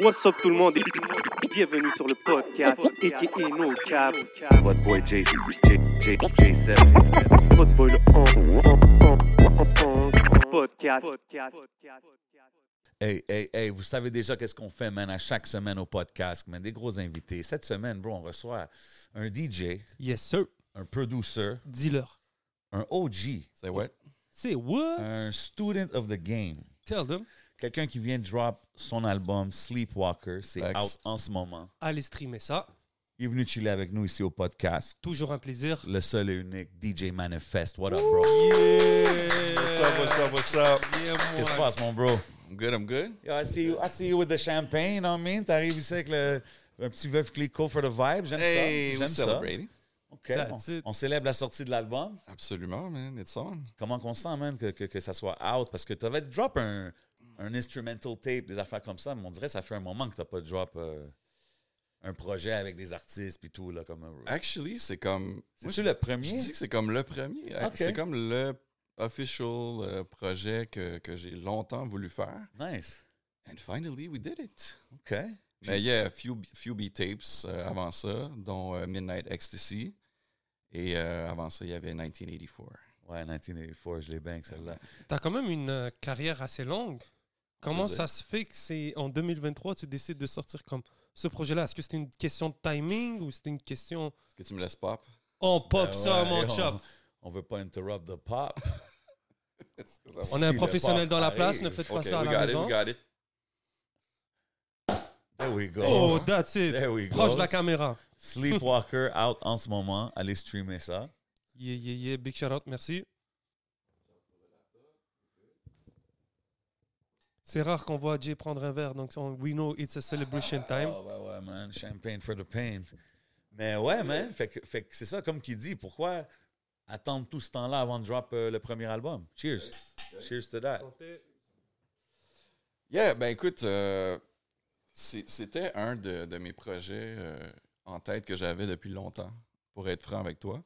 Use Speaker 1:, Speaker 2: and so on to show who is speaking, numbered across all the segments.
Speaker 1: What's up tout le monde et bienvenue sur le podcast et No Cap.
Speaker 2: Votre boy Jason, J, J, J7.
Speaker 1: Votre boy le podcast.
Speaker 3: Hey, hey, hey, vous savez déjà qu'est-ce qu'on fait, man, à chaque semaine au podcast, man. Des gros invités. Cette semaine, bro, on reçoit un DJ,
Speaker 4: Yes sir.
Speaker 3: un producer,
Speaker 4: Dis-leur.
Speaker 3: un OG. C'est what?
Speaker 4: C'est what?
Speaker 3: Un student of the game.
Speaker 4: Tell them.
Speaker 3: Quelqu'un qui vient de drop son album Sleepwalker, c'est
Speaker 5: Facts.
Speaker 3: out en ce moment.
Speaker 4: Allez streamer ça.
Speaker 3: Il est venu chiller avec nous ici au podcast.
Speaker 4: Toujours un plaisir.
Speaker 3: Le seul et unique DJ Manifest. What up, bro?
Speaker 5: What's up, what's up, what's up?
Speaker 3: Qu'est-ce qui se passe, mon bro?
Speaker 5: I'm good, I'm good.
Speaker 3: Yo, I see you, I see you with the champagne, you know what I mean? T'arrives ici avec le, un petit veuf Clicquot for the vibe. J'aime ça.
Speaker 5: Hey, we're
Speaker 3: J'aime ça.
Speaker 5: celebrating.
Speaker 3: OK.
Speaker 4: That's
Speaker 3: On,
Speaker 4: it.
Speaker 3: on célèbre la sortie de l'album.
Speaker 5: Absolument, man. It's on.
Speaker 3: Comment qu'on sent, man, que, que, que ça soit out? Parce que t'avais drop un, un instrumental tape, des affaires comme ça, mais on dirait que ça fait un moment que t'as pas drop euh, un projet avec des artistes puis tout, là, comme... euh, un-
Speaker 5: Actually, c'est comme. Moi,
Speaker 3: C'est-tu
Speaker 5: je-
Speaker 3: le premier?
Speaker 5: Je dis que c'est comme le premier.
Speaker 3: Ok.
Speaker 5: C'est comme le official euh, projet que, que j'ai longtemps voulu faire.
Speaker 3: Nice.
Speaker 5: And finally, we did it.
Speaker 3: OK.
Speaker 5: Mais il y a few, few beat tapes euh, avant ça, dont euh, Midnight Ecstasy. Et euh, avant ça, il y avait 1984.
Speaker 3: Ouais, 1984, je l'ai bien que celle-là.
Speaker 4: T'as quand même une euh, carrière assez longue. Comment
Speaker 5: Vas-y.
Speaker 4: ça se fait que c'est en 2023 tu décides de sortir comme ce projet-là Est-ce que c'est une question de timing ou c'est une question
Speaker 5: Est-ce que tu me laisses pop?
Speaker 4: on pop
Speaker 3: Ben
Speaker 4: ça
Speaker 3: ouais,
Speaker 4: mon
Speaker 3: on-
Speaker 4: chop
Speaker 3: On veut pas interrupt the pop.
Speaker 4: On a un
Speaker 3: Si, le
Speaker 4: professionnel
Speaker 3: pop
Speaker 4: dans la place,
Speaker 3: arrive.
Speaker 4: ne faites pas
Speaker 5: Ok,
Speaker 4: ça à
Speaker 5: we
Speaker 4: la
Speaker 5: got it,
Speaker 4: maison.
Speaker 5: we got it.
Speaker 3: There we go.
Speaker 4: Oh, that's it.
Speaker 3: There we go.
Speaker 4: Proche de la caméra.
Speaker 3: Sleepwalker out en ce moment. Allez streamer ça.
Speaker 4: Yeah, yeah, yeah. Big shout out, merci. C'est rare qu'on voit Jay prendre un verre, donc on- we know it's a celebration time.
Speaker 3: Oh, ouais, ouais, man. Champagne for the pain. Mais ouais, man. Fait que, fait que c'est ça, comme qu'il dit. Pourquoi attendre tout ce temps-là avant de drop euh, le premier album? Cheers. Cheers to that.
Speaker 5: Yeah, ben écoute, euh, c'est- c'était un de, de mes projets euh, en tête que j'avais depuis longtemps, pour être franc avec toi.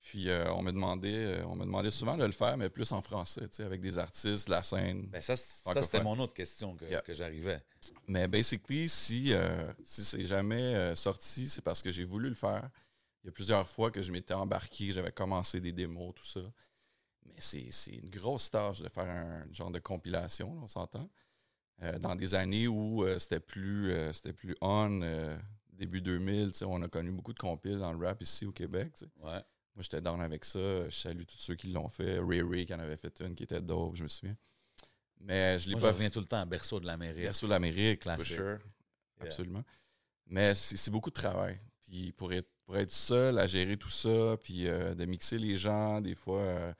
Speaker 5: Puis euh, on me demandait, euh, on me demandait souvent de le faire, mais plus en français, tu sais, avec des artistes, la scène.
Speaker 3: Ben ça, c- ça
Speaker 5: Francophone.
Speaker 3: c'était mon autre question que,
Speaker 5: Yeah.
Speaker 3: que j'arrivais.
Speaker 5: Mais basically, si, euh, si c'est jamais euh, sorti, c'est parce que j'ai voulu le faire. Il y a plusieurs fois que je m'étais embarqué, j'avais commencé des démos, tout ça. Mais c'est c'est une grosse tâche de faire un genre de compilation, là, on s'entend. Euh, dans des années où euh, c'était plus, euh, c'était plus on, euh, début 2000, tu sais, on a connu beaucoup de compiles dans le rap ici au Québec. tu sais.
Speaker 3: Ouais.
Speaker 5: Moi, j'étais down avec ça. Je salue tous ceux qui l'ont fait. Ray Ray qui en avait fait une qui était dope, je me souviens. Mais je l'ai
Speaker 3: Moi, je
Speaker 5: pas fait.
Speaker 3: reviens tout le temps à Berceau de la mairie.
Speaker 5: Verso de l'Amérique, for
Speaker 3: Classique.
Speaker 5: sure. Absolument. Mais c'est c'est beaucoup de travail. Puis pour être, pour être seul à gérer tout ça, puis euh, de mixer les gens, des fois, euh,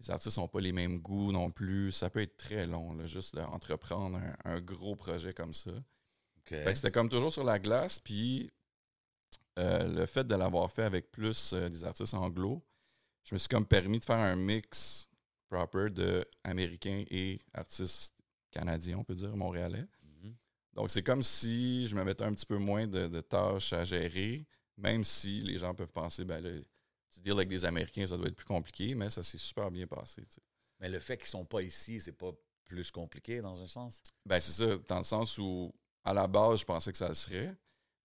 Speaker 5: les artistes n'ont pas les mêmes goûts non plus. Ça peut être très long, là, juste d'entreprendre un, un gros projet comme ça.
Speaker 3: OK.
Speaker 5: Fait que c'était comme toujours sur la glace, puis euh, le fait de l'avoir fait avec plus euh, des artistes anglo, je me suis comme permis de faire un mix proper de américains et artistes canadiens, on peut dire, montréalais.
Speaker 3: Mhm.
Speaker 5: Donc, c'est comme si je me mettais un petit peu moins de, de tâches à gérer, même si les gens peuvent penser, ben là, tu deals avec des Américains, ça doit être plus compliqué, mais ça s'est super bien passé. tu sais.
Speaker 3: Mais le fait qu'ils sont pas ici, c'est pas plus compliqué dans un sens?
Speaker 5: Ben, c'est ça, dans le sens où, à la base, je pensais que ça le serait,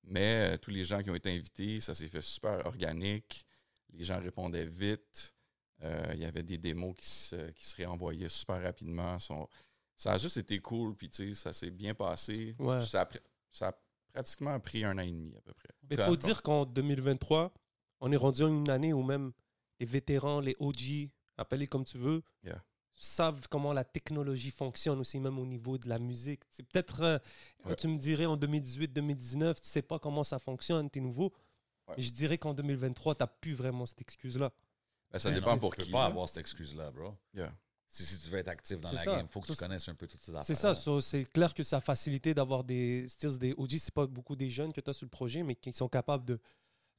Speaker 5: mais euh, tous les gens qui ont été invités, ça s'est fait super organique, les gens répondaient vite, euh, il y avait des démos qui se, qui se réenvoyaient super rapidement. son- ça a juste été cool, puis tu sais, ça s'est bien passé.
Speaker 4: Ouais.
Speaker 5: Ça, a, pr- ça a pratiquement pris un an et demi à peu près.
Speaker 4: Mais il faut dire qu'en 2023, on est rendu à une année où même les vétérans, les OG, appelez comme tu veux,
Speaker 5: Yeah.
Speaker 4: savent comment la technologie fonctionne aussi, même au niveau de la musique. C'est peut-être, euh,
Speaker 5: Ouais.
Speaker 4: tu me dirais en 2018-2019, tu sais pas comment ça fonctionne, tu es nouveau.
Speaker 5: Ouais.
Speaker 4: Je dirais qu'en 2023, tu n'as plus vraiment cette excuse-là.
Speaker 5: Ben, ça
Speaker 3: Mais
Speaker 5: dépend
Speaker 3: non,
Speaker 5: pour
Speaker 3: tu
Speaker 5: qui.
Speaker 3: peux pas
Speaker 5: là.
Speaker 3: avoir cette excuse-là, bro.
Speaker 5: Yeah.
Speaker 3: Si, si tu veux être actif dans
Speaker 4: C'est
Speaker 3: la
Speaker 4: ça.
Speaker 3: game, il faut que tu
Speaker 4: Ça,
Speaker 3: connaisses un peu toutes ces affaires.
Speaker 4: C'est ça, so, c'est clair que ça a facilité d'avoir des styles des OG. C'est pas beaucoup des jeunes que tu as sur le projet, mais qui sont capables de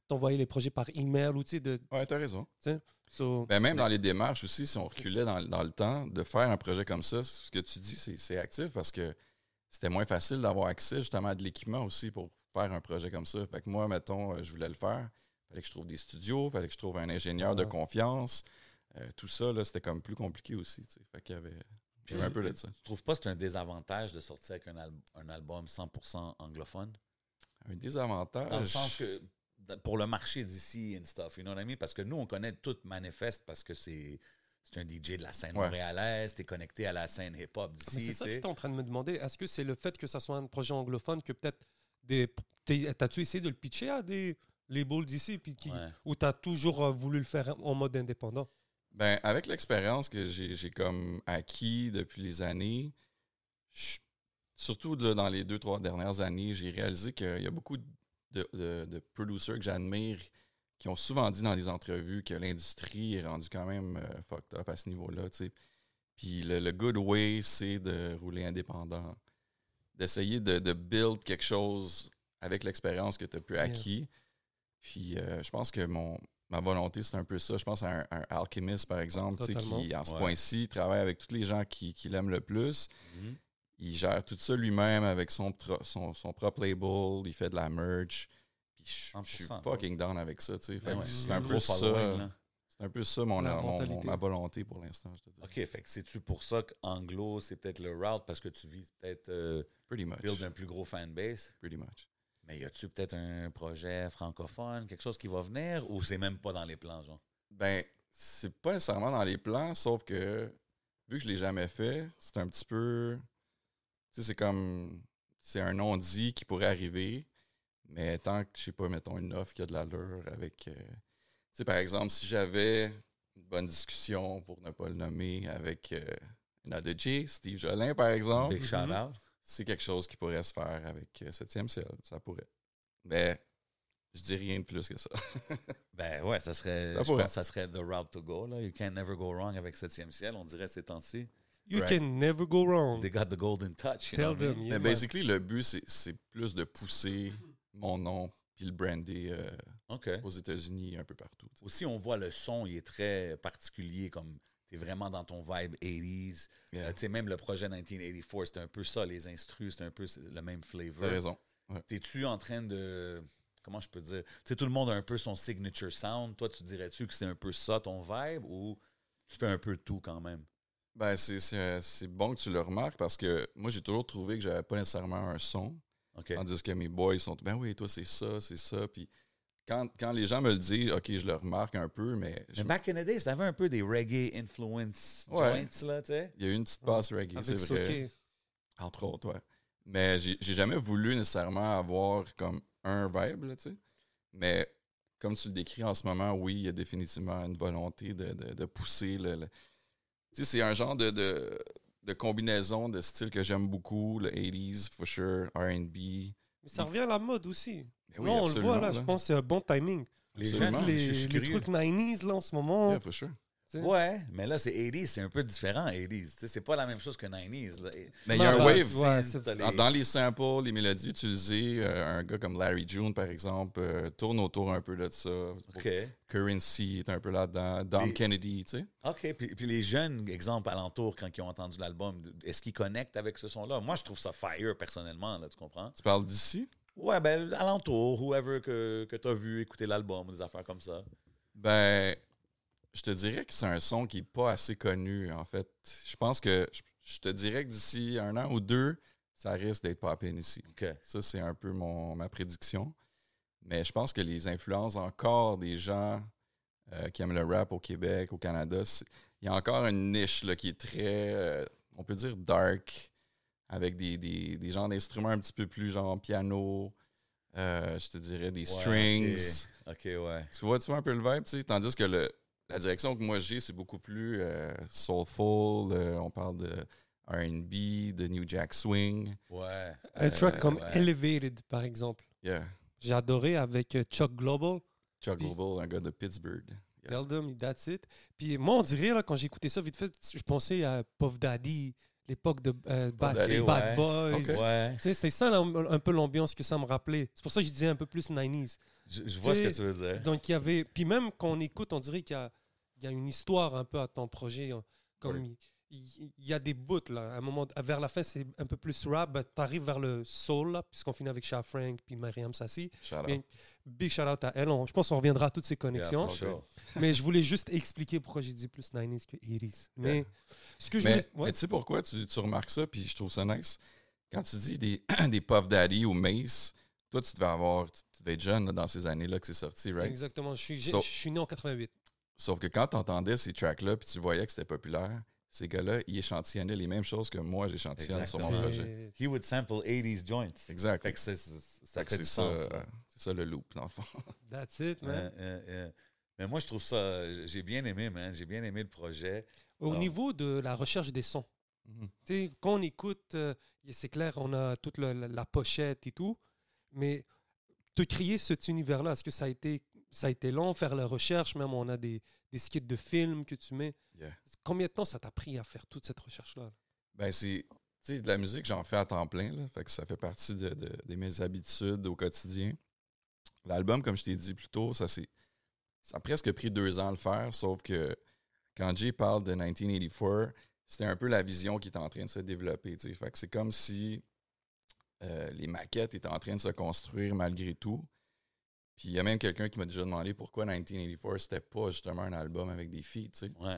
Speaker 4: t'envoyer les projets par email ou tu sais, de.
Speaker 5: Ouais, t'as raison.
Speaker 4: so-
Speaker 5: Ben, même dans les démarches aussi, si on reculait dans, dans le temps, de faire un projet comme ça, ce que tu dis, c'est c'est actif parce que c'était moins facile d'avoir accès justement à de l'équipement aussi pour faire un projet comme ça. Fait que moi, mettons, euh, je voulais le faire. Fallait que je trouve des studios, fallait que je trouve un ingénieur de
Speaker 4: Ouais.
Speaker 5: confiance. Euh, tout ça, là, c'était comme plus compliqué aussi. tu sais. Fait qu'il y avait, il y avait un peu de ça.
Speaker 3: Tu trouves pas que c'est un désavantage de sortir avec un, al- un album 100% anglophone?
Speaker 5: Un désavantage.
Speaker 3: Dans le sens que d- pour le marché d'ici and stuff, you know what I mean? Parce que nous, on connaît tout Manifest parce que c'est c'est un DJ de la scène
Speaker 5: Ouais.
Speaker 3: montréalaise, t'es connecté à la scène hip-hop
Speaker 4: Ah, Mais
Speaker 3: d'ici.
Speaker 4: c'est ça que
Speaker 3: tu sais.
Speaker 4: j'étais en train de me demander. Est-ce que c'est le fait que ça soit un projet anglophone que peut-être des. t'es- T'as-tu essayé de le pitcher à des labels d'ici puis qui,
Speaker 3: Ouais.
Speaker 4: ou t'as toujours euh, voulu le faire en mode indépendant?
Speaker 5: Ben, avec l'expérience que j'ai j'ai comme acquis depuis les années, je- surtout là, dans les deux, trois dernières années, j'ai réalisé qu'il y a beaucoup de, de, de producers que j'admire qui ont souvent dit dans des entrevues que l'industrie est rendue quand même euh, fucked up à ce niveau-là. tu sais. Puis le, le good way, c'est de rouler indépendant, d'essayer de, de build quelque chose avec l'expérience que tu as pu acquis. Puis euh, je pense que mon, ma volonté, c'est un peu ça. Je pense à un, un alchimiste, par exemple, tu sais,
Speaker 4: Totalement.
Speaker 5: qui, en ce
Speaker 3: Ouais.
Speaker 5: point-ci, travaille avec tous les gens qui, qui l'aiment le plus.
Speaker 3: Mhm.
Speaker 5: Il gère tout ça lui-même avec son, tro- son, son propre label, il fait de la merch. Puis je- je suis
Speaker 3: 100%.
Speaker 5: fucking down avec ça, tu sais. Fait
Speaker 3: Ben
Speaker 5: que
Speaker 3: ouais,
Speaker 5: c'est un
Speaker 4: gros
Speaker 5: peu
Speaker 3: following,
Speaker 5: ça.
Speaker 3: là.
Speaker 5: C'est un peu ça mon,
Speaker 4: La
Speaker 5: mon- mon-
Speaker 4: mentalité.
Speaker 5: ma volonté pour l'instant, je te dis.
Speaker 3: OK, fait que c'est-tu pour ça qu'anglo, c'est peut-être le route parce que tu vises peut-être euh,
Speaker 5: Pretty much.
Speaker 3: build un plus gros fanbase?
Speaker 5: Pretty much.
Speaker 3: Mais y a-tu peut-être un projet francophone, quelque chose qui va venir ou c'est même pas dans les plans, genre?
Speaker 5: Ben, c'est pas nécessairement dans les plans, sauf que vu que je l'ai jamais fait, c'est un petit peu. Tu sais, c'est comme. C'est un non-dit qui pourrait arriver, mais tant que, je sais pas, mettons une offre qui a de l'allure avec. euh, tu sais, par exemple, si j'avais une bonne discussion, pour ne pas le nommer, avec euh, Nada J, Steve Jolin, par exemple,
Speaker 3: Big shout
Speaker 5: mm-hmm.
Speaker 3: out.
Speaker 5: c'est quelque chose qui pourrait se faire avec euh, 7e ciel. Ça pourrait. Mais je dis rien de plus que ça.
Speaker 3: Ben ouais, ça serait,
Speaker 5: Ça
Speaker 3: je
Speaker 5: pourrait.
Speaker 3: pense que ça serait the route to go. Là. You can never go wrong avec 7e ciel, on dirait ces temps-ci.
Speaker 4: You
Speaker 5: Right.
Speaker 4: can never go wrong.
Speaker 3: They got the golden touch. you know
Speaker 4: Tell
Speaker 3: what I mean?
Speaker 4: them.
Speaker 5: Mais
Speaker 4: yeah, man.
Speaker 5: basically, le but, c'est- c'est plus de pousser mon nom puis le brander euh,
Speaker 3: OK.
Speaker 5: aux États-Unis un peu partout. tu sais.
Speaker 3: Aussi, on voit le son, il est très particulier, comme t'es vraiment dans ton vibe 80s.
Speaker 5: Yeah.
Speaker 3: Euh, tu sais, même le projet 1984, c'est un peu ça, les instrus, c'est un peu le même
Speaker 5: T'as
Speaker 3: flavor.
Speaker 5: raison.
Speaker 3: T'es-tu en train de. Comment je peux dire? Tu sais, tout le monde a un peu son signature sound. Toi, tu dirais-tu que c'est un peu ça ton vibe ou tu fais un peu tout quand même?
Speaker 5: Ben, c'est- c'est euh, c'est bon que tu le remarques parce que moi, j'ai toujours trouvé que j'avais pas nécessairement un son.
Speaker 3: OK.
Speaker 5: Tandis que mes boys sont, ben oui, toi, c'est ça, c'est ça. Puis quand, quand les gens me le disent, OK, je le remarque un peu, mais je-
Speaker 3: Mais back in the days, t'avais un peu des reggae influence
Speaker 5: Ouais.
Speaker 3: joints, là, tu sais?
Speaker 5: il y a eu une petite passe reggae, c'est
Speaker 4: Avec
Speaker 5: vrai.
Speaker 4: Soké.
Speaker 5: Entre autres, ouais. Mais j'ai j'ai jamais voulu nécessairement avoir comme un vibe, là, tu sais. Mais comme tu le décris en ce moment, oui, il y a définitivement une volonté de, de- de pousser le. le- Tu sais, c'est un genre de, de, de combinaison de styles que j'aime beaucoup, le 80s, for sure, RB.
Speaker 4: Mais ça revient à la mode aussi.
Speaker 5: Ben oui,
Speaker 4: Là, on le
Speaker 5: absolument,
Speaker 4: voit là, je pense que c'est un bon timing.
Speaker 3: Les
Speaker 5: Absolument.
Speaker 4: Tous
Speaker 3: gens, je
Speaker 4: les,
Speaker 3: suis
Speaker 4: les
Speaker 3: curieux.
Speaker 4: trucs 90s là en ce moment.
Speaker 5: Yeah, for sure.
Speaker 4: tu sais.
Speaker 3: Ouais, mais là, c'est 80s, c'est un peu différent, 80s. Tu sais, c'est pas la même chose que 90s. là.
Speaker 5: Mais il y a un
Speaker 4: Ouais,
Speaker 5: wave.
Speaker 4: ouais, c'est-
Speaker 3: T'as les-
Speaker 5: Dans- Dans les samples, les mélodies utilisées, euh, un gars comme Larry June, par exemple, euh, tourne autour un peu de ça.
Speaker 3: OK.
Speaker 5: Currency est un peu là-dedans. Dom
Speaker 3: Et-
Speaker 5: Kennedy, tu sais.
Speaker 3: OK. Puis, puis les jeunes, exemple, alentour, quand ils ont entendu l'album, est-ce qu'ils connectent avec ce son-là? Moi, je trouve ça fire, personnellement, là, tu comprends?
Speaker 5: Tu parles d'ici?
Speaker 3: Ouais, ben, alentour, whoever que, que t'as vu écouter l'album, ou des affaires comme ça.
Speaker 5: Ben, je te dirais que c'est un son qui n'est pas assez connu, en fait. Je pense que je, je te dirais que d'ici un an ou deux, ça risque d'être poppin ici.
Speaker 3: OK.
Speaker 5: Ça, c'est un peu mon, ma prédiction. Mais je pense que les influences encore des gens euh, qui aiment le rap au Québec, au Canada, c'est- il y a encore une niche là, qui est très, euh, on peut dire, dark, avec des, des, des genres d'instruments un petit peu plus genre piano, euh, je te dirais des strings.
Speaker 3: Ouais, OK, OK, ouais.
Speaker 5: Tu vois, tu vois un peu le vibe, tu sais, tandis que le, la direction que moi j'ai, c'est beaucoup plus euh, soulful. euh, on parle de RB, de New Jack Swing.
Speaker 3: Ouais.
Speaker 4: Un track
Speaker 5: Euh,
Speaker 4: comme
Speaker 3: ouais.
Speaker 4: Elevated, par exemple.
Speaker 5: Yeah.
Speaker 4: J'ai adoré avec euh, Chuck Global.
Speaker 5: Chuck
Speaker 4: Puis-
Speaker 5: Global, un gars de Pittsburgh.
Speaker 4: Seldom, that's it. Puis moi, on dirait, là, quand j'ai écouté ça, vite fait, je pensais à Puff Daddy, l'époque de euh, Bad,
Speaker 5: Daddy,
Speaker 4: Bad
Speaker 3: ouais.
Speaker 4: Boys.
Speaker 3: Ouais.
Speaker 4: Tu sais, c'est ça là, un un peu l'ambiance que ça me rappelait. C'est pour ça que je disais un peu plus 90s.
Speaker 3: Je, je vois ce
Speaker 4: Tu
Speaker 3: que
Speaker 4: sais,
Speaker 3: tu veux dire.
Speaker 4: Donc il y avait. Puis même quand on écoute, on dirait qu'il y a, il y a une histoire un peu à ton projet. hein. Comme il, il- il y a des bouts là. À un moment, vers la fin, c'est un peu plus rap. bah, T'arrives vers le soul là, puisqu'on finit avec Shah Frank puis Mariam Sassi.
Speaker 5: Shout out.
Speaker 4: Mais big shout out à elle. On- je pense qu'on reviendra à toutes ces
Speaker 3: Yeah,
Speaker 4: connexions.
Speaker 3: for sure.
Speaker 4: mais je voulais juste expliquer pourquoi j'ai dit plus 90s que 80s. Mais ce que je
Speaker 5: Mais,
Speaker 4: voulais. ouais.
Speaker 5: mais tu sais pourquoi tu, tu remarques ça, puis je trouve ça nice. Quand tu dis des, des Puff Daddy ou Mace, toi, tu devais avoir, tu devais être jeune là, dans ces années-là que c'est sorti, right?
Speaker 4: Exactement. Je suis, j'ai-
Speaker 5: So-
Speaker 4: je suis né en 88.
Speaker 5: Sauf que quand tu entendais ces tracks-là, puis tu voyais que c'était populaire, ces gars-là, ils échantillonnaient les mêmes choses que moi, j'échantillonne sur mon
Speaker 3: Exactement.
Speaker 5: projet.
Speaker 4: C'est-
Speaker 3: He would sample 80s joints.
Speaker 5: Exact.
Speaker 3: Fait que c'est- c'est- ça
Speaker 5: Fait que
Speaker 3: fait
Speaker 5: C'est
Speaker 3: du
Speaker 5: ça,
Speaker 3: sens.
Speaker 5: euh, c'est ça le loop, dans le fond.
Speaker 4: That's it, man.
Speaker 3: Euh, euh, euh. Mais moi, je trouve ça. euh, J'ai bien aimé, man. J'ai bien aimé le projet.
Speaker 4: Au
Speaker 3: Ah.
Speaker 4: niveau de la recherche des sons,
Speaker 5: Mhm.
Speaker 3: Mm-hmm.
Speaker 4: tu sais, quand on écoute, euh, y- c'est clair, on a toute la, la- la pochette et tout, mais te créer cet univers-là, est-ce que ça a été ça a été long, faire la recherche, même on a des, des skits de films que tu mets.
Speaker 5: Yeah.
Speaker 4: Combien de temps ça t'a pris à faire toute cette recherche-là?
Speaker 5: Ben, c'est. Tu sais, de la musique, j'en fais à temps plein, là. Fait que ça fait partie de, de- de mes habitudes au quotidien. L'album, comme je t'ai dit plus tôt, ça c'est. Ça a presque pris deux ans à le faire, sauf que quand Jay parle de 1984, c'était un peu la vision qui est en train de se développer. tu sais. Fait que c'est comme si euh, les maquettes étaient en train de se construire malgré tout. Puis il y a même quelqu'un qui m'a déjà demandé pourquoi 1984, c'était pas justement un album avec des filles, tu sais.
Speaker 3: Ouais.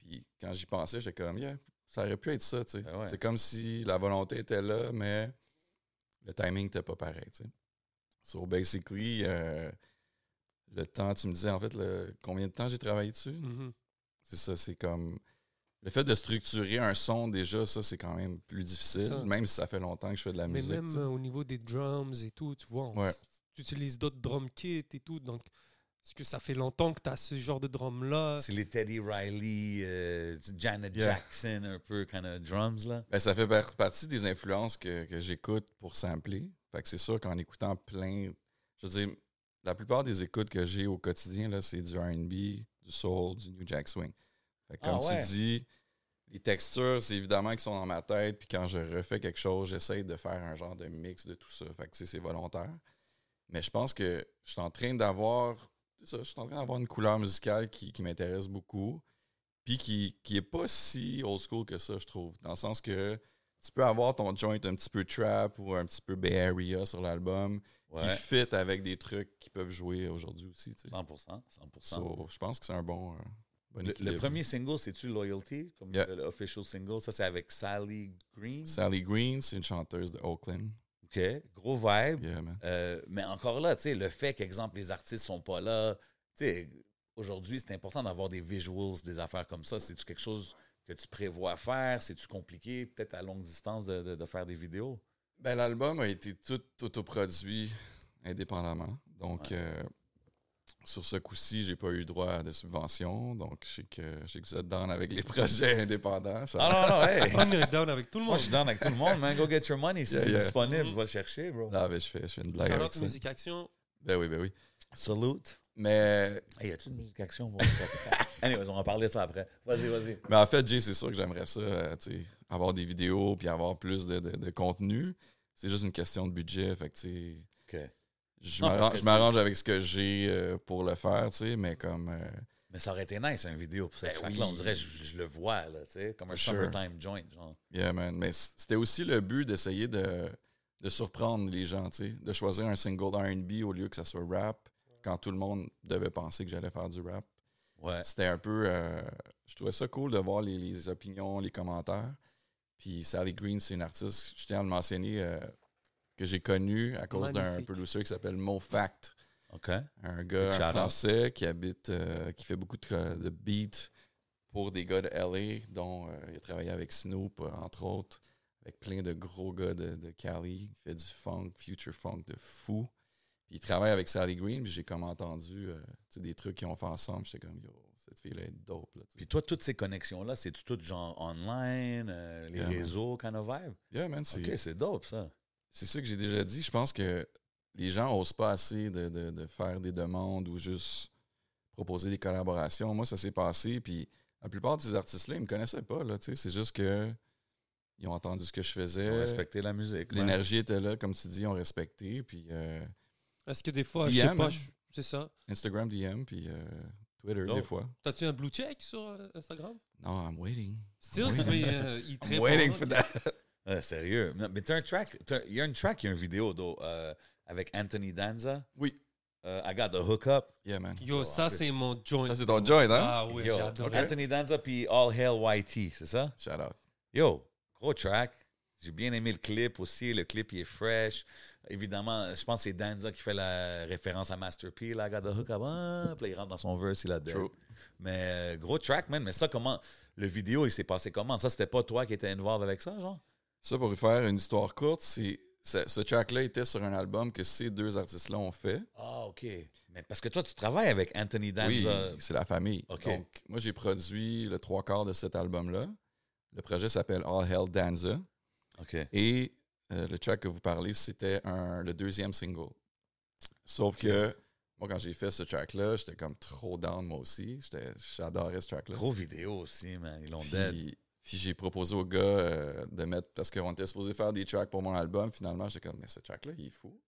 Speaker 5: Puis quand j'y pensais, j'étais comme, yeah, ça aurait pu être ça, tu sais.
Speaker 4: Ben
Speaker 3: Ah ouais.
Speaker 5: C'est comme si la volonté était là, mais le timing n'était pas pareil, tu sais. So basically, euh, le temps, tu me disais en fait le- combien de temps j'ai travaillé dessus. C'est ça, c'est comme. Le fait de structurer un son, déjà, ça, c'est quand même plus difficile,
Speaker 4: Ça.
Speaker 5: même si ça fait longtemps que je fais de la
Speaker 4: Mais
Speaker 5: musique.
Speaker 4: même
Speaker 5: tu sais.
Speaker 4: euh, au niveau des drums et tout, tu vois, on-
Speaker 5: Ouais.
Speaker 4: tu utilises d'autres drum kits et tout, donc est-ce que ça fait longtemps que tu as ce genre de drum-là?
Speaker 3: C'est les Teddy Riley, euh, Janet
Speaker 5: Yeah.
Speaker 3: Jackson, un peu, kind of drums, là.
Speaker 5: Ben, ça fait par- partie des influences que, que j'écoute pour sampler. Fait que c'est sûr qu'en écoutant plein. Je veux dire, la plupart des écoutes que j'ai au quotidien, là, c'est du RB, du soul, du New Jack Swing. Fait que
Speaker 3: Ah
Speaker 5: comme
Speaker 3: ouais.
Speaker 5: tu dis, les textures, c'est évidemment qui sont dans ma tête. Puis quand je refais quelque chose, j'essaie de faire un genre de mix de tout ça. Fait que tu sais, c'est volontaire. Mais je pense que je suis en train d'avoir. c'est ça, Je suis en train d'avoir une couleur musicale qui, qui m'intéresse beaucoup. Puis qui, qui est pas si old school que ça, je trouve. Dans le sens que tu peux avoir ton joint un petit peu trap ou un petit peu Bay Area sur l'album
Speaker 3: Ouais.
Speaker 5: qui fit avec des trucs qui peuvent jouer aujourd'hui aussi. tu sais.
Speaker 3: 100%. 100%.
Speaker 5: So, je pense que c'est un bon, euh, bon
Speaker 3: le, le
Speaker 5: équilibre.
Speaker 3: premier single, c'est-tu Loyalty, comme
Speaker 5: Yeah.
Speaker 3: le- le official single? Ça, c'est avec Sally Green.
Speaker 5: Sally Green, c'est une chanteuse de Oakland.
Speaker 3: OK. Gros vibe.
Speaker 5: Yeah, man.
Speaker 3: Euh, mais encore là, tu sais, le fait qu'exemple, les artistes sont pas là, tu sais, aujourd'hui, c'est important d'avoir des visuals, des affaires comme ça. C'est-tu quelque chose que tu prévois faire? C'est-tu compliqué, peut-être à longue distance, de, de- de faire des vidéos?
Speaker 5: Ben, l'album a été tout autoproduit indépendamment. Donc, euh, sur ce coup-ci, j'ai pas eu droit à de subvention. Donc, je sais que, je sais que vous êtes dans avec les projets indépendants.
Speaker 3: Ah non, non, hey!
Speaker 4: On est down avec tout le
Speaker 3: Moi,
Speaker 4: monde.
Speaker 3: je suis down avec tout le monde, man. Go get your money. Si
Speaker 5: Yeah,
Speaker 3: c'est
Speaker 5: yeah.
Speaker 3: disponible,
Speaker 4: Mhm.
Speaker 3: va le chercher, bro.
Speaker 5: Non, mais Ah, ben, je fais, je fais une blague
Speaker 4: Shout
Speaker 5: avec
Speaker 4: out
Speaker 5: ça.
Speaker 4: Musique Action,
Speaker 5: Ben oui, ben oui.
Speaker 3: Salute.
Speaker 5: Mais
Speaker 3: Hey, y a-tu une musique action? moi? Anyways, on va en parler de ça après. Vas-y, vas-y.
Speaker 5: Mais en fait, Jay, c'est sûr que j'aimerais ça, euh, tu sais, avoir des vidéos puis avoir plus de, de- de contenu. C'est juste une question de budget. Fait que, tu sais,
Speaker 3: OK.
Speaker 5: je
Speaker 3: Non, parce
Speaker 5: m'arrange-
Speaker 3: que
Speaker 5: je
Speaker 3: c'est-
Speaker 5: m'arrange avec ce que j'ai euh, pour le faire, tu sais, mais comme. euh,
Speaker 3: Mais ça aurait été nice, une vidéo pour cette
Speaker 5: Ben
Speaker 3: track-là.
Speaker 5: oui.
Speaker 3: On dirait, je, je le vois, là, tu sais, comme un
Speaker 5: For sure.
Speaker 3: summertime joint, genre.
Speaker 5: yeah, man. Mais c- c'était aussi le but d'essayer de, de surprendre les gens, tu sais, de choisir un single RB au lieu que ça soit rap quand tout le monde devait penser que j'allais faire du rap.
Speaker 3: Ouais.
Speaker 5: C'était un peu. euh, je trouvais ça cool de voir les, les opinions, les commentaires. Puis Sally Green, c'est une artiste, je tiens à le mentionner, euh, que j'ai connue à cause d'un
Speaker 4: Magnifique.
Speaker 5: producer qui s'appelle MoFact.
Speaker 3: OK.
Speaker 5: Un gars
Speaker 3: Shout
Speaker 5: un
Speaker 3: out.
Speaker 5: français qui habite, euh, qui fait beaucoup de, de beats pour des gars de LA, dont euh, il a travaillé avec Snoop, euh, entre autres, avec plein de gros gars de, de Cali. Il fait du funk, future funk de fou. Puis il travaille avec Sally Green, puis j'ai comme entendu euh, tu sais, des trucs qu'ils ont fait ensemble. J'étais comme, yo, cette fille-là est dope. Là, tu sais.
Speaker 3: Puis toi, toutes ces connexions-là, c'est-tu tout genre online, euh, les
Speaker 5: Yeah, man.
Speaker 3: réseaux, kind of vibe?
Speaker 5: Yeah, man, c'est
Speaker 3: OK, c'est dope, ça.
Speaker 5: c'est ça que j'ai déjà dit. Je pense que les gens n'osent pas assez de, de- de faire des demandes ou juste proposer des collaborations. Moi, ça s'est passé, puis la plupart de ces artistes-là, ils me connaissaient pas, là, tu sais, c'est juste que ils ont entendu ce que je
Speaker 3: Faut
Speaker 5: faisais.
Speaker 3: Respecter la musique. man.
Speaker 5: L'énergie était là, comme tu dis, ils ont respecté, puis euh,
Speaker 4: Est-ce que des fois, je
Speaker 5: DM,
Speaker 4: sais pas,
Speaker 5: hein?
Speaker 4: je- c'est ça.
Speaker 5: Instagram DM, puis euh, Twitter,
Speaker 3: Oh.
Speaker 5: des fois.
Speaker 4: T'as-tu un blue check sur euh, Instagram?
Speaker 5: Non, I'm waiting.
Speaker 4: Still,
Speaker 5: Oui.
Speaker 4: mais, euh, il te
Speaker 3: I'm
Speaker 4: répond,
Speaker 3: waiting
Speaker 4: hein,
Speaker 3: for
Speaker 4: il-
Speaker 3: that. Ah, sérieux. Non, mais t'as un track, t'as- il y a une track, il y a une vidéo though, euh, avec Anthony Danza.
Speaker 5: Oui.
Speaker 3: Euh, I got the hookup.
Speaker 5: Yeah, man.
Speaker 4: Yo, ça, c'est mon joint.
Speaker 5: Ça, c'est ton joint, hein?
Speaker 4: Ah oui,
Speaker 3: Yo,
Speaker 4: j'ai adoré.
Speaker 3: Anthony Danza puis All Hail YT, c'est ça?
Speaker 5: Shout out.
Speaker 3: Yo, gros track. J'ai bien aimé le clip aussi. Le clip, il est fresh. Évidemment, je pense que c'est Danza qui fait la référence à Master P. Là, I got the hookup. Ah, puis là, il rentre dans son verse, il a dead.
Speaker 5: True.
Speaker 3: Mais euh, gros track, man. Mais ça, comment. Le vidéo, il s'est passé comment? Ça, c'était pas toi qui étais involved avec ça, genre?
Speaker 5: Ça, pour y faire une histoire courte, c'est ce, ce track-là était sur un album que ces deux artistes-là ont fait.
Speaker 3: Ah, OK. Mais parce que toi, tu travailles avec Anthony Danza.
Speaker 5: oui, c'est la famille.
Speaker 3: Ok.
Speaker 5: Donc, moi, j'ai produit le trois quarts de cet album-là. Le projet s'appelle All Hell Danza.
Speaker 3: OK.
Speaker 5: Et euh, le track que vous parlez, c'était un- le deuxième single. Sauf que, moi, quand j'ai fait ce track-là, j'étais comme trop down, moi aussi. J'étais- J'adorais ce track-là.
Speaker 3: Gros vidéo aussi, man. Ils l'ont dead.
Speaker 5: Puis, puis j'ai proposé au gars euh, de mettre. Parce qu'on était supposé faire des tracks pour mon album. Finalement, j'étais comme, mais ce track-là, il est fou.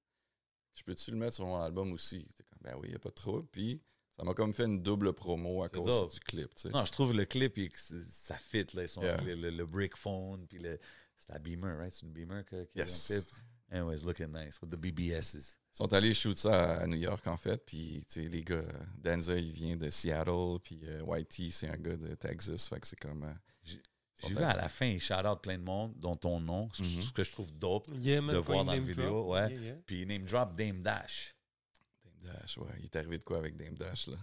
Speaker 5: Je peux-tu le mettre sur mon album aussi? J'étais comme, ben oui, il n'y a pas de trouble. Puis ça m'a comme fait une double promo à
Speaker 3: C'est
Speaker 5: cause
Speaker 3: dope.
Speaker 5: du clip. tu sais.
Speaker 3: Non, je trouve le clip, il- ça fit, là. Ils sont
Speaker 5: Yeah.
Speaker 3: avec le, le- le brick phone, puis le... C'est la Beamer, right? C'est une Beamer que- qui
Speaker 5: Yes.
Speaker 3: est dans le clip. Anyways, looking nice with the BBSs.
Speaker 5: Ils sont allés shoot ça à New York, en fait. Puis, tu sais, les gars, euh, Danza, il vient de Seattle. Puis, euh, YT, c'est un gars de Texas. Fait que c'est comme. euh,
Speaker 3: J'ai vu à la fin, il shout out plein de monde, dont ton nom, ce-
Speaker 5: Mhm.
Speaker 3: ce que je trouve dope.
Speaker 4: Yeah, man,
Speaker 3: de
Speaker 4: quand
Speaker 3: voir
Speaker 4: il
Speaker 3: dans la
Speaker 4: name
Speaker 3: vidéo,
Speaker 4: drop.
Speaker 3: ouais.
Speaker 4: Yeah, yeah.
Speaker 3: Puis il name drop Dame Dash.
Speaker 5: Dame Dash, ouais. Il est arrivé de quoi avec Dame Dash, là?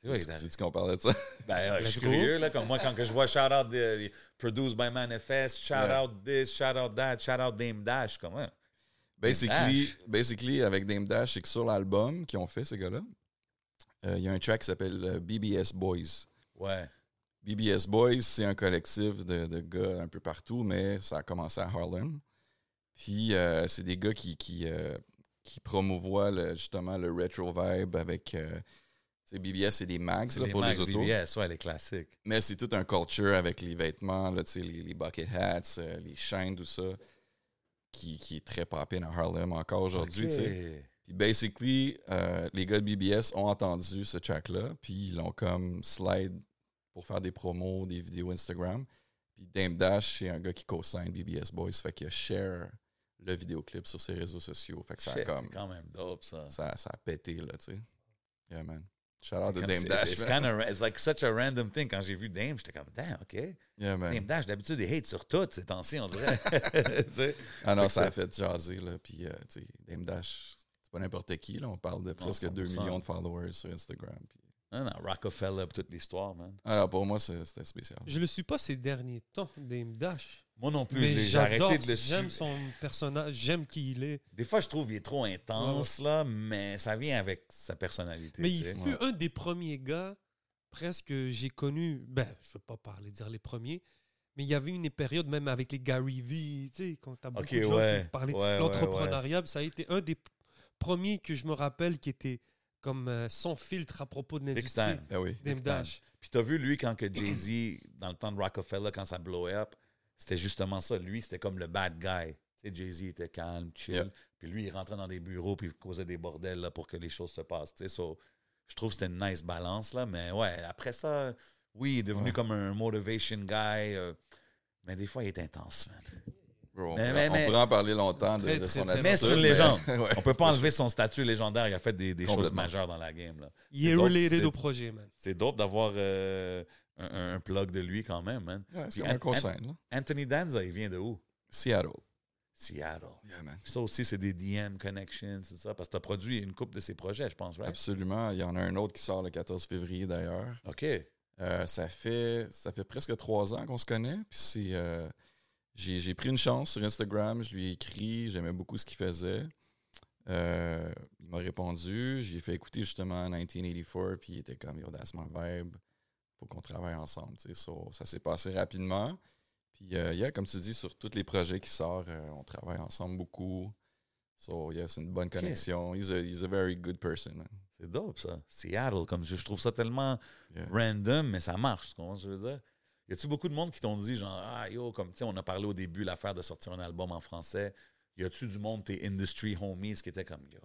Speaker 3: C'est vrai,
Speaker 5: Tu-
Speaker 3: il est
Speaker 5: tu tu qu'on parlait de ça?
Speaker 3: Ben, ouais, je
Speaker 4: Let's
Speaker 3: suis
Speaker 4: go.
Speaker 3: curieux, là, comme moi, quand que je vois shout out de- de- produced by Manifest, shout
Speaker 5: Ouais.
Speaker 3: out this, shout out that, shout out Dame Dash, comment?
Speaker 5: Basically,
Speaker 3: Dash.
Speaker 5: basically, avec Dame Dash, c'est que sur l'album qu'ils ont fait, ces gars-là, euh, il y a un track qui s'appelle euh, BBS Boys.
Speaker 3: Ouais.
Speaker 5: BBS Boys, c'est un collectif de, de gars un peu partout, mais ça a commencé à Harlem. Puis, euh, c'est des gars qui, qui, euh, qui promouvoient le- justement le retro vibe avec. euh, tu sais, BBS, c'est des mags là,
Speaker 3: les
Speaker 5: pour
Speaker 3: Mac
Speaker 5: les autos.
Speaker 3: BBS, ouais, les classiques.
Speaker 5: Mais c'est tout un culture avec les vêtements, là, tu sais, les, les bucket hats, euh, les chaînes, tout ça, qui, qui est très poppin à Harlem encore aujourd'hui. tu sais.
Speaker 3: Ok.
Speaker 5: Puis basically, euh, les gars de BBS ont entendu ce track-là, puis ils l'ont comme slide pour faire des promos, des vidéos Instagram. Puis Dame Dash, c'est un gars qui co-signe BBS Boys, fait qu'il a share le vidéoclip sur ses réseaux sociaux. Fait que ça a
Speaker 3: Shit,
Speaker 5: comme.
Speaker 3: C'est quand même dope, ça.
Speaker 5: Ça, ça a pété, là, tu sais. Yeah, man. Shout out
Speaker 3: C'est
Speaker 5: to
Speaker 3: comme-
Speaker 5: Dame
Speaker 3: c'est-
Speaker 5: Dash.
Speaker 3: It's,
Speaker 5: man.
Speaker 3: kind of, it's like such a random thing. Quand j'ai vu Dame, j'étais comme, damn, OK.
Speaker 5: Yeah, man.
Speaker 3: Dame Dash, d'habitude, il hate sur tout ces temps-ci, on dirait. Tu sais?
Speaker 5: Ah non,
Speaker 3: Fait que
Speaker 5: ça
Speaker 3: ça-
Speaker 5: a fait jaser, là. Puis, euh, tu sais, Dame Dash, c'est pas n'importe qui, là. On parle de presque 2
Speaker 3: 100%.
Speaker 5: millions de followers sur Instagram. puis-
Speaker 3: non, non, Rockefeller, toute l'histoire, man.
Speaker 5: Alors, pour moi, c'est- c'était spécial.
Speaker 4: Je le suis pas ces derniers temps, Dame Dash.
Speaker 3: Moi non plus,
Speaker 4: mais
Speaker 3: j'ai arrêté
Speaker 4: j'adore,
Speaker 3: de le
Speaker 4: j'aime
Speaker 3: suivre.
Speaker 4: son personnage, j'aime qui il est.
Speaker 3: Des fois, je trouve qu'il est trop intense, là, mais ça vient avec sa personnalité.
Speaker 4: Mais
Speaker 3: tu
Speaker 4: il
Speaker 3: sais.
Speaker 4: fut un des premiers gars, presque que j'ai connu, ben, je veux pas parler, dire les premiers, mais il y avait une période même avec les Gary V, tu sais, quand t'as beaucoup
Speaker 3: Ok,
Speaker 4: de gens
Speaker 3: ouais,
Speaker 4: qui parlaient
Speaker 3: ouais, ouais,
Speaker 4: l'entrepreneuriat, puis ça a été un des p- premiers que je me rappelle qui était comme euh, sans filtre à propos de
Speaker 3: Big
Speaker 4: l'industrie.
Speaker 3: time.
Speaker 5: Ben oui.
Speaker 4: Dame Dash.
Speaker 3: Puis t'as vu, lui, quand que Jay-Z, dans le temps de Rockefeller, quand ça blow up, c'était justement ça. Lui, c'était comme le bad guy. Tu sais, Jay-Z était calme, chill.
Speaker 5: Yeah.
Speaker 3: Puis lui, il rentrait dans des bureaux puis il causait des bordels là, pour que les choses se passent. Tu sais, so, je trouve que c'était une nice balance, là. Mais ouais, après ça, oui, il est devenu
Speaker 5: Ouais.
Speaker 3: comme un motivation guy. euh, mais des fois, il est intense, man.
Speaker 5: Bro, on,
Speaker 3: Mais-
Speaker 5: pourrait-
Speaker 3: mais-
Speaker 5: on
Speaker 3: mais-
Speaker 5: pourrait en parler longtemps de,
Speaker 4: Très,
Speaker 5: de
Speaker 4: très,
Speaker 5: son
Speaker 4: très
Speaker 5: attitude.
Speaker 3: Mais c'est une
Speaker 5: mais-
Speaker 3: légende.
Speaker 5: Ouais.
Speaker 3: On peut pas enlever son statut légendaire. Il a fait des, des choses
Speaker 5: Complètement.
Speaker 3: majeures dans la game, là.
Speaker 4: Il est
Speaker 3: Donc,
Speaker 4: related
Speaker 3: c'est-
Speaker 4: au projet, man.
Speaker 3: C'est dope d'avoir euh, un- un, un plug de lui quand même, man.
Speaker 5: Ouais, c'est
Speaker 3: Puis
Speaker 5: comme
Speaker 3: An-
Speaker 5: un conseil, là.
Speaker 3: Anthony Danza, il vient de où?
Speaker 5: Seattle.
Speaker 3: Seattle.
Speaker 5: Yeah, man.
Speaker 3: Ça aussi, c'est des DM connections, c'est ça? Parce que tu as produit une coupe de ses projets, je pense, right?
Speaker 5: Absolument. Il y en a un autre qui sort le 14 février, d'ailleurs.
Speaker 3: OK.
Speaker 5: Euh, ça, fait, ça fait presque trois ans qu'on se connaît. Puis c'est, euh, j'ai, j'ai pris une chance sur Instagram. Je lui ai écrit. J'aimais beaucoup ce qu'il faisait. Euh, il m'a répondu. J'ai fait écouter justement 1984. Puis il était comme Yo, that's my vibe. Faut qu'on travaille ensemble. tu sais. So, ça s'est passé rapidement. Puis, euh, yeah, comme tu dis, sur tous les projets qui sortent, euh, on travaille ensemble beaucoup. So, yeah, c'est une bonne connexion. He's a, he's a very good person, man.
Speaker 3: C'est dope, ça. Seattle, comme je, je trouve ça tellement
Speaker 5: Yeah.
Speaker 3: random, mais ça marche. Tu comprends ce que je veux dire? Y a-tu beaucoup de monde qui t'ont dit, genre, ah yo, comme tu sais, on a parlé au début, l'affaire de sortir un album en français. Y a-tu du monde, tes industry homies, qui étaient comme, yo,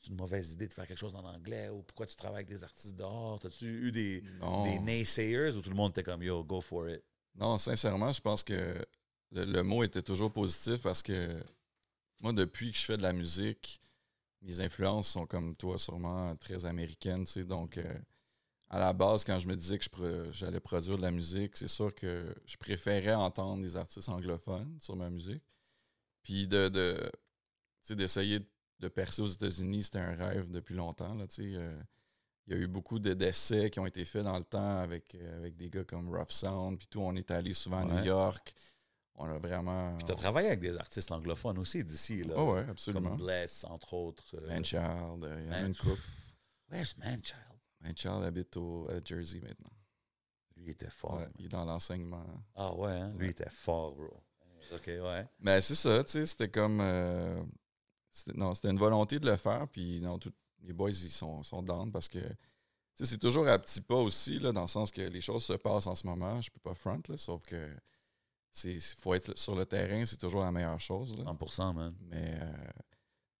Speaker 3: c'est une mauvaise idée de faire quelque chose en anglais ou pourquoi tu travailles avec des artistes dehors? T'as-tu eu des,
Speaker 5: Non.
Speaker 3: des naysayers où tout le monde était comme, yo, go for it?
Speaker 5: Non, sincèrement, je pense que le, le mot était toujours positif parce que moi, depuis que je fais de la musique, mes influences sont comme toi, sûrement très américaines. tu sais. Donc, euh, à la base, quand je me disais que je pro- j'allais produire de la musique, c'est sûr que je préférais entendre des artistes anglophones sur ma musique. Puis de, de tu sais, d'essayer de- de percer aux États-Unis, c'était un rêve depuis longtemps. Là, tu sais, euh, il y a eu beaucoup de décès qui ont été faits dans le temps avec, euh, avec des gars comme Rough Sound, puis tout. On est allé souvent à
Speaker 3: Ouais.
Speaker 5: New York. On a vraiment.
Speaker 3: Puis t'as travaillé avec des artistes anglophones aussi d'ici, là.
Speaker 5: Oh, ouais,
Speaker 3: comme
Speaker 5: absolument.
Speaker 3: Bless, entre autres. euh,
Speaker 5: Manchild, euh, il y en a
Speaker 3: Man-
Speaker 5: une coupe.
Speaker 3: Where's Manchild?
Speaker 5: Manchild habite au, à Jersey maintenant.
Speaker 3: Lui, il était fort.
Speaker 5: Ouais,
Speaker 3: man.
Speaker 5: il est dans l'enseignement.
Speaker 3: Ah ouais, hein? lui, il était fort, bro. OK, ouais.
Speaker 5: Mais c'est ça, tu sais, c'était comme. euh, c'était- non, c'était une volonté de le faire, puis non, tout, les boys, ils sont, sont down parce que. Tu sais, c'est toujours à petits pas aussi, là, dans le sens que les choses se passent en ce moment. Je peux pas front, là, sauf que. Il faut être sur le terrain, c'est toujours la meilleure chose. là.
Speaker 3: 100%, man.
Speaker 5: Mais euh,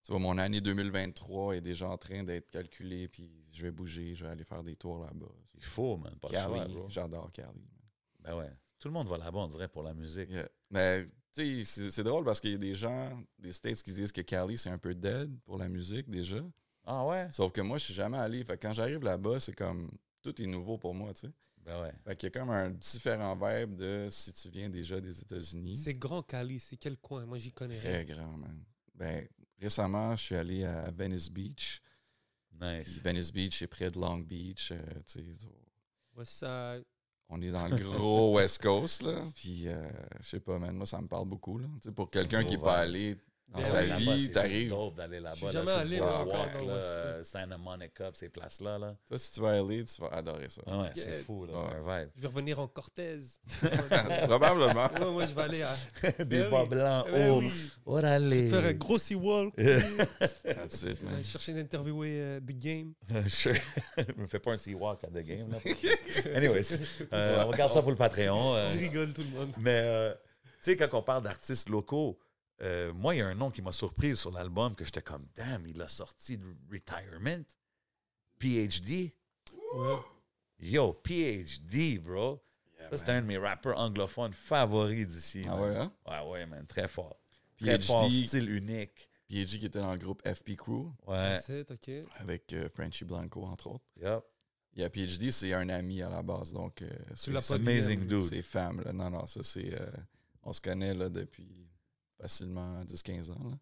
Speaker 5: tu vois, mon année 2023 est déjà en train d'être calculée, puis je vais bouger, je vais aller faire des tours là-bas.
Speaker 3: Il faut, man. Pas le choix,
Speaker 5: Cali,
Speaker 3: bro.
Speaker 5: j'adore Cali.
Speaker 3: Ben ouais. Tout le monde va là-bas, on dirait, pour la musique.
Speaker 5: Yeah. Euh, Mais tu sais, c'est- c'est drôle parce qu'il y a des gens, des States qui disent que Cali, c'est un peu dead pour la musique déjà.
Speaker 3: Ah ouais?
Speaker 5: Sauf que moi, je suis jamais allé. Fait que quand j'arrive là-bas, c'est comme tout est nouveau pour moi, tu sais.
Speaker 3: Ben ouais.
Speaker 5: Fait qu'il y a comme un différent vibe de si tu viens déjà des États-Unis.
Speaker 4: C'est Grand Cali, c'est quel coin Moi, j'y connais rien.
Speaker 5: Très grand, man. Ben, récemment, je suis allé à Venice Beach. Puis
Speaker 3: Nice.
Speaker 5: Venice Beach est près de Long Beach. euh, tu sais,
Speaker 4: Ouais, ça-
Speaker 5: on est dans le gros West Coast, là. Puis, euh, je sais pas, man, moi, ça me parle beaucoup, là. Tu sais, pour quelqu'un qui est
Speaker 3: Ouais.
Speaker 5: pas allé dans
Speaker 4: Ben
Speaker 5: sa
Speaker 4: ouais,
Speaker 3: Là-bas, c'est
Speaker 5: vie,
Speaker 3: juste
Speaker 5: t'arrives.
Speaker 3: dope d'aller là-bas.
Speaker 4: Je suis
Speaker 3: là,
Speaker 4: jamais
Speaker 3: sur
Speaker 4: allé,
Speaker 5: là,
Speaker 3: Boardwalk,
Speaker 4: encore dans
Speaker 3: là,
Speaker 4: le
Speaker 3: euh, Santa Monica, puis ces places-là, là.
Speaker 5: Toi, si tu vas aller, tu vas adorer ça.
Speaker 3: Ah ouais, c'est
Speaker 4: Yeah.
Speaker 3: fou, là.
Speaker 5: Ouais.
Speaker 3: C'est un
Speaker 4: Je vais revenir en Cortez.
Speaker 5: Probablement.
Speaker 4: Ouais, moi, je vais aller à.
Speaker 3: vibe.
Speaker 4: Eh
Speaker 3: Des
Speaker 4: oui.
Speaker 3: bas blancs
Speaker 4: Eh
Speaker 3: hauts.
Speaker 4: oui.
Speaker 3: Oh, allez.
Speaker 4: Faire un gros Sea Wall.
Speaker 5: That's it,
Speaker 4: Je
Speaker 5: man.
Speaker 4: vais chercher d'interviewer euh, The Game.
Speaker 3: Sure. me fais pas un sea-walk à the game, là. Anyways, euh, on regarde ça pour le Patreon. euh,
Speaker 4: Je rigole tout le monde.
Speaker 3: Mais, euh, tu sais, quand on parle d'artistes locaux, euh, moi, il y a un nom qui m'a surpris sur l'album que j'étais comme, damn, il a sorti de Retirement. PhD.
Speaker 4: Ouais.
Speaker 3: Yo, PhD, bro. ça, c'est un de mes rappeurs anglophones favoris d'ici.
Speaker 5: Ah
Speaker 3: man.
Speaker 5: ouais, hein?
Speaker 3: Ouais, ouais, man. Très fort. Très
Speaker 5: PhD.
Speaker 3: fort, style unique.
Speaker 5: PJ qui était dans le groupe FP Crew
Speaker 3: Ouais.
Speaker 4: That's it, ok.
Speaker 5: avec euh, Frenchy Blanco, entre autres.
Speaker 3: Yup.
Speaker 5: Il y a PhD, c'est un ami à la base, donc. euh, c'est-
Speaker 4: l'as pas dit,
Speaker 3: Amazing
Speaker 4: hein.
Speaker 3: dude.
Speaker 5: C'est femme, là. Non, non, ça, c'est. euh, on se connaît, là, depuis facilement 10-15 ans, là.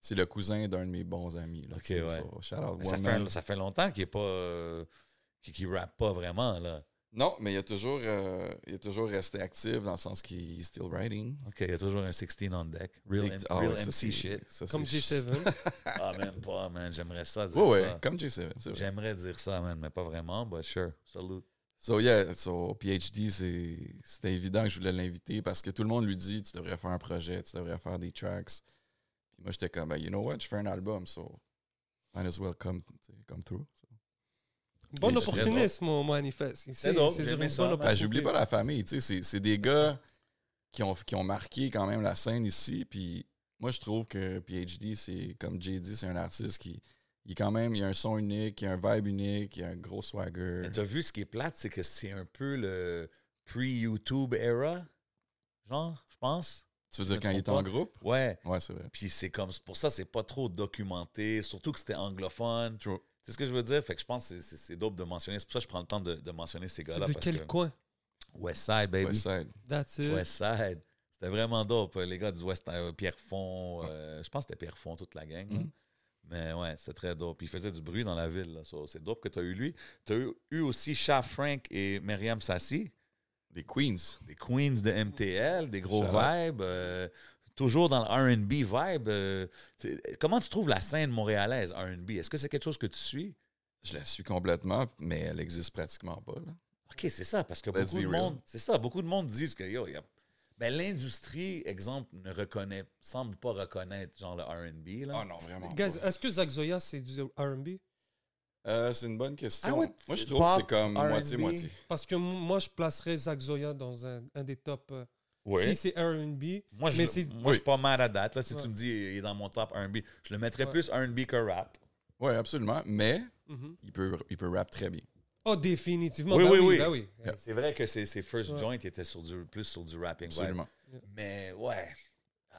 Speaker 5: C'est le cousin d'un de mes bons amis. Là,
Speaker 3: Ok,
Speaker 5: tu sais,
Speaker 3: ouais.
Speaker 5: so, shout out
Speaker 3: Mais Ça fait,
Speaker 5: Woman.
Speaker 3: un- ça fait longtemps qu'il est pas. euh, qu'il qu'il rappe pas vraiment, là.
Speaker 5: Non, mais il a toujours, euh, il a toujours resté actif dans le sens qu'il est still writing.
Speaker 3: OK, il y a toujours un 16 on deck. Real, M-
Speaker 5: Ah ouais,
Speaker 3: real
Speaker 5: ça,
Speaker 3: MC
Speaker 5: c'est-
Speaker 3: shit.
Speaker 5: ça, c'est-
Speaker 4: Comme G7.
Speaker 3: Ah, même pas, man. J'aimerais ça dire
Speaker 5: Ouais, ouais,
Speaker 3: ça.
Speaker 5: comme J7. c'est vrai.
Speaker 3: J'aimerais dire ça, man, mais pas vraiment, but sure. Salute.
Speaker 5: So, yeah, so PhD, c'est- c'était évident que je voulais l'inviter parce que tout le monde lui dit tu devrais faire un projet, tu devrais faire des tracks. Puis moi, j'étais comme, Ben, you know what, je fais un album, so might as well come, tu sais, come through.
Speaker 4: Bon
Speaker 5: Mais c'est
Speaker 4: opportuniste, mon manifeste. C'est
Speaker 3: drôle,
Speaker 4: c'est
Speaker 3: j'ai
Speaker 4: sur
Speaker 3: aimé
Speaker 4: une
Speaker 3: ça.
Speaker 4: bonne
Speaker 3: Ben,
Speaker 5: Ben,
Speaker 4: opportunité.
Speaker 5: J'oublie pas la famille, tu sais, c'est- c'est des gars qui ont, qui ont marqué quand même la scène ici, puis moi je trouve que PhD, c'est comme Jay dit, c'est un artiste qui, il est quand même, il a un son unique, il a un vibe unique, il a un gros swagger.
Speaker 3: Mais t'as vu, ce qui est plate, c'est que c'est un peu le pre-YouTube era, genre, je pense.
Speaker 5: Tu veux
Speaker 3: je
Speaker 5: dire
Speaker 3: me
Speaker 5: quand il est
Speaker 3: trompe
Speaker 5: en
Speaker 3: pas.
Speaker 5: groupe?
Speaker 3: Ouais.
Speaker 5: Ouais, c'est vrai.
Speaker 3: Puis c'est comme, pour ça, c'est pas trop documenté, surtout que c'était anglophone.
Speaker 5: True.
Speaker 3: C'est ce que je veux dire. Fait que je pense que c'est- c'est c'est dope de mentionner. C'est pour ça que je prends le temps de, de mentionner ces
Speaker 4: C'est
Speaker 3: gars-là.
Speaker 4: de
Speaker 3: parce
Speaker 4: quel
Speaker 3: que-
Speaker 4: coin
Speaker 3: Westside, baby.
Speaker 5: West Side.
Speaker 4: That's it.
Speaker 3: West Side. C'était vraiment dope. Les gars du West, euh, Pierrefonds, euh, je pense que c'était Pierrefonds, toute la gang. là. Mais ouais, c'était très dope. Il faisait du bruit dans la ville. là. So, c'est dope que tu as eu lui. Tu as eu, eu aussi Sha Frank et Myriam Sassi,
Speaker 5: Les Queens.
Speaker 3: des queens de MTL, des gros
Speaker 5: Shout out.
Speaker 3: vibes. euh, toujours dans le RB vibe. euh, c'est- comment tu trouves la scène montréalaise RB? Est-ce que c'est quelque chose que tu suis?
Speaker 5: Je la suis complètement, mais elle existe pratiquement pas. là.
Speaker 4: Ah.
Speaker 3: OK, c'est ça, parce que
Speaker 5: Let's
Speaker 3: beaucoup
Speaker 5: be
Speaker 3: de
Speaker 5: real.
Speaker 3: monde. C'est ça, beaucoup de monde disent que yo, y a- Ben, l'industrie, exemple, ne reconnaît, semble pas reconnaître, genre le RB. là.
Speaker 5: Ah non, vraiment.
Speaker 4: Guys, euh,
Speaker 5: pas.
Speaker 4: est-ce que Zach Zoya, c'est du RB?
Speaker 5: Euh, c'est une bonne question.
Speaker 3: Ah ouais,
Speaker 5: Moi, je trouve
Speaker 3: pop,
Speaker 5: que c'est comme
Speaker 3: R&B.
Speaker 5: moitié-moitié.
Speaker 4: Parce que m- moi, je placerais Zach Zoya dans un, un des tops. euh,
Speaker 3: Ouais.
Speaker 4: Si c'est RB,
Speaker 3: Moi, je,
Speaker 4: mais c'est.
Speaker 3: moi, je suis pas mal à date. Là, si
Speaker 4: Ouais.
Speaker 3: tu me dis, il est dans mon top R&B, je le mettrais
Speaker 4: Ouais.
Speaker 3: plus R&B que rap.
Speaker 5: Oui, absolument. Mais
Speaker 4: Mhm.
Speaker 5: il peut, il peut rap très bien.
Speaker 4: Oh, définitivement.
Speaker 3: Oui,
Speaker 4: bah
Speaker 3: oui,
Speaker 4: oui,
Speaker 3: oui.
Speaker 4: bah oui.
Speaker 3: C'est vrai que ses, ses first
Speaker 4: Ouais.
Speaker 3: joints étaient sur du, plus sur du rapping. vibe.
Speaker 5: Absolument.
Speaker 3: Mais ouais,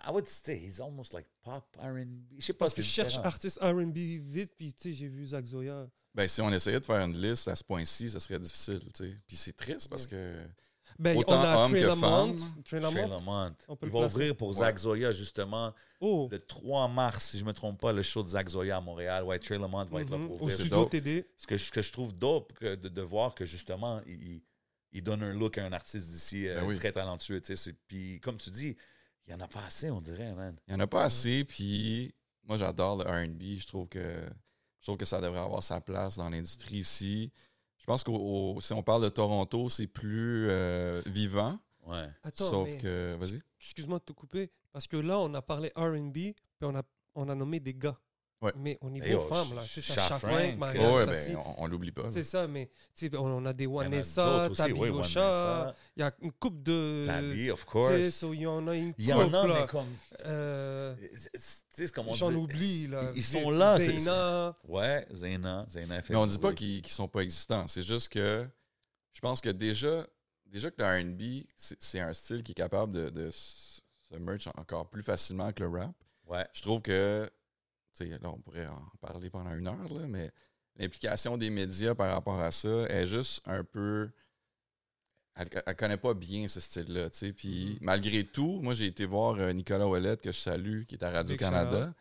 Speaker 3: I would say he's almost like pop R&B. Je sais pas
Speaker 4: Parce
Speaker 3: si
Speaker 4: que je cherche artiste RB vite, puis tu sais, j'ai vu Zach Zoya.
Speaker 5: Ben, si on essayait de faire une liste à ce point-ci, ça serait difficile. tu sais. Puis c'est triste parce que.
Speaker 4: Ben,
Speaker 5: Autant
Speaker 4: on a
Speaker 5: homme
Speaker 4: Trey
Speaker 5: que
Speaker 4: Lamont.
Speaker 5: femme.
Speaker 4: Trey
Speaker 3: Trey
Speaker 4: Lamont.
Speaker 3: Lamont.
Speaker 4: On peut
Speaker 3: Il
Speaker 4: le
Speaker 3: va
Speaker 4: placer.
Speaker 3: ouvrir pour Zach Zoya, justement,
Speaker 4: Oh,
Speaker 3: le 3 mars, si je me trompe pas, le show de Zach Zoya à Montréal. Ouais, Trey Lamont va être là
Speaker 5: Mm-hmm.
Speaker 4: mhm,
Speaker 3: pour
Speaker 4: au
Speaker 3: ouvrir.
Speaker 4: studio
Speaker 5: dope.
Speaker 4: TD.
Speaker 3: Ce que, je- que je trouve dope que de, de voir que, justement, il, il- il donne un look à un artiste d'ici euh,
Speaker 5: Ben oui.
Speaker 3: très talentueux. tu sais, c'est- Puis, comme tu dis, il n'y en a pas assez, on dirait, man.
Speaker 5: Il n'y en a pas
Speaker 4: Mm-hmm.
Speaker 5: assez, puis moi j'adore le RB. Je trouve que je trouve que ça devrait avoir sa place dans l'industrie ici. Je pense que si on parle de Toronto, c'est plus euh, vivant.
Speaker 3: Ouais.
Speaker 4: Attends,
Speaker 5: sauf
Speaker 4: mais
Speaker 5: que. Vas-y.
Speaker 4: excuse-moi de te couper, parce que là, on a parlé RB, puis on a, on a nommé des gars.
Speaker 5: Ouais.
Speaker 4: Mais au niveau
Speaker 3: Hey, oh,
Speaker 4: femmes, là, tu sais, ça
Speaker 3: Shafrank,
Speaker 4: Shafrank,
Speaker 5: Oui,
Speaker 4: Maria
Speaker 3: Ouais,
Speaker 5: ouais,
Speaker 4: Sassi,
Speaker 5: ben, on, on l'oublie pas. là.
Speaker 4: C'est ça, mais tu sais, on, on a des
Speaker 3: Il y en a
Speaker 4: Wanessa,
Speaker 3: d'autres aussi, oui,
Speaker 4: Tabiosha.
Speaker 3: Wanessa,
Speaker 4: Il y a une coupe de.
Speaker 3: Tabi,
Speaker 4: euh,
Speaker 3: of
Speaker 4: Tu sais,
Speaker 3: course.
Speaker 4: so il y en a une coupe.
Speaker 3: Il y en a,
Speaker 4: là.
Speaker 3: mais comme.
Speaker 4: Euh,
Speaker 3: c'est- C'est c'est comme on
Speaker 4: J'en
Speaker 3: dit.
Speaker 4: oublie, là.
Speaker 3: Ils- ils sont là, c'est-
Speaker 4: Zeyna.
Speaker 3: Ouais, Zena, Zena fait.
Speaker 5: Mais on dit pas qu'ils ne sont pas existants. C'est juste que je pense que déjà, déjà que le RB, c'est c'est un style qui est capable de, de s- se merge encore plus facilement que le rap.
Speaker 3: Ouais.
Speaker 5: je trouve que, tu sais, là, on pourrait en parler pendant une heure, là, mais l'implication des médias par rapport à ça est juste un peu. Elle, elle connaît pas bien ce style-là, tu sais. Puis malgré tout, moi, j'ai été voir euh, Nicolas Ouellette, que je salue, qui est à
Speaker 4: Big
Speaker 5: Radio-Canada.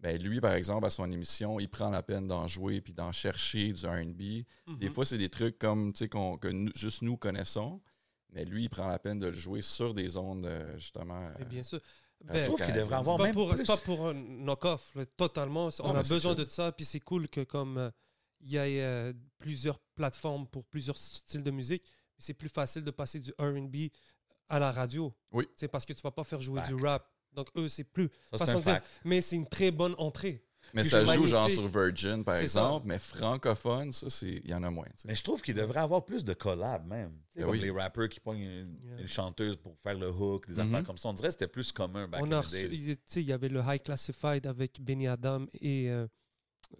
Speaker 5: Ben, lui, par exemple, à son émission, il prend la peine d'en jouer puis d'en chercher du RB.
Speaker 4: Mm-hmm.
Speaker 5: Des
Speaker 4: Mhm.
Speaker 5: fois, c'est des trucs comme, tu sais, qu'on- que nous- juste nous connaissons, mais lui, il prend la peine de le jouer sur des ondes, euh, justement.
Speaker 4: Mais
Speaker 5: euh,
Speaker 4: bien sûr.
Speaker 5: je
Speaker 4: Ben,
Speaker 3: Je trouve qu'il devrait avoir
Speaker 4: C'est pas,
Speaker 3: même
Speaker 4: pour,
Speaker 3: plus.
Speaker 4: c'est pas pour un knock-off, là, totalement.
Speaker 5: Non,
Speaker 4: on a
Speaker 5: mais c'est
Speaker 4: besoin
Speaker 5: sûr.
Speaker 4: de ça, puis c'est cool que comme euh, il y a euh, plusieurs plateformes pour plusieurs styles de musique, c'est plus facile de passer du R&B à la radio.
Speaker 5: Oui.
Speaker 4: C'est parce que tu vas pas faire jouer du
Speaker 3: Fact.
Speaker 4: rap. Donc eux, c'est plus.
Speaker 3: Ça, c'est
Speaker 4: façon
Speaker 3: un
Speaker 4: de dire.
Speaker 3: fact.
Speaker 4: Mais c'est une très bonne entrée.
Speaker 5: Mais
Speaker 4: Puis
Speaker 5: ça
Speaker 4: c'est
Speaker 5: joue genre
Speaker 4: magnifique.
Speaker 5: sur Virgin, par
Speaker 4: C'est ça.
Speaker 5: exemple, mais francophone, ça, c'est il y en a moins. tu sais.
Speaker 3: Mais je trouve qu'il devrait avoir plus de collabs, même. Tu sais,
Speaker 5: Ben
Speaker 3: comme
Speaker 5: oui.
Speaker 3: les rappeurs qui pognent une,
Speaker 4: Yeah.
Speaker 3: une chanteuse pour faire le hook, des
Speaker 5: Mhm.
Speaker 3: affaires comme ça. On dirait que c'était plus commun back
Speaker 4: on a
Speaker 3: in the
Speaker 4: reçu,
Speaker 3: days.
Speaker 4: il- tu sais, il y avait le High Classified avec Benny Adam et euh,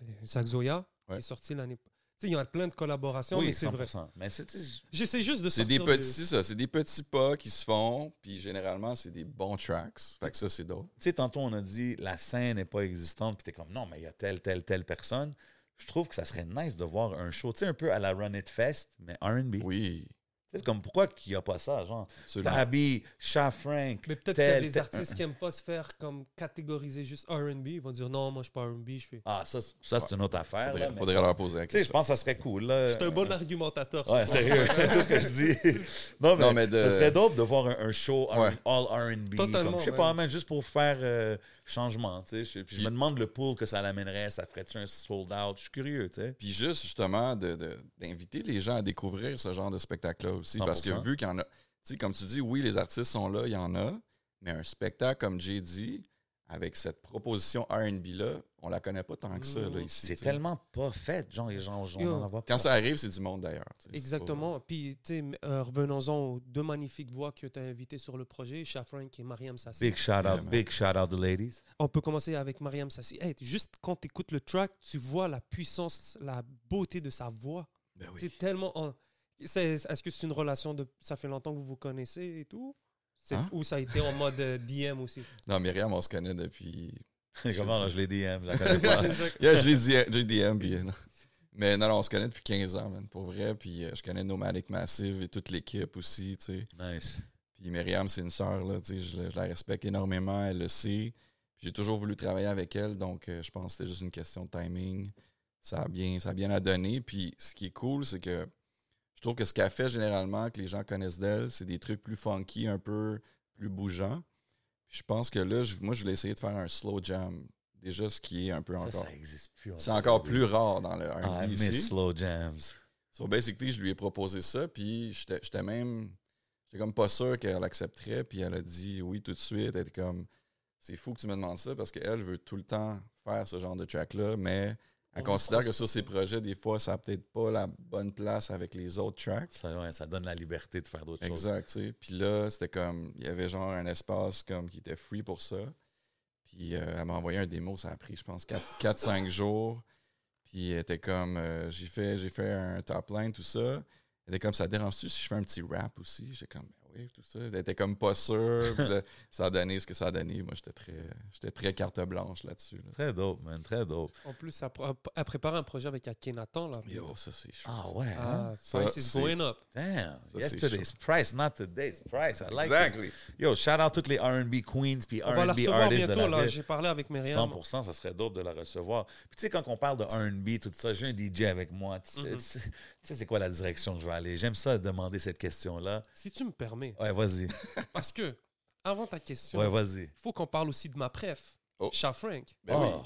Speaker 4: et Zach Zoya
Speaker 5: Ouais.
Speaker 4: qui est sorti l'année. Tu sais, il y a plein de collaborations,
Speaker 3: Oui,
Speaker 4: mais c'est vrai.
Speaker 3: 100%. Mais c'est- tu sais,
Speaker 4: J'essaie juste de
Speaker 5: C'est des
Speaker 4: sortir
Speaker 5: petits, ça, c'est des petits pas qui se font, puis généralement, c'est des bons tracks. Fait que ça, c'est d'autres.
Speaker 3: tu sais, tantôt, on a dit la scène n'est pas existante, puis t'es comme non, mais il y a telle, telle, telle personne. Je trouve que ça serait nice de voir un show, tu sais, un peu à la Run It Fest, mais RB.
Speaker 5: Oui,
Speaker 3: Tu sais, comme pourquoi qu'il n'y a pas ça, genre
Speaker 5: absolument.
Speaker 3: Tabby, Shafrank.
Speaker 4: Mais peut-être qu'il y a
Speaker 3: tel,
Speaker 4: des
Speaker 3: tel-
Speaker 4: artistes qui n'aiment pas se faire comme catégoriser juste RB. Ils vont dire non, moi je suis pas RB, je suis.
Speaker 3: Ah, ça, c'est- ça, c'est une autre affaire. là,
Speaker 5: Faudrait,
Speaker 3: mais-
Speaker 5: faudrait leur poser la
Speaker 3: Tu sais, je
Speaker 5: question.
Speaker 3: pense que ça serait cool. Là.
Speaker 4: Je suis un bon argumentateur.
Speaker 3: Ouais,
Speaker 4: ce soir.
Speaker 3: sérieux, c'est ce que je dis. Non, mais,
Speaker 5: Non, mais de-
Speaker 3: ça serait dope de voir un, un show R-
Speaker 5: Ouais.
Speaker 3: all R&B. comme,
Speaker 4: Totalement,
Speaker 3: Je sais
Speaker 4: ouais.
Speaker 3: pas, man, juste pour faire euh, changement, tu sais. Je, puis je
Speaker 5: Puis-
Speaker 3: me demande le pool que ça l'amènerait. Ça ferait-tu un sold out? Je suis curieux, tu sais.
Speaker 5: Puis juste, justement, de- de- d'inviter les gens à découvrir ce genre de spectacle-là aussi. Parce que
Speaker 3: 100%.
Speaker 5: vu qu'il y en a, tu sais, comme tu dis, oui, les artistes sont là, il y en a, mais un spectacle comme j'ai dit, avec cette proposition RB-là, on la connaît pas tant que ça,
Speaker 4: Mm.
Speaker 5: là, ici.
Speaker 3: C'est
Speaker 5: tu sais.
Speaker 3: tellement pas fait, genre, les gens
Speaker 4: Yo.
Speaker 3: vont en avoir
Speaker 5: Quand ça arrive, c'est du monde d'ailleurs. tu sais. C'est pas-
Speaker 4: Exactement. Puis, tu sais, mais, euh, revenons-en aux deux magnifiques voix que tu as invitées sur le projet, Shafrank et Mariam Sassi.
Speaker 3: Big shout out,
Speaker 5: Yeah, man.
Speaker 3: big shout out, the ladies.
Speaker 4: On peut commencer avec Mariam Sassi. Hey, juste quand tu écoutes le track, tu vois la puissance, la beauté de sa voix.
Speaker 5: Ben oui.
Speaker 4: C'est tellement. en- c'est- Est-ce que c'est une relation de. Ça fait longtemps que vous vous connaissez et tout C'est-
Speaker 5: Hein?
Speaker 4: Ou ça a été en mode euh, DM aussi
Speaker 5: Non, Myriam, on se connaît depuis.
Speaker 3: Comment, là, je les DM, je la connais pas.
Speaker 5: Yeah, j'ai dit- j'ai DM, puis, non. Mais non, non, on se connaît depuis 15 ans, man, pour vrai. Puis euh, je connais Nomadic Massive et toute l'équipe aussi, tu sais.
Speaker 3: Nice.
Speaker 5: Puis Myriam, c'est une sœur, là, tu sais, je, la- je la respecte énormément, elle le sait. Puis J'ai toujours voulu travailler avec elle, donc euh, je pense que c'était juste une question de timing. Ça a bien, ça a bien à donner. Puis ce qui est cool, c'est que je trouve que ce qu'elle fait généralement, que les gens connaissent d'elle, c'est des trucs plus funky, un peu plus bougeants. Puis je pense que là, je- moi, je voulais essayer de faire un slow jam. Déjà, ce qui est un peu
Speaker 3: Ça,
Speaker 5: encore.
Speaker 3: ça existe plus. on
Speaker 5: C'est
Speaker 3: dirait. Ah,
Speaker 5: encore plus rare dans le
Speaker 3: I
Speaker 5: R&B
Speaker 3: miss
Speaker 5: ici.
Speaker 3: slow jams.
Speaker 5: So basically, je lui ai proposé ça, puis j'étais j'étais même, j'étais J'étais comme pas sûr qu'elle accepterait, puis elle a dit oui tout de suite. Elle était comme c'est fou que tu me demandes ça parce qu'elle veut tout le temps faire ce genre de track-là, mais elle
Speaker 4: On
Speaker 5: considère
Speaker 4: pense-
Speaker 5: que sur ses projets, des fois, ça n'a peut-être pas la bonne place avec les autres tracks.
Speaker 3: Ça, ouais, ça donne la liberté de faire d'autres choses.
Speaker 5: Exact, tu sais. Puis là, c'était comme, il y avait genre un espace comme qui était free pour ça. Puis euh, elle m'a envoyé un démo, ça a pris, je pense, 4-5 jours. Puis elle était comme, euh, j'ai fait, j'ai fait un top line, tout ça. Elle était comme, ça te dérange-tu si je fais un petit rap aussi? J'étais comme, ben oui, tout ça. Elle était comme pas sûre. Puis là, ça a donné ce que ça a donné. Moi, j'étais très, j'étais très carte blanche là-dessus. là.
Speaker 3: Très dope, man. Très dope.
Speaker 4: En plus, elle, pr- elle prépare un projet avec Akhenaton. Là.
Speaker 5: Yo, ça, c'est chaud.
Speaker 3: Ah ouais. hein?
Speaker 4: Ah,
Speaker 5: Ça,
Speaker 4: price is
Speaker 5: c'est-
Speaker 4: going up.
Speaker 3: Damn.
Speaker 5: c'est
Speaker 3: Yesterday's price, not today's price. I like it. Yo, shout out toutes les R&B queens puis
Speaker 4: On va la
Speaker 3: R&B
Speaker 4: recevoir
Speaker 3: artists de la
Speaker 4: bientôt. là.
Speaker 3: ville.
Speaker 4: J'ai parlé avec Myriam.
Speaker 3: 100%, ça serait dope de la recevoir. Puis tu sais, quand on parle de R&B, tout ça, j'ai un DJ avec moi. Tu sais,
Speaker 4: Mhm.
Speaker 3: tu sais- tu sais c'est quoi la direction que je vais aller? J'aime ça demander cette question-là.
Speaker 4: Si tu me permets,
Speaker 3: Ouais, vas-y.
Speaker 4: parce que, avant ta question,
Speaker 3: Ouais, vas-y.
Speaker 4: il faut qu'on parle aussi de ma préf,
Speaker 5: Oh.
Speaker 4: Shafrank.
Speaker 5: Ben oui.
Speaker 3: Oh,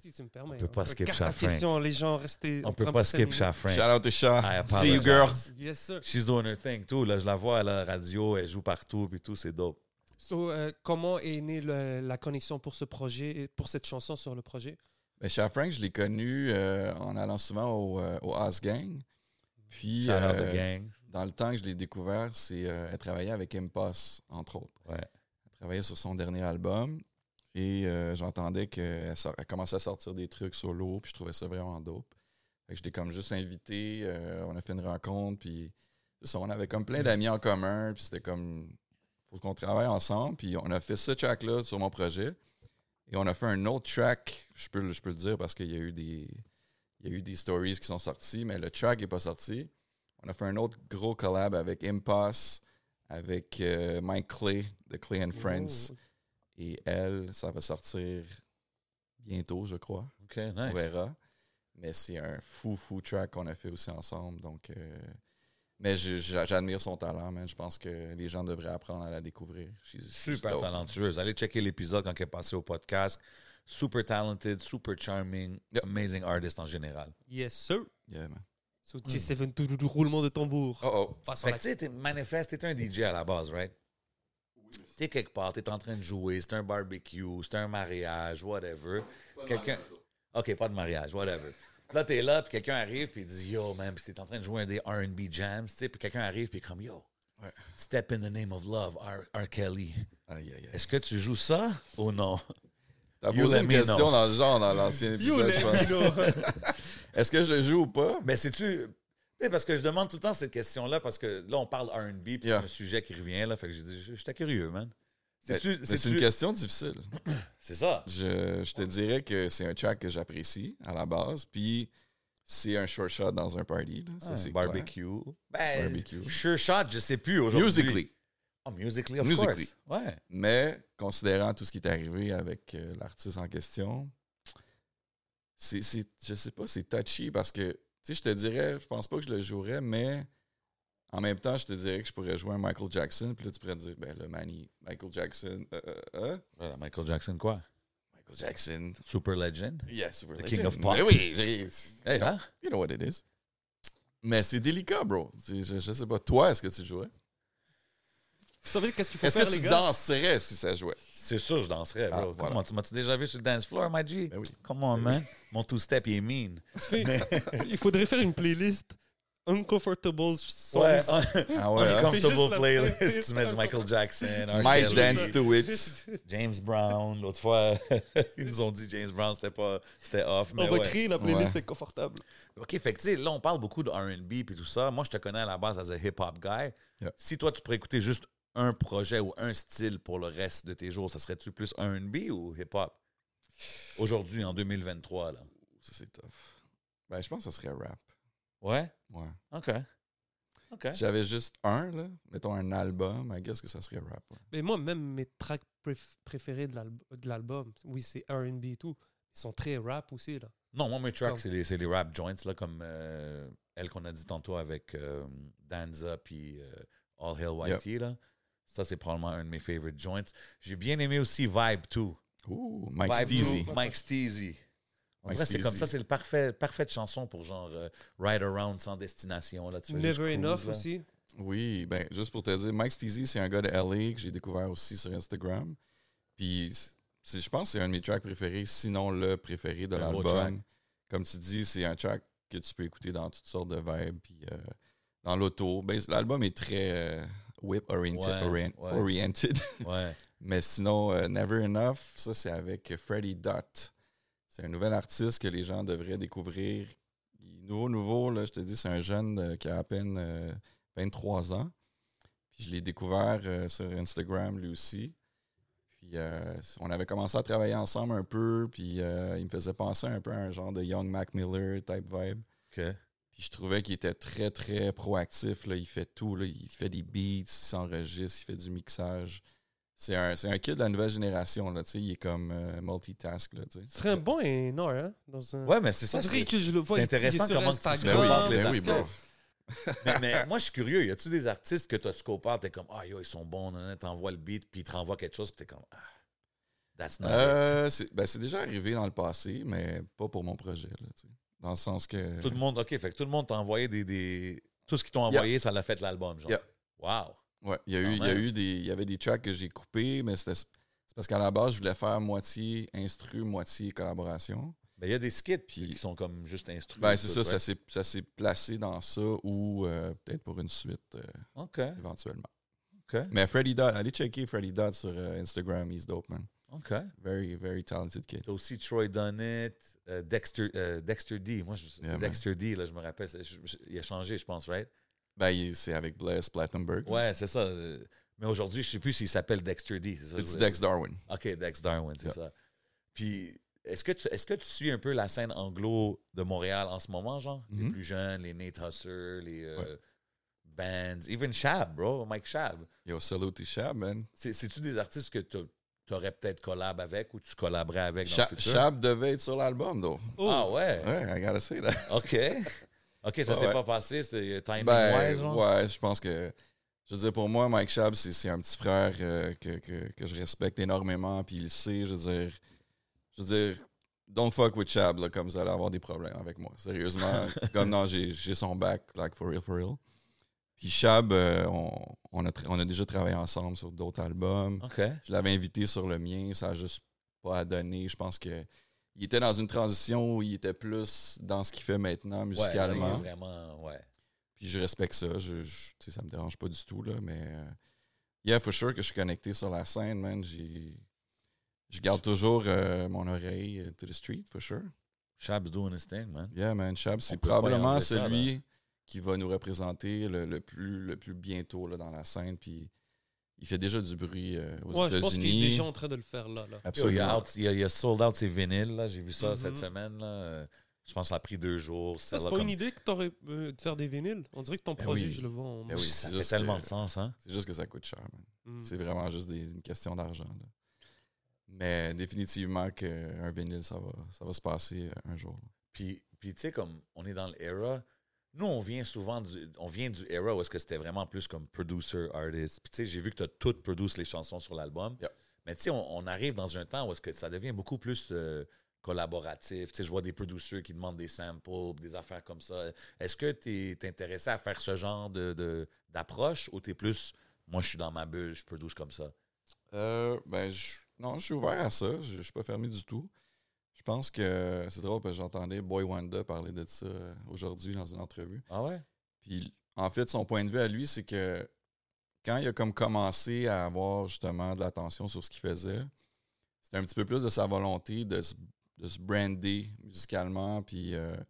Speaker 4: Si tu me permets.
Speaker 3: On peut pas
Speaker 4: hein.
Speaker 3: skip
Speaker 4: Regarde ta
Speaker 3: Shafrank.
Speaker 4: question, les gens restez.
Speaker 3: On peut
Speaker 4: 37
Speaker 3: pas skip
Speaker 4: minutes.
Speaker 3: Shafran.
Speaker 5: Shout out to Sha.
Speaker 3: I
Speaker 5: See you,
Speaker 3: apologize.
Speaker 5: girl.
Speaker 4: Yes, sir.
Speaker 3: She's doing her thing, tout. Là, je la vois à la radio, elle joue partout, puis tout, c'est dope.
Speaker 4: So, euh, comment est née le- la connexion pour ce projet, pour cette chanson sur le projet
Speaker 5: Ben, Chef Frank, je l'ai connu euh, en allant souvent au, euh, au House Gang. Puis,
Speaker 3: Shout out
Speaker 5: euh,
Speaker 3: the gang.
Speaker 5: dans le temps que je l'ai découvert, c'est euh, elle travaillait avec Impost, entre autres.
Speaker 3: Ouais.
Speaker 5: Elle travaillait sur son dernier album. Et euh, j'entendais qu'elle sort- elle commençait à sortir des trucs solo, puis je trouvais ça vraiment dope. Fait que je l'ai comme juste invité, euh, on a fait une rencontre, puis c'est ça, on avait comme plein d'amis en commun, puis c'était comme, faut qu'on travaille ensemble, puis on a fait ce track-là sur mon projet, et on a fait un autre track, je peux, le- je peux le dire parce qu'il y a eu des, il y a eu des stories qui sont sorties, mais le track n'est pas sorti. On a fait un autre gros collab avec Impasse, avec euh, Mike Clay, de Clay and Friends.
Speaker 4: Oh.
Speaker 5: Et elle, ça va sortir bientôt, je crois.
Speaker 3: OK, nice.
Speaker 5: On verra. Mais c'est un fou, fou track qu'on a fait aussi ensemble. Donc, euh, mais je- je- j'admire son talent, man. Je pense que les gens devraient apprendre à la découvrir. She's- she's
Speaker 3: Super
Speaker 5: dope.
Speaker 3: talentueuse. Allez checker l'épisode quand elle est passée au podcast. Super talented, super charming,
Speaker 5: Yep.
Speaker 3: amazing artist en général.
Speaker 4: Yes, sir.
Speaker 5: Yeah, man.
Speaker 4: So, G7, tout tout- tout roulement de tambour.
Speaker 5: Oh, oh.
Speaker 4: Passe
Speaker 3: Hmm.
Speaker 4: par
Speaker 3: Fait que
Speaker 4: la-
Speaker 3: tu sais, t'es- manifeste, t'es un DJ à la base, right? T'es quelque part, t'es en train de jouer, c'est un barbecue, c'est un mariage, whatever. Quelqu'un. OK, pas de mariage, whatever. Là, t'es là, puis quelqu'un arrive, puis il dit Yo, man, puis t'es en train de jouer un des RB jams, tu sais, puis quelqu'un arrive, puis il est comme Yo,
Speaker 5: Ouais.
Speaker 3: Step in the Name of Love, R. R. Kelly.
Speaker 5: Aïe, aïe, aïe.
Speaker 3: Est-ce que tu joues ça ou non?
Speaker 5: T'as
Speaker 3: You
Speaker 5: posé
Speaker 3: let
Speaker 5: une
Speaker 3: me
Speaker 5: question
Speaker 3: know.
Speaker 5: dans le genre dans l'ancien
Speaker 4: You
Speaker 5: épisode,
Speaker 4: let
Speaker 5: je pense.
Speaker 4: me know.
Speaker 5: Est-ce que je le joue ou pas?
Speaker 3: Mais c'est-tu. tu sais, Parce que je demande tout le temps cette question-là, parce que là, on parle RB, puis
Speaker 5: Yeah.
Speaker 3: c'est un sujet qui revient, là. Fait que j'ai dit, j'étais curieux, man.
Speaker 5: Mais-
Speaker 3: C'est-tu-
Speaker 5: mais C'est
Speaker 3: C'est-tu.
Speaker 5: une question difficile.
Speaker 3: C'est ça.
Speaker 5: Je, je te dirais que c'est un track que j'apprécie à la base, puis c'est un short shot dans un party. là. Ça,
Speaker 3: Ah,
Speaker 5: c'est clair.
Speaker 3: barbecue. Ben,
Speaker 5: Barbecue.
Speaker 3: Sure shot, je sais plus aujourd'hui.
Speaker 5: Musically.
Speaker 3: Oh, musically, of
Speaker 5: Musically.
Speaker 3: course. Ouais.
Speaker 5: Mais considérant tout ce qui est arrivé avec euh, l'artiste en question, c'est, c'est- je sais pas, c'est touchy parce que, tu sais, je te dirais, je pense pas que je le jouerais, mais en même temps, je te dirais que je pourrais jouer un Michael Jackson, puis là, tu pourrais te dire, ben le Manny, Michael Jackson, euh, euh, euh,
Speaker 3: Voilà, Michael Jackson, quoi?
Speaker 5: Michael Jackson.
Speaker 3: Super legend.
Speaker 5: Yes, super
Speaker 3: The
Speaker 5: legend.
Speaker 3: king of pop.
Speaker 5: Ben oui, j'ai-
Speaker 3: Hey, hein?
Speaker 5: you know what it is. Mais c'est délicat, bro. C'est- Je, je sais pas, toi, est-ce que tu jouerais?
Speaker 4: Vous savez qu'est-ce qu'il faut
Speaker 5: Est-ce
Speaker 4: faire,
Speaker 5: que
Speaker 4: les
Speaker 5: tu
Speaker 4: gars
Speaker 5: danserais si ça jouait?
Speaker 3: C'est sûr, je danserais, bro.
Speaker 5: Ah,
Speaker 3: Comment,
Speaker 5: voilà.
Speaker 3: tu m'as-tu déjà vu sur le dance floor, my G?
Speaker 5: Ben oui.
Speaker 3: Come on, man. Mon two-step, il est mean.
Speaker 4: Tu fais- Il faudrait faire une playlist Uncomfortable Songs.
Speaker 5: Ah
Speaker 4: juste
Speaker 3: Uncomfortable
Speaker 4: la
Speaker 3: playlist.
Speaker 4: playlist.
Speaker 3: tu mets du Michael Jackson. R.
Speaker 5: Might
Speaker 3: Kelly,
Speaker 5: dance to it.
Speaker 3: James Brown. L'autre fois, ils nous ont dit James Brown, c'était pas, c'était off.
Speaker 4: On
Speaker 3: Mais
Speaker 4: va
Speaker 3: ouais.
Speaker 4: créer la playlist
Speaker 5: Ouais.
Speaker 4: inconfortable.
Speaker 3: OK, fait que tu sais, là, on parle beaucoup de RB et tout ça. Moi, je te connais à la base as a hip-hop guy.
Speaker 5: Yeah.
Speaker 3: Si toi, tu pourrais écouter juste un projet ou un style pour le reste de tes jours, ça serait-tu plus RB ou hip-hop? Aujourd'hui, en 2023, là.
Speaker 5: Ça, c'est tough. Ben, je pense que ça serait rap.
Speaker 3: Ouais?
Speaker 5: Ouais.
Speaker 3: OK. OK.
Speaker 5: Si j'avais juste un, là, mettons un album, I guess que ça serait rap. ouais.
Speaker 4: Mais moi, même mes tracks préf- préférés de l'alb- de l'album, oui, c'est RB et tout, ils sont très rap aussi. là.
Speaker 3: Non, moi, mes tracks,
Speaker 4: Comme-
Speaker 3: c'est les, c'est les rap joints, là, comme euh, elle qu'on a dit tantôt avec euh, Danza puis euh, All Hail Whitey, là. Ça, c'est probablement un de mes favorite joints. J'ai bien aimé aussi Vibe, too.
Speaker 5: Ouh, Mike
Speaker 3: Vibe
Speaker 5: Steezy.
Speaker 3: Blue, Mike Steezy. On
Speaker 5: Mike
Speaker 3: dirait que c'est comme
Speaker 5: Steezy.
Speaker 3: ça, c'est le parfait, parfaite chanson pour genre euh, Ride Around sans destination. Là, tu fais juste
Speaker 4: Never
Speaker 3: cruise,
Speaker 4: Enough
Speaker 3: là.
Speaker 4: aussi.
Speaker 5: Oui, ben juste pour te dire, Mike Steezy, c'est un gars de LA que j'ai découvert aussi sur Instagram. Puis c'est- je pense que c'est un de mes tracks préférés, sinon le préféré de
Speaker 3: Un beau track.
Speaker 5: l'album. Comme tu dis, c'est un track que tu peux écouter dans toutes sortes de vibes, puis euh, dans l'auto. Ben, c'est- l'album est très euh, whip oriented,
Speaker 3: Ouais,
Speaker 5: orient-
Speaker 3: ouais.
Speaker 5: oriented.
Speaker 3: Ouais.
Speaker 5: Mais sinon, euh, Never Enough, ça c'est avec Freddy Dot. C'est un nouvel artiste que les gens devraient découvrir. Il est nouveau, nouveau, là, je te dis, c'est un jeune euh, qui a à peine euh, 23 ans. Puis je l'ai découvert euh, sur Instagram lui aussi. Puis euh, on avait commencé à travailler ensemble un peu, puis euh, il me faisait penser un peu à un genre de Young Mac Miller type vibe.
Speaker 3: OK.
Speaker 5: Puis je trouvais qu'il était très, très proactif. Là. Il fait tout. Là. Il fait des beats, il s'enregistre, il fait du mixage. C'est un, c'est un kid de la nouvelle génération. Là, tu sais. il est comme euh, multitask. Là, tu sais.
Speaker 4: Ce serait un bon énorme, hein? Dans un...
Speaker 3: Ouais, mais c'est
Speaker 4: On
Speaker 3: ça.
Speaker 4: dirait
Speaker 3: c'est-
Speaker 4: que je le vois.
Speaker 3: c'est
Speaker 4: il- il est
Speaker 3: intéressant
Speaker 4: sur
Speaker 3: comment tu
Speaker 4: Instagram,
Speaker 3: développes les
Speaker 4: parce que-
Speaker 3: artistes. Ben oui, mais, mais moi, je suis curieux. Y a-tu des artistes que tu scopes out, t'es comme, ah, yo, ils sont bons, nan, nan, t'envoies le beat, puis ils te renvoient quelque chose, puis t'es comme, ah, that's not it.
Speaker 5: Euh, c'est ben, c'est déjà arrivé dans le passé, mais pas pour mon projet. Là, tu sais. dans le sens que.
Speaker 3: Tout le monde, OK, fait que tout le monde t'a envoyé des. des- Tout ce qu'ils t'ont envoyé, ça l'a fait l'album, genre.
Speaker 5: Yeah.
Speaker 3: Wow.
Speaker 5: Ouais, il y, a
Speaker 3: Quand
Speaker 5: eu, il y a
Speaker 3: même.
Speaker 5: eu des. Il y avait des tracks que j'ai coupés, mais c'était. C'est parce qu'à la base, je voulais faire moitié instru, moitié collaboration.
Speaker 3: Mais il Ben, y a des skits puis,
Speaker 5: Puis-
Speaker 3: qui sont comme juste instruits.
Speaker 5: Ben, c'est
Speaker 3: tout,
Speaker 5: ça,
Speaker 3: ouais.
Speaker 5: ça s'est- ça s'est placé dans ça ou euh, peut-être pour une suite. euh,
Speaker 3: OK.
Speaker 5: éventuellement.
Speaker 3: OK.
Speaker 5: Mais Freddy Dodd, allez checker Freddy Dodd sur euh, Instagram, he's dope, man.
Speaker 3: OK.
Speaker 5: Very, very talented kid.
Speaker 3: T'as aussi Troy Dunnett, euh, Dexter, euh, Dexter D. Moi, je, c'est
Speaker 5: Yeah, man.
Speaker 3: Dexter D, là, je me rappelle, c'est- je- je- il a changé, je pense, right?
Speaker 5: Ben, il- c'est avec Bless Plattenberg.
Speaker 3: Ouais, c'est ça. euh, Mais aujourd'hui, je sais plus s'il s'appelle Dexter D. C'est ça, que je
Speaker 5: Petit
Speaker 3: voulais
Speaker 5: Dex Darwin.
Speaker 3: OK, Dex Darwin, c'est
Speaker 5: Yeah.
Speaker 3: ça. Puis, est-ce que, tu, est-ce que tu suis un peu la scène anglo de Montréal en ce moment, genre? Les
Speaker 5: Mhm.
Speaker 3: plus jeunes, les Nate Husser, les euh, bands, even Shab, bro, Mike Shab.
Speaker 5: Yo, salute to Shab, man.
Speaker 3: C'est, tu des artistes que tu aurais peut-être collab avec ou tu collaberais avec dans
Speaker 5: Sha-
Speaker 3: le futur?
Speaker 5: Shab devait être sur l'album, though.
Speaker 4: Oh,
Speaker 3: Ah ouais?
Speaker 5: Ouais, I gotta say that.
Speaker 3: OK. OK, ça
Speaker 5: Ouais,
Speaker 3: s'est
Speaker 5: ouais.
Speaker 3: pas passé, c'est timing
Speaker 5: Ben,
Speaker 3: wise, genre?
Speaker 5: ouais, je pense que. Je veux dire, pour moi, Mike Shab, c'est c'est un petit frère euh, que, que- que je respecte énormément, puis il le sait, je veux dire. Je veux dire, don't fuck with Shab, là, comme vous allez avoir des problèmes avec moi. Sérieusement, comme non, j'ai j'ai son back, like for real, for real. Puis Shab, euh, on, on a tra- on a déjà travaillé ensemble sur d'autres albums.
Speaker 3: OK.
Speaker 5: Je l'avais invité sur le mien, ça a juste pas à donner. Je pense que. Il était dans une transition où il était plus dans ce qu'il fait maintenant
Speaker 3: Ouais,
Speaker 5: musicalement.
Speaker 3: là, il est vraiment, ouais.
Speaker 5: Puis je respecte ça. Je, je- tu sais, ça me dérange pas du tout, là, mais... euh, yeah, for sure que je suis connecté sur la scène, man. J'ai- Je garde toujours euh, mon oreille euh, to the street, for sure.
Speaker 3: Shab's doing his thing, man.
Speaker 5: Yeah, man. Chab, c'est
Speaker 3: peut pas y
Speaker 5: probablement
Speaker 3: enlever ça,
Speaker 5: celui qui va nous représenter le, le plus, le plus bientôt là, dans la scène. Puis il fait déjà du bruit euh, aux
Speaker 4: Ouais, je pense qu'il est
Speaker 5: États-Unis.
Speaker 4: déjà en train de le faire là. là.
Speaker 3: Yo, il, a
Speaker 5: Absolument.
Speaker 3: out- il a- il a sold out ses vinyles, là. J'ai vu ça
Speaker 4: Mhm.
Speaker 3: cette semaine, là. Euh, Je pense que ça a pris deux jours.
Speaker 4: Ça, c'est
Speaker 3: là,
Speaker 4: pas
Speaker 3: comme- Eh
Speaker 4: une idée que t'aurais euh, de faire des vinyles. On dirait que ton
Speaker 5: Ben
Speaker 4: projet,
Speaker 5: oui.
Speaker 4: je le vois. en-
Speaker 5: Ben oui,
Speaker 3: ça
Speaker 5: c'est
Speaker 3: fait
Speaker 5: juste
Speaker 3: tellement
Speaker 5: que-
Speaker 3: de sens, hein?
Speaker 5: C'est juste que ça coûte cher, man.
Speaker 4: Mm.
Speaker 5: C'est vraiment juste des- une question d'argent. là. Mais définitivement qu'un vinyle, ça va, ça va se passer euh, un jour.
Speaker 3: Puis, puis tu sais, comme on est dans l'era, nous, on vient souvent du, on vient du era où est-ce que c'était vraiment plus comme producer, artist. Puis, tu sais, j'ai vu que tu as toutes produce les chansons sur l'album.
Speaker 5: Yeah.
Speaker 3: Mais, tu sais, on, on arrive dans un temps où est-ce que ça devient beaucoup plus euh, collaboratif. Tu sais, je vois des producers qui demandent des samples, des affaires comme ça. Est-ce que tu es, intéressé à faire ce genre de, de- d'approche ou tu es plus, moi, je suis dans ma bulle, je produce comme ça?
Speaker 5: Euh, ben, je- non, je suis ouvert à ça. Je, je suis pas fermé du tout. Je pense que c'est drôle parce que j'entendais Boy Wanda parler de ça euh, aujourd'hui dans une entrevue.
Speaker 3: Ah ouais?
Speaker 5: Puis, en fait, son point de vue à lui, c'est que quand il a comme commencé à avoir justement de l'attention sur ce qu'il faisait, c'était un petit peu plus de sa volonté de se, de se brander musicalement. Puis, euh, tu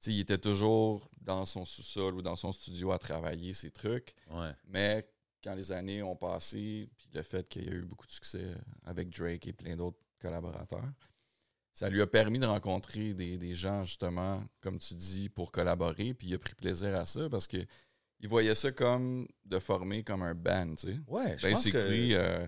Speaker 5: sais, il était toujours dans son sous-sol ou dans son studio à travailler ses trucs.
Speaker 3: Ouais.
Speaker 5: Mais quand les années ont passé, puis le fait qu'il y a eu beaucoup de succès avec Drake et plein d'autres collaborateurs, ça lui a permis de rencontrer des, des gens, justement, comme tu dis, pour collaborer. Puis il a pris plaisir à ça parce que il voyait ça comme de former comme un band, tu sais.
Speaker 3: Ouais, je
Speaker 5: Ben,
Speaker 3: pense
Speaker 5: c'est
Speaker 3: que...
Speaker 5: écrit, euh,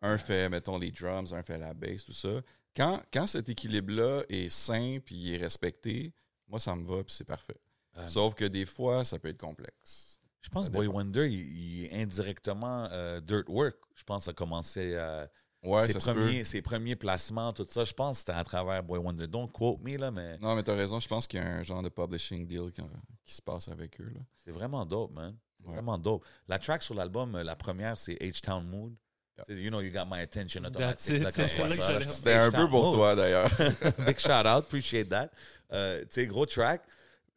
Speaker 5: un fait, mettons, les drums, un fait la bass, tout ça. Quand, quand cet équilibre-là est sain puis il est respecté, moi, ça me va puis c'est parfait.
Speaker 3: Ah,
Speaker 5: Sauf que des fois, ça peut être complexe.
Speaker 3: Je pense
Speaker 5: Ça
Speaker 3: que Boy
Speaker 5: dépend.
Speaker 3: Wonder, il, il est indirectement euh, Dirt Work. Je pense a commencé à
Speaker 5: Ouais,
Speaker 3: ses,
Speaker 5: ça se peut.
Speaker 3: premiers, ses premiers placements, tout ça. Je pense que c'était à travers Boy Wonder. Donc, quote me, là, mais
Speaker 5: Non, mais t'as raison. Je pense qu'il y a un genre de publishing deal qui, qui se passe avec eux. Là.
Speaker 3: c'est vraiment dope, man.
Speaker 5: Ouais.
Speaker 3: Vraiment dope. La track sur l'album, euh, la première, c'est H-Town Mood.
Speaker 5: Yeah.
Speaker 3: C'est, You know, you got my attention.
Speaker 4: That's
Speaker 3: automatique,
Speaker 4: it.
Speaker 3: là, quand
Speaker 4: C'est
Speaker 3: on
Speaker 4: celle-là
Speaker 3: voit
Speaker 4: que
Speaker 3: ça.
Speaker 4: j'allais-
Speaker 5: C'était un peu pour
Speaker 3: H-Town
Speaker 5: toi, d'ailleurs.
Speaker 3: Mood. Big shout out, appreciate that. Euh, tu sais, gros track.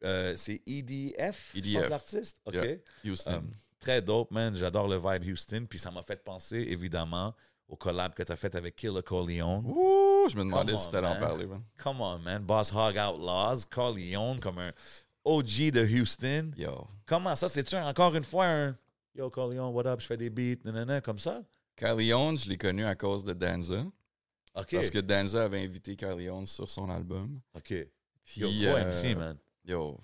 Speaker 3: Euh, c'est EDF, je pense,
Speaker 5: EDF.
Speaker 3: l'artiste. OK.
Speaker 5: E Yeah. Houston.
Speaker 3: Um, Très dope, man. J'adore le vibe Houston. Puis ça m'a fait penser, évidemment, au collab que tu as fait avec Killer Corleone.
Speaker 5: Euh, Ouh, je me demandais
Speaker 3: Come
Speaker 5: si
Speaker 3: on,
Speaker 5: t'allais en
Speaker 3: man.
Speaker 5: parler, man.
Speaker 3: Come on, man. Boss Hog Outlaws, Corleone comme un OG de Houston.
Speaker 5: Yo.
Speaker 3: Comment ça, c'est-tu un- encore une fois un Yo Corleone, what up, je fais des beats, nanana, comme ça?
Speaker 5: Carleone, je l'ai connu à cause de Danza.
Speaker 3: OK.
Speaker 5: Parce que Danza avait invité Carleone sur son album.
Speaker 3: OK.
Speaker 5: Puis,
Speaker 3: Yo, gros
Speaker 5: euh,
Speaker 3: MC, man.
Speaker 5: Yo,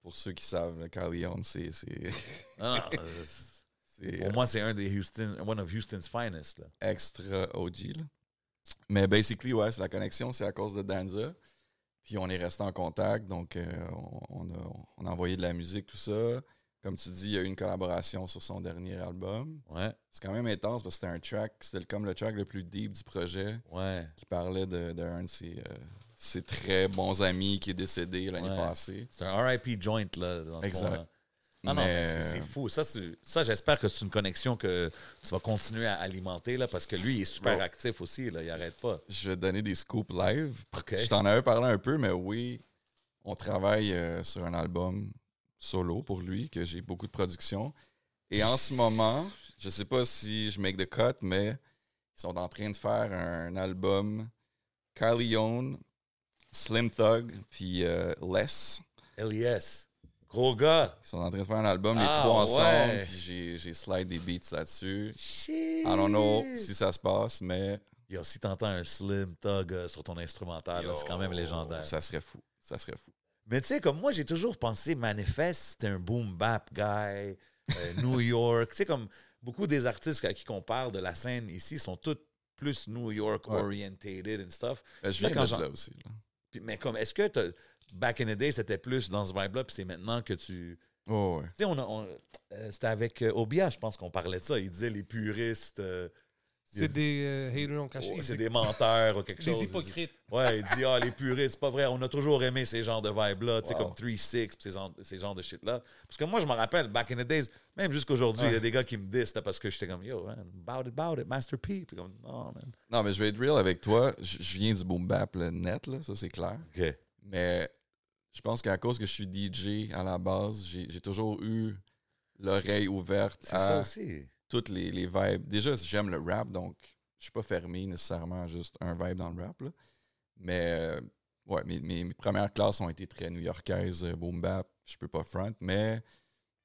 Speaker 5: pour ceux qui savent, le Carleone, c'est. c'est-
Speaker 3: Ah, non, euh, c'est-
Speaker 5: c'est, euh,
Speaker 3: pour moi, c'est un des Houston, one of Houston's finest. Là.
Speaker 5: extra OG. Là. Mais basically, ouais, c'est la connexion, c'est à cause de Danza. Puis on est resté en contact, donc euh, on, on a, on a envoyé de la musique, tout ça. Comme tu dis, il y a eu une collaboration sur son dernier album.
Speaker 3: Ouais,
Speaker 5: C'est quand même intense parce que c'était un track, c'était comme le track le plus deep du projet
Speaker 3: ouais.
Speaker 5: qui parlait d'un de, un de ses, euh, ses très bons amis qui est décédé l'année
Speaker 3: Ouais.
Speaker 5: passée.
Speaker 3: C'est un RIP joint, là, dans le
Speaker 5: Exact.
Speaker 3: fond, là. Ah non, mais
Speaker 5: Mais-
Speaker 3: c'est- c'est fou. Ça, c'est- ça j'espère que c'est une connexion que tu vas continuer à alimenter, là, parce que lui, il est super
Speaker 5: Bro.
Speaker 3: actif aussi, là, il arrête pas.
Speaker 5: je vais te donner des scoops live.
Speaker 3: Ok.
Speaker 5: Je t'en avais parlé un peu, mais oui, on travaille euh, sur un album solo pour lui, que j'ai beaucoup de production. Et en ce moment, je sais pas si je make the cut, mais ils sont en train de faire un album Carlione, Slim Thug, puis euh, Les.
Speaker 3: LES, gros gars.
Speaker 5: Ils sont en train de faire un album, les
Speaker 3: Ah,
Speaker 5: trois
Speaker 3: ouais.
Speaker 5: ensemble, puis j'ai- j'ai slide des beats là-dessus.
Speaker 3: Shit.
Speaker 5: I don't know si ça se passe, mais
Speaker 3: Yo, si t'entends un slim thug euh, sur ton instrumental, là, c'est quand même légendaire.
Speaker 5: ça serait fou. Ça serait fou.
Speaker 3: Mais tu sais, comme moi, j'ai toujours pensé Manifest, c'était un boom bap guy, euh, New York. Tu sais, comme beaucoup des artistes à qui on parle de la scène ici sont tous plus New York
Speaker 5: Ouais. Ben,
Speaker 3: orientated and stuff.
Speaker 5: Je viens
Speaker 3: Là, quand
Speaker 5: de
Speaker 3: j'en-
Speaker 5: là aussi. là.
Speaker 3: Puis- mais comme, est-ce que t'as- back in the day, c'était plus dans ce vibe-là, puis c'est maintenant que tu.
Speaker 5: Oh, ouais.
Speaker 3: Tu sais, on, a- on- euh, c'était avec euh, Obia, je pense qu'on parlait de ça. Il disait les puristes, euh,
Speaker 4: C'est des euh, haters
Speaker 5: Ah,
Speaker 4: en cachet.
Speaker 3: oh, c'est
Speaker 4: C'est
Speaker 3: des menteurs ou quelque chose.
Speaker 4: des
Speaker 3: Il dit-
Speaker 4: hypocrites.
Speaker 3: Ouais, il dit, ah, les puristes, c'est pas vrai. On a toujours aimé ces genres de vibes-là, tu sais,
Speaker 5: Wow.
Speaker 3: comme 3-6, pis ces, gens- ces genres de shit-là. Parce que moi, je me rappelle, back in the days, même jusqu'aujourd'hui, il y a des gars qui me disent, là, parce que j'étais comme, yo, man, bout it, bout it, Master P. Puis comme, non, man.
Speaker 5: Non, mais je vais être real avec toi. Je je viens du boom bap là, net, là, ça c'est clair.
Speaker 3: OK.
Speaker 5: Mais je pense qu'à cause que je suis DJ à la base, j'ai j'ai toujours eu l'oreille ouverte
Speaker 3: C'est ça
Speaker 5: à
Speaker 3: aussi.
Speaker 5: toutes les, les vibes. Déjà, j'aime le rap, donc je suis pas fermé nécessairement à juste un vibe dans le rap. là. Mais euh, ouais, mes, mes- mes premières classes ont été très new-yorkaises, euh, boom bap, je peux pas front, mais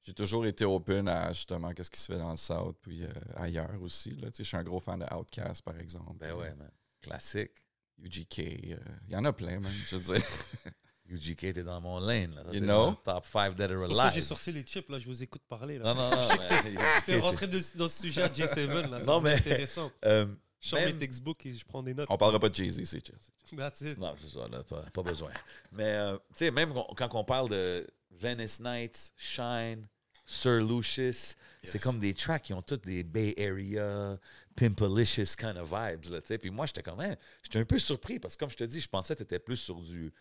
Speaker 5: j'ai toujours été open à justement qu'est-ce qui se fait dans le South, puis euh, ailleurs aussi. là. Tu sais, Je suis un gros fan de Outkast, par exemple.
Speaker 3: Ben
Speaker 5: euh,
Speaker 3: ouais, man. Classique.
Speaker 5: UGK. euh, Il y en a plein, man. Je veux dire.
Speaker 3: UGK était dans mon lane, là. Ça,
Speaker 5: You
Speaker 3: c'est
Speaker 5: know?
Speaker 3: dans le Top 5 Dead or
Speaker 4: Pour ça, j'ai
Speaker 3: Alive.
Speaker 4: sorti les chips, là, je vous écoute parler.
Speaker 3: Non,
Speaker 4: Là.
Speaker 3: non, non. mais UGK,
Speaker 4: Je suis
Speaker 3: c'est-
Speaker 4: rentré de- dans ce sujet à J7, là,
Speaker 3: Non,
Speaker 4: c'est
Speaker 3: mais-
Speaker 4: intéressant.
Speaker 3: Euh,
Speaker 4: Je sors mes
Speaker 5: Ben,
Speaker 3: Même-
Speaker 4: textbooks et je prends des notes.
Speaker 5: On parlera pas de Jay-Z, c'est chill.
Speaker 4: That's it.
Speaker 3: Non, c'est ça, là, pas, pas besoin. Mais, euh, tu sais, même qu'on- quand on parle de Venice Nights, Shine, Sir Lucius, c'est comme des tracks qui ont toutes des Bay Area, Pimpalicious kind of vibes, là, tu sais. Puis moi, j'étais quand même, j'étais un peu surpris parce que, comme je te dis, je pensais que t'étais plus sur du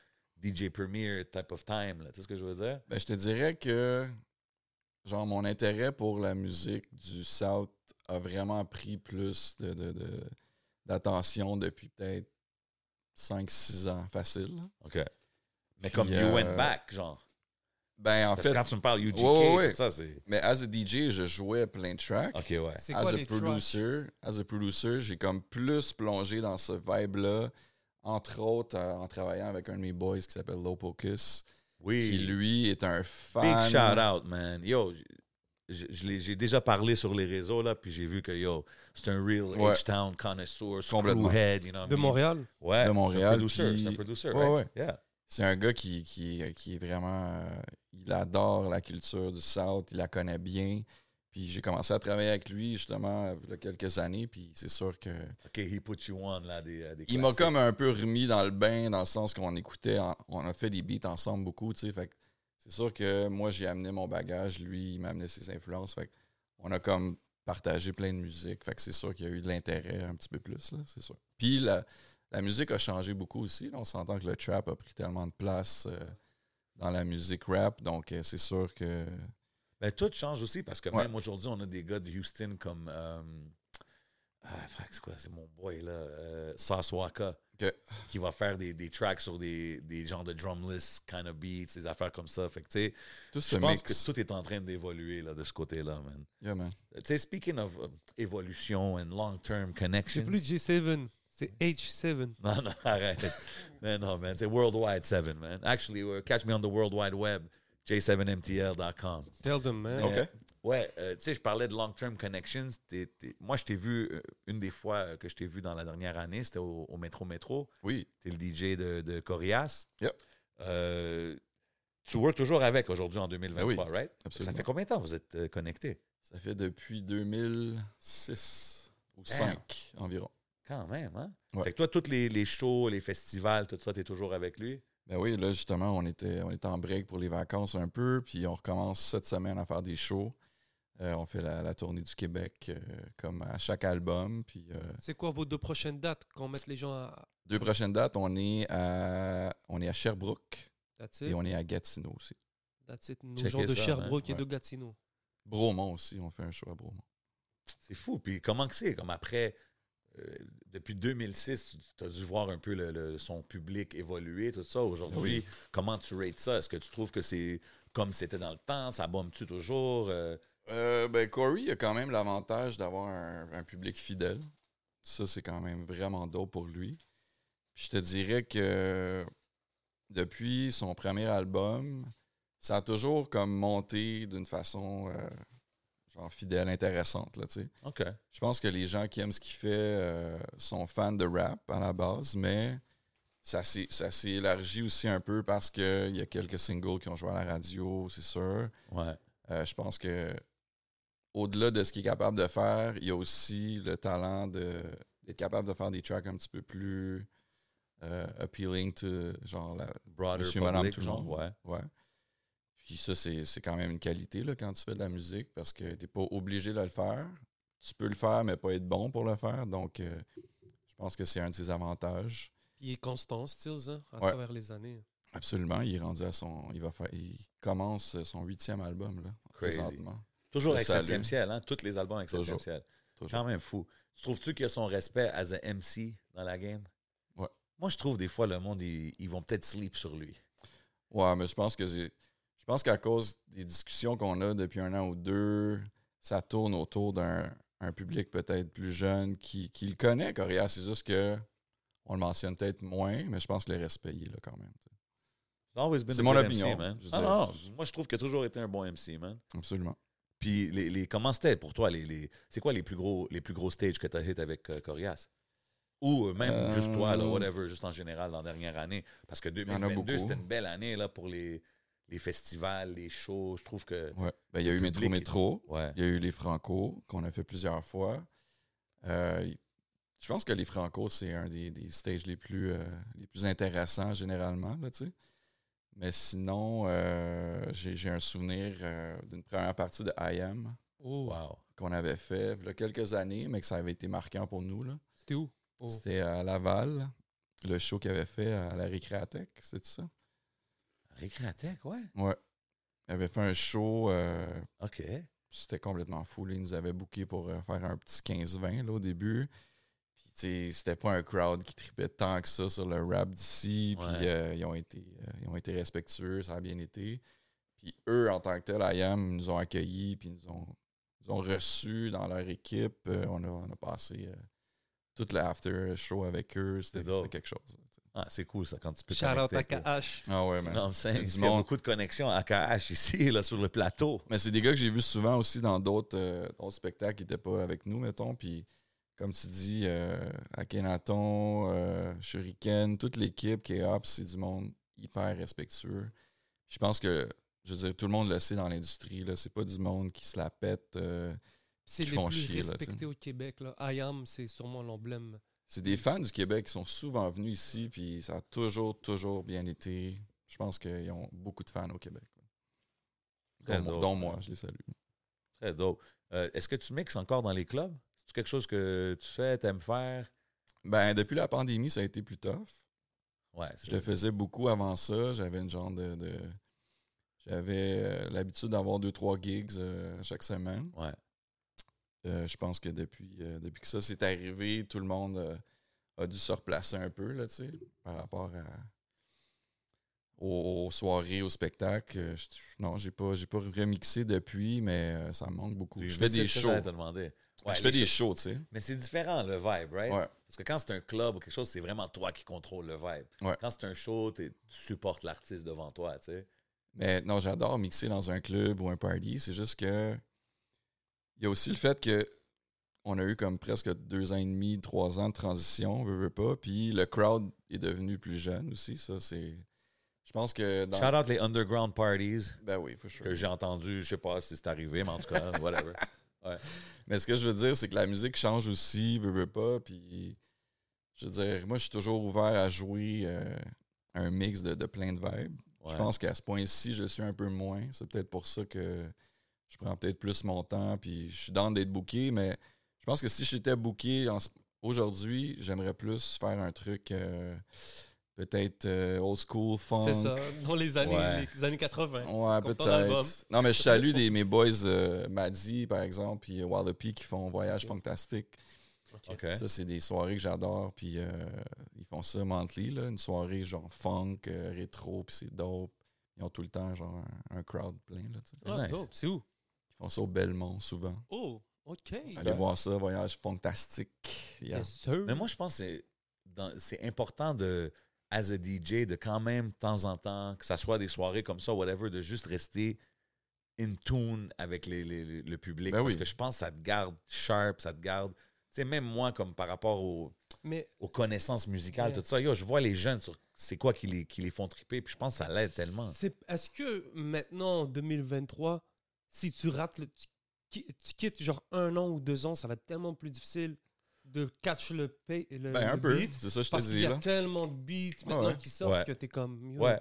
Speaker 3: DJ Premier type of time, là, tu sais ce que je veux dire?
Speaker 5: Ben, je te dirais que, genre, mon intérêt pour la musique du South a vraiment pris plus de, de- de- d'attention depuis peut-être 5-6 ans, facile. là.
Speaker 3: OK. Mais
Speaker 5: Puis,
Speaker 3: comme You
Speaker 5: euh,
Speaker 3: Went Back, genre.
Speaker 5: Ben, en
Speaker 3: Parce que
Speaker 5: fait,
Speaker 3: quand tu me parles UGK,
Speaker 5: Ouais, ouais, ouais.
Speaker 3: comme ça, c'est...
Speaker 5: mais as a DJ, je jouais plein de tracks.
Speaker 3: OK, ouais.
Speaker 4: C'est
Speaker 5: as
Speaker 4: quoi
Speaker 5: a
Speaker 4: les tracks?
Speaker 5: producer, as a producer, j'ai comme plus plongé dans ce vibe-là, entre autres euh, en travaillant avec un de mes boys qui s'appelle Low Pocus,
Speaker 3: Oui.
Speaker 5: qui lui est un fan.
Speaker 3: Big shout out, man. Yo, je- je l'ai- j'ai déjà parlé sur les réseaux, là, puis j'ai vu que, yo, c'est un real
Speaker 5: Ouais.
Speaker 3: H-Town connoisseur,
Speaker 5: Complètement.
Speaker 3: screwhead, you know what I
Speaker 4: De
Speaker 3: mean?
Speaker 4: Montréal.
Speaker 3: Ouais,
Speaker 5: De
Speaker 3: C'est un
Speaker 5: Montréal,
Speaker 3: producer,
Speaker 5: puis-
Speaker 3: c'est un producer,
Speaker 5: Ouais,
Speaker 3: right? Yeah.
Speaker 5: C'est un gars qui, qui, qui est vraiment. euh, il adore la culture du South, il la connaît bien. Puis j'ai commencé à travailler avec lui justement il y a quelques années, puis c'est sûr que.
Speaker 3: OK, he put you on, là, des, des
Speaker 5: Il m'a
Speaker 3: classiques.
Speaker 5: comme un peu remis dans le bain, dans le sens qu'on écoutait, en- on a fait des beats ensemble beaucoup, tu sais. Fait que c'est sûr que moi, j'ai amené mon bagage, lui, il m'a amené ses influences. Fait que on a comme partagé plein de musique. Fait que c'est sûr qu'il y a eu de l'intérêt un petit peu plus, là, c'est sûr. Puis la, la musique a changé beaucoup aussi. là. on s'entend que le trap a pris tellement de place euh, dans la musique rap. Donc, euh, c'est sûr que
Speaker 3: Ben, tout change aussi parce que
Speaker 5: Ouais.
Speaker 3: même aujourd'hui, on a des gars de Houston comme. euh, ah, fuck, c'est quoi, c'est mon boy là, euh, Sauce Walker,
Speaker 5: Ok.
Speaker 3: qui va faire des, des tracks sur des, des genres de drumless kind of beats, des affaires comme ça. Fait que, tu sais,
Speaker 5: Tout
Speaker 3: je
Speaker 5: ce
Speaker 3: pense
Speaker 5: mix.
Speaker 3: que tout est en train d'évoluer là, de ce côté-là, man.
Speaker 5: Yeah, man.
Speaker 3: Tu sais, speaking of euh, évolution and long-term connection.
Speaker 4: C'est plus G7, c'est H7.
Speaker 3: Non, non, arrête. man, non, man, c'est Worldwide 7, man. Actually, uh, catch me on the World Wide Web, j7mtl.com.
Speaker 4: Tell them, man.
Speaker 5: Ok.
Speaker 3: Euh, ouais, euh, tu sais, je parlais de long-term connections. T'es- t'es- moi, je t'ai vu, euh, une des fois euh, que je t'ai vu dans la dernière année, c'était au, au Métro Métro.
Speaker 5: Oui.
Speaker 3: T'es le DJ de, de Corias.
Speaker 5: Yep.
Speaker 3: Euh, tu works toujours avec aujourd'hui en 2023,
Speaker 5: Ben
Speaker 3: right?
Speaker 5: absolument.
Speaker 3: Ça fait combien de temps vous êtes euh, connectés?
Speaker 5: Ça fait depuis 2006 ou
Speaker 3: Damn.
Speaker 5: 5 environ.
Speaker 3: Quand même, hein?
Speaker 5: Ouais.
Speaker 3: Fait que toi, tous les, les shows, les festivals, tout ça, t'es toujours avec lui?
Speaker 5: Ben oui, là, justement, on était, on était en break pour les vacances un peu, puis on recommence cette semaine à faire des shows. Euh, on fait la, la tournée du Québec euh, comme à chaque album. Puis euh,
Speaker 4: C'est quoi vos deux prochaines dates qu'on mette les gens à.
Speaker 5: deux prochaines dates, on est à, on est à Sherbrooke
Speaker 4: That's
Speaker 5: et
Speaker 4: it.
Speaker 5: on est à Gatineau aussi.
Speaker 4: That's it. Nos
Speaker 3: Checker
Speaker 4: gens de
Speaker 3: ça, man.
Speaker 4: Sherbrooke et
Speaker 5: hein. Ouais.
Speaker 4: de Gatineau.
Speaker 5: Bromont aussi, on fait un show à Bromont.
Speaker 3: C'est fou. Puis comment que c'est? Comme après, euh, depuis 2006, tu as dû voir un peu le- le- son public évoluer, tout ça. Aujourd'hui,
Speaker 5: Oui.
Speaker 3: comment tu rates ça? Est-ce que tu trouves que c'est comme c'était dans le temps? Ça bombe-tu toujours? Euh,
Speaker 5: Euh, ben, Corey a quand même l'avantage d'avoir un, un public fidèle. Ça, c'est quand même vraiment dope pour lui. Puis je te dirais que depuis son premier album, ça a toujours comme monté d'une façon euh, genre fidèle, intéressante. Là, tu sais.
Speaker 3: OK.
Speaker 5: je pense que les gens qui aiment ce qu'il fait euh, sont fans de rap à la base, mais ça s'est ça s'est élargi aussi un peu parce qu'il y a quelques singles qui ont joué à la radio, c'est sûr.
Speaker 3: Ouais.
Speaker 5: Euh, je pense que au-delà de ce qu'il est capable de faire, il y a aussi le talent de- d'être capable de faire des tracks un petit peu plus euh, appealing to genre la-
Speaker 3: Broader
Speaker 5: Monsieur,
Speaker 3: public,
Speaker 5: madame, tout le
Speaker 3: genre,
Speaker 5: monde.
Speaker 3: Ouais.
Speaker 5: ouais. Puis ça c'est c'est quand même une qualité là, quand tu fais de la musique parce que t'es pas obligé de le faire. Tu peux le faire mais pas être bon pour le faire donc euh, je pense que c'est un de ses avantages.
Speaker 4: Puis il est constant, Stills, hein, à
Speaker 5: Ouais.
Speaker 4: travers les années.
Speaker 5: Absolument, il est rendu à son il va faire il commence son huitième album là
Speaker 3: Crazy.
Speaker 5: présentement.
Speaker 3: Toujours
Speaker 5: Le
Speaker 3: avec
Speaker 5: salut.
Speaker 3: 7e ciel, hein? Tous les albums avec 7e
Speaker 5: Toujours.
Speaker 3: ciel.
Speaker 5: Toujours.
Speaker 3: Quand même fou. Tu Trouves-tu qu'il y a son respect as a MC dans la game?
Speaker 5: Ouais.
Speaker 3: Moi, je trouve des fois le monde, ils, ils vont peut-être sleep sur lui.
Speaker 5: Ouais, mais je pense que c'est- je pense qu'à cause des discussions qu'on a depuis un an ou deux, ça tourne autour d'un un public peut-être plus jeune qui, qui le connaît, Coréa. C'est juste que on le mentionne peut-être moins, mais je pense que le respect il est là quand même. tu sais.
Speaker 3: It's always been
Speaker 5: C'est
Speaker 3: a
Speaker 5: mon
Speaker 3: good
Speaker 5: opinion.
Speaker 3: MC, man.
Speaker 5: Je veux
Speaker 3: Ah
Speaker 5: dire,
Speaker 3: non,
Speaker 5: je-
Speaker 3: moi, je trouve qu'il a toujours été un bon MC, man.
Speaker 5: Absolument.
Speaker 3: Puis les, les- comment c'était pour toi? Les, les- c'est quoi les plus gros les plus gros stages que tu as hit avec euh, Corias? Ou euh, même
Speaker 5: Euh,
Speaker 3: juste toi, là, whatever, juste en général dans la dernière année. Parce que
Speaker 5: en a
Speaker 3: 2022,
Speaker 5: beaucoup.
Speaker 3: c'était une belle année là, pour les, les festivals, les shows. Je trouve que.
Speaker 5: Ouais. Ben, il y a
Speaker 3: Le
Speaker 5: eu Métro
Speaker 3: public est-
Speaker 5: Métro,
Speaker 3: Ouais.
Speaker 5: il y a eu les Franco, qu'on a fait plusieurs fois. Euh, y- je pense que les Franco, c'est un des, des stages les plus, euh, les plus intéressants généralement, là, tu sais. Mais sinon, euh, j'ai j'ai un souvenir euh, d'une première partie de I Am
Speaker 4: Oh,
Speaker 3: Wow.
Speaker 5: qu'on avait fait il y a quelques années, mais que ça avait été marquant pour nous. là.
Speaker 4: c'était où Oh.
Speaker 5: C'était à Laval, le show qu'il avait fait à la Récréatech, c'est ça?
Speaker 3: Récréatec, ouais.
Speaker 5: Ouais. Il avait fait un show, euh,
Speaker 3: OK.
Speaker 5: c'était complètement fou. là. Il nous avait booké pour euh, faire un petit 15-20 là, au début. Puis, tu sais, c'était pas un crowd qui tripait tant que ça sur le rap d'ici. Puis,
Speaker 3: Ouais.
Speaker 5: euh, ils, ont été, euh, ils ont été respectueux, ça a bien été. Puis, eux, en tant que tel, IAM, nous ont accueillis, puis nous ont, nous ont reçus dans leur équipe. Euh, on, a, on a passé euh, toute la after show avec eux. C'était
Speaker 3: C'est dope.
Speaker 5: c'était quelque chose. tu sais.
Speaker 3: Ah, c'est cool ça quand tu peux.
Speaker 4: Shout out à
Speaker 3: connecter pour-
Speaker 4: KH.
Speaker 5: Ah ouais, man.
Speaker 3: Non,
Speaker 5: C'est
Speaker 3: c'est
Speaker 5: du
Speaker 3: Il y a
Speaker 5: monde.
Speaker 3: beaucoup de connexions à KH ici, là, sur le plateau.
Speaker 5: Mais c'est des gars que j'ai vus souvent aussi dans d'autres euh, d'autres spectacles qui n'étaient pas avec nous, mettons. Puis, comme tu dis, euh, Akhenaton, euh, Shuriken, toute l'équipe qui est up, c'est du monde hyper respectueux. Je pense que, je veux dire, tout le monde le sait dans l'industrie, là, c'est pas du monde qui se la pète. euh,
Speaker 4: C'est
Speaker 5: qui
Speaker 4: les
Speaker 5: font
Speaker 4: plus
Speaker 5: chier, là,
Speaker 4: respectés
Speaker 5: tu sais.
Speaker 4: au Québec. Là. I am, c'est sûrement l'emblème.
Speaker 5: c'est des fans du Québec qui sont souvent venus ici, puis ça a toujours, toujours bien été. Je pense qu'ils ont beaucoup de fans au Québec.
Speaker 3: Très
Speaker 5: Dont, moi-
Speaker 3: drôle.
Speaker 5: dont moi, je les salue.
Speaker 3: Très dope. Euh, Est-ce que tu mixes encore dans les clubs? C'est quelque chose que tu fais, t'aimes faire?
Speaker 5: Ben, depuis la pandémie, ça a été plus tough.
Speaker 3: Ouais.
Speaker 5: Je le faisais beaucoup avant ça. J'avais une genre de. de- J'avais euh, l'habitude d'avoir deux, trois gigs euh, chaque semaine.
Speaker 6: Ouais.
Speaker 5: Euh, je pense que depuis, euh, depuis que ça s'est arrivé, tout le monde euh, a dû se replacer un peu, là, tu sais, par rapport à- aux, aux soirées, aux spectacles. Euh, je- je- non, j'ai pas, j'ai pas remixé depuis, mais euh, ça me manque beaucoup. Je fais
Speaker 3: C'est ça que
Speaker 5: des shows.
Speaker 3: j'allais te demander. Ouais,
Speaker 5: je fais
Speaker 3: les
Speaker 5: des
Speaker 3: shows.
Speaker 5: shows, tu sais.
Speaker 3: Mais c'est différent, le vibe, right?
Speaker 5: Ouais.
Speaker 3: Parce que quand c'est un club ou quelque chose, c'est vraiment toi qui contrôle le vibe.
Speaker 5: Ouais.
Speaker 3: Quand c'est un show, t'es- tu supportes l'artiste devant toi, tu sais.
Speaker 5: Mais non, j'adore mixer dans un club ou un party. C'est juste que. Il y a aussi le fait que on a eu comme presque deux ans et demi, trois ans de transition, veut, veut pas. Puis le crowd est devenu plus jeune aussi. Ça, c'est. Je pense que dans.
Speaker 3: Shout out les underground parties
Speaker 5: Ben oui, for sure.
Speaker 3: que j'ai entendu, je sais pas si c'est arrivé, mais en tout cas, whatever.
Speaker 5: Mais ce que je veux dire, c'est que la musique change aussi, veut, veut pas. Puis, je veux dire, moi, je suis toujours ouvert à jouer euh, un mix de, de plein de vibes. Je
Speaker 3: Ouais.
Speaker 5: pense qu'à ce point-ci, je suis un peu moins. C'est peut-être pour ça que je prends peut-être plus mon temps. Puis, je suis dans d'être booké, mais je pense que si j'étais booké en ce- aujourd'hui, j'aimerais plus faire un truc euh, peut-être euh, old school, funk.
Speaker 4: C'est ça, dans les années,
Speaker 3: Ouais.
Speaker 4: les années 80.
Speaker 5: Ouais,
Speaker 4: Comme ton album.
Speaker 5: peut-être. Non, mais je salue des, mes boys euh, Maddy, par exemple, puis Wallopy qui font Voyage Fantastique.
Speaker 3: OK.
Speaker 5: Ça, c'est des soirées que j'adore. Puis euh, ils font ça monthly, là, une soirée genre funk, euh, rétro, puis c'est dope. Ils ont tout le temps genre un, un crowd plein. Là, tu sais.
Speaker 4: Ah,
Speaker 3: Nice.
Speaker 4: dope, c'est où?
Speaker 5: ils font ça au Belmont souvent.
Speaker 4: Oh, OK.
Speaker 5: Allez voir ça, Voyage Fantastique. Yeah.
Speaker 4: Bien sûr.
Speaker 3: Mais moi, je pense que c'est dans- c'est important de, as a DJ, de quand même, de temps en temps, que ça soit des soirées comme ça, whatever, de juste rester in tune avec les- les- les- le public.
Speaker 5: Ben
Speaker 3: parce
Speaker 5: oui.
Speaker 3: que je pense que ça te garde sharp, ça te garde. Tu sais, même moi, comme par rapport au-
Speaker 4: Mais
Speaker 3: aux connaissances musicales,
Speaker 4: Ouais.
Speaker 3: tout ça, yo, je vois les jeunes sur c'est quoi qui les, qui les font triper, puis je pense que ça l'aide tellement.
Speaker 4: c'est- est-ce que maintenant, en 2023, si tu rates, le, tu, qui- tu quittes genre un an ou deux ans, ça va être tellement plus difficile de catch le, pay, le,
Speaker 5: Ben, un
Speaker 4: le
Speaker 5: peu.
Speaker 4: beat?
Speaker 5: C'est ça, que je te
Speaker 4: Euh, Parce qu'il
Speaker 5: dis
Speaker 4: y
Speaker 5: là.
Speaker 4: a tellement de beats
Speaker 5: Ah
Speaker 4: maintenant
Speaker 5: ouais.
Speaker 4: qui sortent
Speaker 3: Ouais.
Speaker 4: que t'es comme. yo.
Speaker 3: Ouais.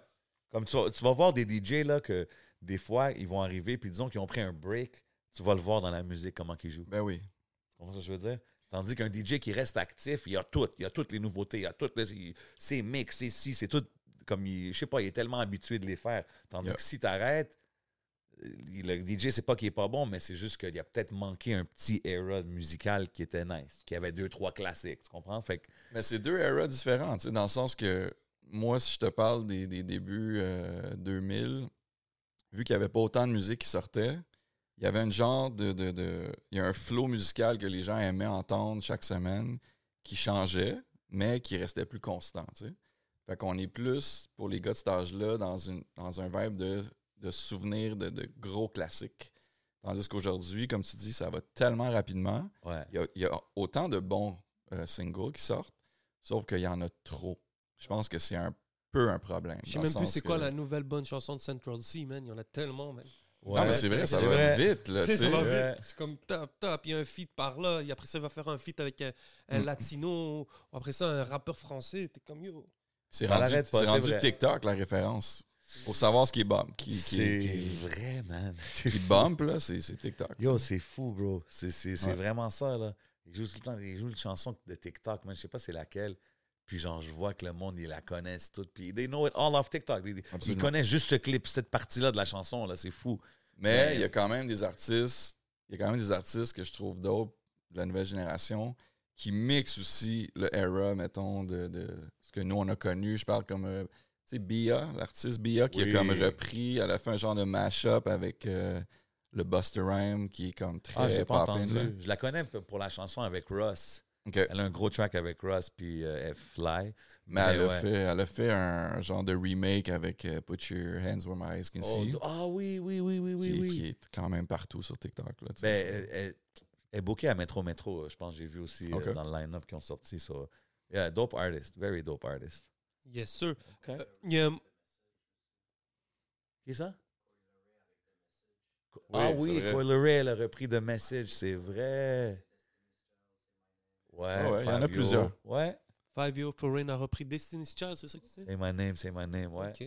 Speaker 3: Comme tu vas, tu vas voir des DJ là, que des fois, ils vont arriver, puis disons qu'ils ont pris un break, tu vas le voir dans la musique, comment ils jouent.
Speaker 5: Ben oui.
Speaker 3: Tu comprends ce que je veux dire? Tandis qu'un DJ qui reste actif, il y a tout. Il y a toutes les nouveautés, il y a tout. le- C'est mix, c'est si, c'est tout. Comme il, je sais pas, il est tellement habitué de les faire. Tandis
Speaker 5: Yeah.
Speaker 3: que si tu arrêtes, le DJ, c'est pas qu'il est pas bon, mais c'est juste qu'il a peut-être manqué un petit era musical qui était nice, qui avait deux, trois classiques. Tu comprends? Fait que,
Speaker 5: Mais c'est deux eras différentes, tu sais, dans le sens que moi, si je te parle des, des débuts euh, 2000, vu qu'il n'y avait pas autant de musique qui sortait, il y avait un genre de, de- de- Il y a un flow musical que les gens aimaient entendre chaque semaine qui changeait, mais qui restait plus constant, tu sais. Fait qu'on est plus, pour les gars de cet âge-là, dans, une, dans un vibe de, de souvenirs de, de gros classiques. Tandis qu'aujourd'hui, comme tu dis, ça va tellement rapidement
Speaker 3: ouais.
Speaker 5: il y a- il y, a autant de bons euh, singles qui sortent, sauf qu'il y en a trop. Je pense que c'est un peu un problème.
Speaker 4: Je sais
Speaker 5: dans
Speaker 4: même
Speaker 5: le
Speaker 4: plus
Speaker 5: sens
Speaker 4: c'est quoi
Speaker 5: que-
Speaker 4: la nouvelle bonne chanson de Central C, man. Il y en a tellement, man.
Speaker 5: Non, mais c'est vrai, ça
Speaker 3: C'est
Speaker 5: va
Speaker 3: vrai.
Speaker 5: vite. Là,
Speaker 4: Tu sais,
Speaker 5: tu
Speaker 4: ça
Speaker 5: sais.
Speaker 4: va
Speaker 3: ouais.
Speaker 4: vite. C'est comme top, top. Il y a un feat par là. Et après ça, il va faire un feat avec un,
Speaker 5: Mm.
Speaker 4: un latino. Ou après ça, un rappeur français. T'es comme yo.
Speaker 5: C'est
Speaker 3: Ça
Speaker 5: rendu,
Speaker 3: l'arrête pas,
Speaker 5: c'est
Speaker 3: c'est
Speaker 5: rendu
Speaker 3: vrai.
Speaker 5: TikTok, la référence. Pour savoir ce qui est bump. Qui, qui,
Speaker 3: C'est
Speaker 5: qui-
Speaker 3: vrai, man. C'est
Speaker 5: qui
Speaker 3: fou.
Speaker 5: bump, là, c'est c'est TikTok.
Speaker 3: Yo, c'est fou, bro. C'est c'est- c'est
Speaker 5: Ouais.
Speaker 3: vraiment ça, là. Ils jouent tout le temps, ils jouent une chanson de TikTok, mais je sais pas c'est laquelle. Puis genre, je vois que le monde, ils la connaissent toute. Puis they know it all off TikTok. They- ils
Speaker 5: Absolument.
Speaker 3: connaissent juste ce clip, cette partie-là de la chanson, là. C'est fou. Ben,
Speaker 5: Mais il y a quand même des artistes, il y a quand même des artistes que je trouve dope de la nouvelle génération qui mixent aussi le era, mettons, de, de ce que nous on a connu. Je parle comme euh, tu sais, Bia, l'artiste Bia qui
Speaker 3: Oui.
Speaker 5: a comme repris, elle a fait un genre de mash-up avec euh, le Buster Rhyme qui est comme très
Speaker 3: Ah, j'ai pas
Speaker 5: poppin',
Speaker 3: entendu.
Speaker 5: là.
Speaker 3: Je Ben, la connais p- pour la chanson avec Russ.
Speaker 5: Ok.
Speaker 3: Elle a un gros track avec Russ, puis euh, elle fly.
Speaker 5: Mais elle,
Speaker 3: ben
Speaker 5: a
Speaker 3: ouais.
Speaker 5: fait, elle a fait un genre de remake avec euh, Put Your Hands Where My Eyes Can
Speaker 3: Oh,
Speaker 5: See,
Speaker 3: d- Ah oui, oui, oui, oui, oui,
Speaker 5: qui,
Speaker 3: oui.
Speaker 5: qui est quand même partout sur TikTok. Là,
Speaker 3: Ben,
Speaker 5: tu sais.
Speaker 3: elle, elle- elle est bookée à Metro Metro, euh, je pense. que J'ai vu aussi euh,
Speaker 5: Ok.
Speaker 3: dans le line-up qu'ils ont sorti. So. Yeah, dope artist. Very dope artist.
Speaker 4: Yes, sir. Euh, il y a-
Speaker 3: Qui ça?
Speaker 5: Oui,
Speaker 3: ah
Speaker 5: c'est
Speaker 3: oui,
Speaker 5: vrai.
Speaker 3: Coyle Ray, elle a repris de Message, c'est vrai. Ouais,
Speaker 5: Ah ouais, il y en a
Speaker 3: Fabio.
Speaker 5: plusieurs.
Speaker 3: Ouais.
Speaker 4: Five Year Foreign a repris Destiny's Child, c'est ça que tu sais?
Speaker 3: Say my name, say my name, ouais.
Speaker 4: Ok.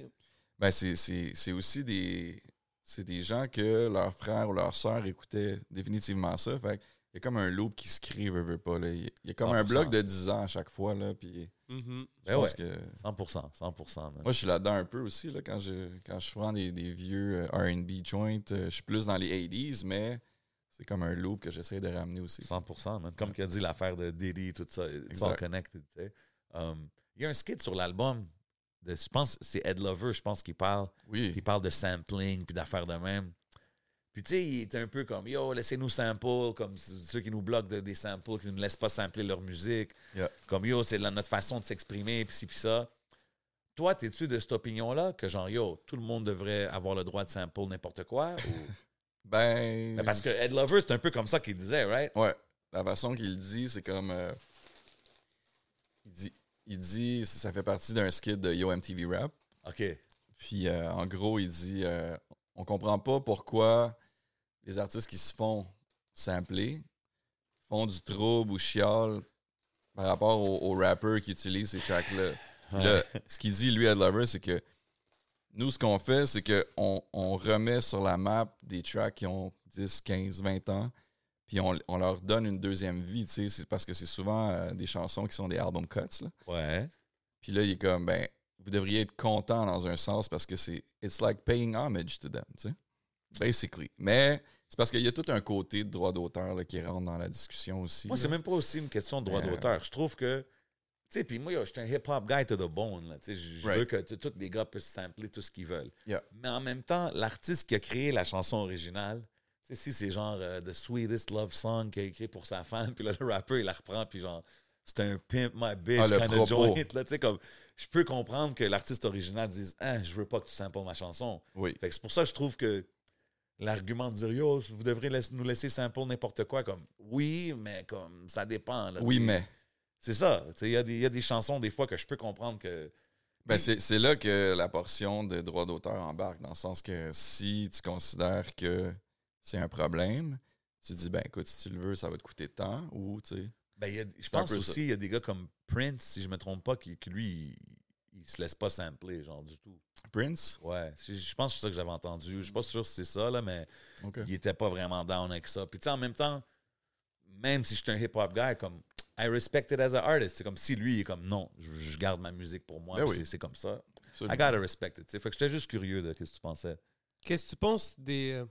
Speaker 5: Ben, c'est- c'est c'est aussi des. C'est des gens que leurs frères ou leurs sœurs écoutaient définitivement ça. Fait que il y a comme un loop qui se crée, veux, veux pas. là. Il y a- il y a comme un
Speaker 3: 100%.
Speaker 5: bloc de 10 ans à chaque fois. Là, puis
Speaker 4: Mhm.
Speaker 5: je
Speaker 3: Ben
Speaker 5: pense
Speaker 3: ouais.
Speaker 5: que
Speaker 3: 100%, 100%. man.
Speaker 5: Moi, je suis là-dedans un peu aussi. Là, quand, je, quand je prends des, des vieux euh, RB joints, euh, je suis plus dans les 80s, mais c'est comme un loop que j'essaie de ramener aussi.
Speaker 3: 100%, man. Comme qu'a dit l'affaire de Diddy, tout ça, it's all
Speaker 5: Exact.
Speaker 3: connected, tu sais. Um, Il y a un skit sur l'album, de- je pense, c'est Ed Lover, je pense, qui parle,
Speaker 5: Oui.
Speaker 3: il parle de sampling, puis d'affaires de même. Puis tu sais, il est un peu comme, yo, laissez-nous sample, comme ceux qui nous bloquent de- des samples, qui ne nous laissent pas sampler leur musique.
Speaker 5: Yeah.
Speaker 3: Comme, yo, c'est la- notre façon de s'exprimer, puis ci, puis ça. Toi, t'es-tu de cette opinion-là, que genre, yo, tout le monde devrait avoir le droit de sample n'importe quoi? ou-
Speaker 5: Ben.
Speaker 3: Mais parce que Ed Lover, c'est un peu comme ça qu'il disait, right?
Speaker 5: Ouais. La façon qu'il le dit, c'est comme. euh, il dit, il dit ça fait partie d'un skit de Yo MTV Rap.
Speaker 3: OK.
Speaker 5: Puis euh, en gros, il dit euh, on comprend pas pourquoi les artistes qui se font sampler font du trouble ou chialent par rapport aux, aux rappeurs qui utilisent ces tracks-là. Puis là, ce qu'il dit, lui, Ed Lover, c'est que nous, ce qu'on fait, c'est qu'on on remet sur la map des tracks qui ont 10, 15, 20 ans, puis on, on leur donne une deuxième vie, tu sais, c'est parce que c'est souvent euh, des chansons qui sont des album cuts, là.
Speaker 3: Ouais.
Speaker 5: Puis là, il est comme, ben, vous devriez être content dans un sens parce que c'est, it's like paying homage to them, tu sais. Basically. Mais c'est parce qu'il y a tout un côté de droit d'auteur là, qui rentre dans la discussion aussi.
Speaker 3: Moi, c'est
Speaker 5: là.
Speaker 3: même pas aussi une question de droit
Speaker 5: Euh.
Speaker 3: d'auteur. Je trouve que. Tu sais, puis moi, yo, je suis un hip-hop guy to the bone. là. Tu sais, Je je
Speaker 5: Right.
Speaker 3: veux que t- tous les gars puissent sampler tout ce qu'ils veulent.
Speaker 5: Yeah.
Speaker 3: Mais en même temps, l'artiste qui a créé la chanson originale, tu sais, si c'est genre euh, The Sweetest Love Song qu'il a écrit pour sa femme, puis là, le rappeur, il la reprend, puis genre, c'est un pimp my bitch
Speaker 5: Ah, le
Speaker 3: kind
Speaker 5: propos.
Speaker 3: of joint. là, tu sais, comme, je peux comprendre que l'artiste original dise Ah, je veux pas que tu samples ma chanson.
Speaker 5: Oui.
Speaker 3: Fait que c'est pour ça que je trouve que l'argument de dire Yo, vous devrez laisse- nous laisser sample n'importe quoi, comme oui, mais comme ça dépend. là,
Speaker 5: Oui,
Speaker 3: tu sais.
Speaker 5: mais.
Speaker 3: C'est ça. tu sais, Il y, a des- il y a des chansons, des fois, que je peux comprendre que.
Speaker 5: Ben, c'est, c'est là que la portion de droit d'auteur embarque, dans le sens que si tu considères que c'est un problème, tu dis, ben écoute, si tu le veux, ça va te coûter tant, ou, tu sais.
Speaker 3: Ben, il y a- je
Speaker 5: C'est un
Speaker 3: pense
Speaker 5: peu
Speaker 3: aussi,
Speaker 5: ça.
Speaker 3: il y a des gars comme Prince, si je me trompe pas, qui, qui, lui, il, il se laisse pas sampler, genre du tout.
Speaker 5: Prince?
Speaker 3: Ouais. Je, je pense que c'est ça que j'avais entendu. Je suis pas sûr si c'est ça, là, mais
Speaker 5: OK.
Speaker 3: il était pas vraiment down avec ça. Puis, tu sais, en même temps, même si je suis un hip-hop guy, comme. I respect it as an artist. C'est comme si lui, il est comme non, je, je garde ma musique pour moi.
Speaker 5: Ben
Speaker 3: puis
Speaker 5: oui.
Speaker 3: c'est- C'est comme ça.
Speaker 5: Absolument.
Speaker 3: I gotta respect it. tu sais. Fait que j'étais juste curieux de ce que tu pensais.
Speaker 4: Qu'est-ce que tu penses des, euh,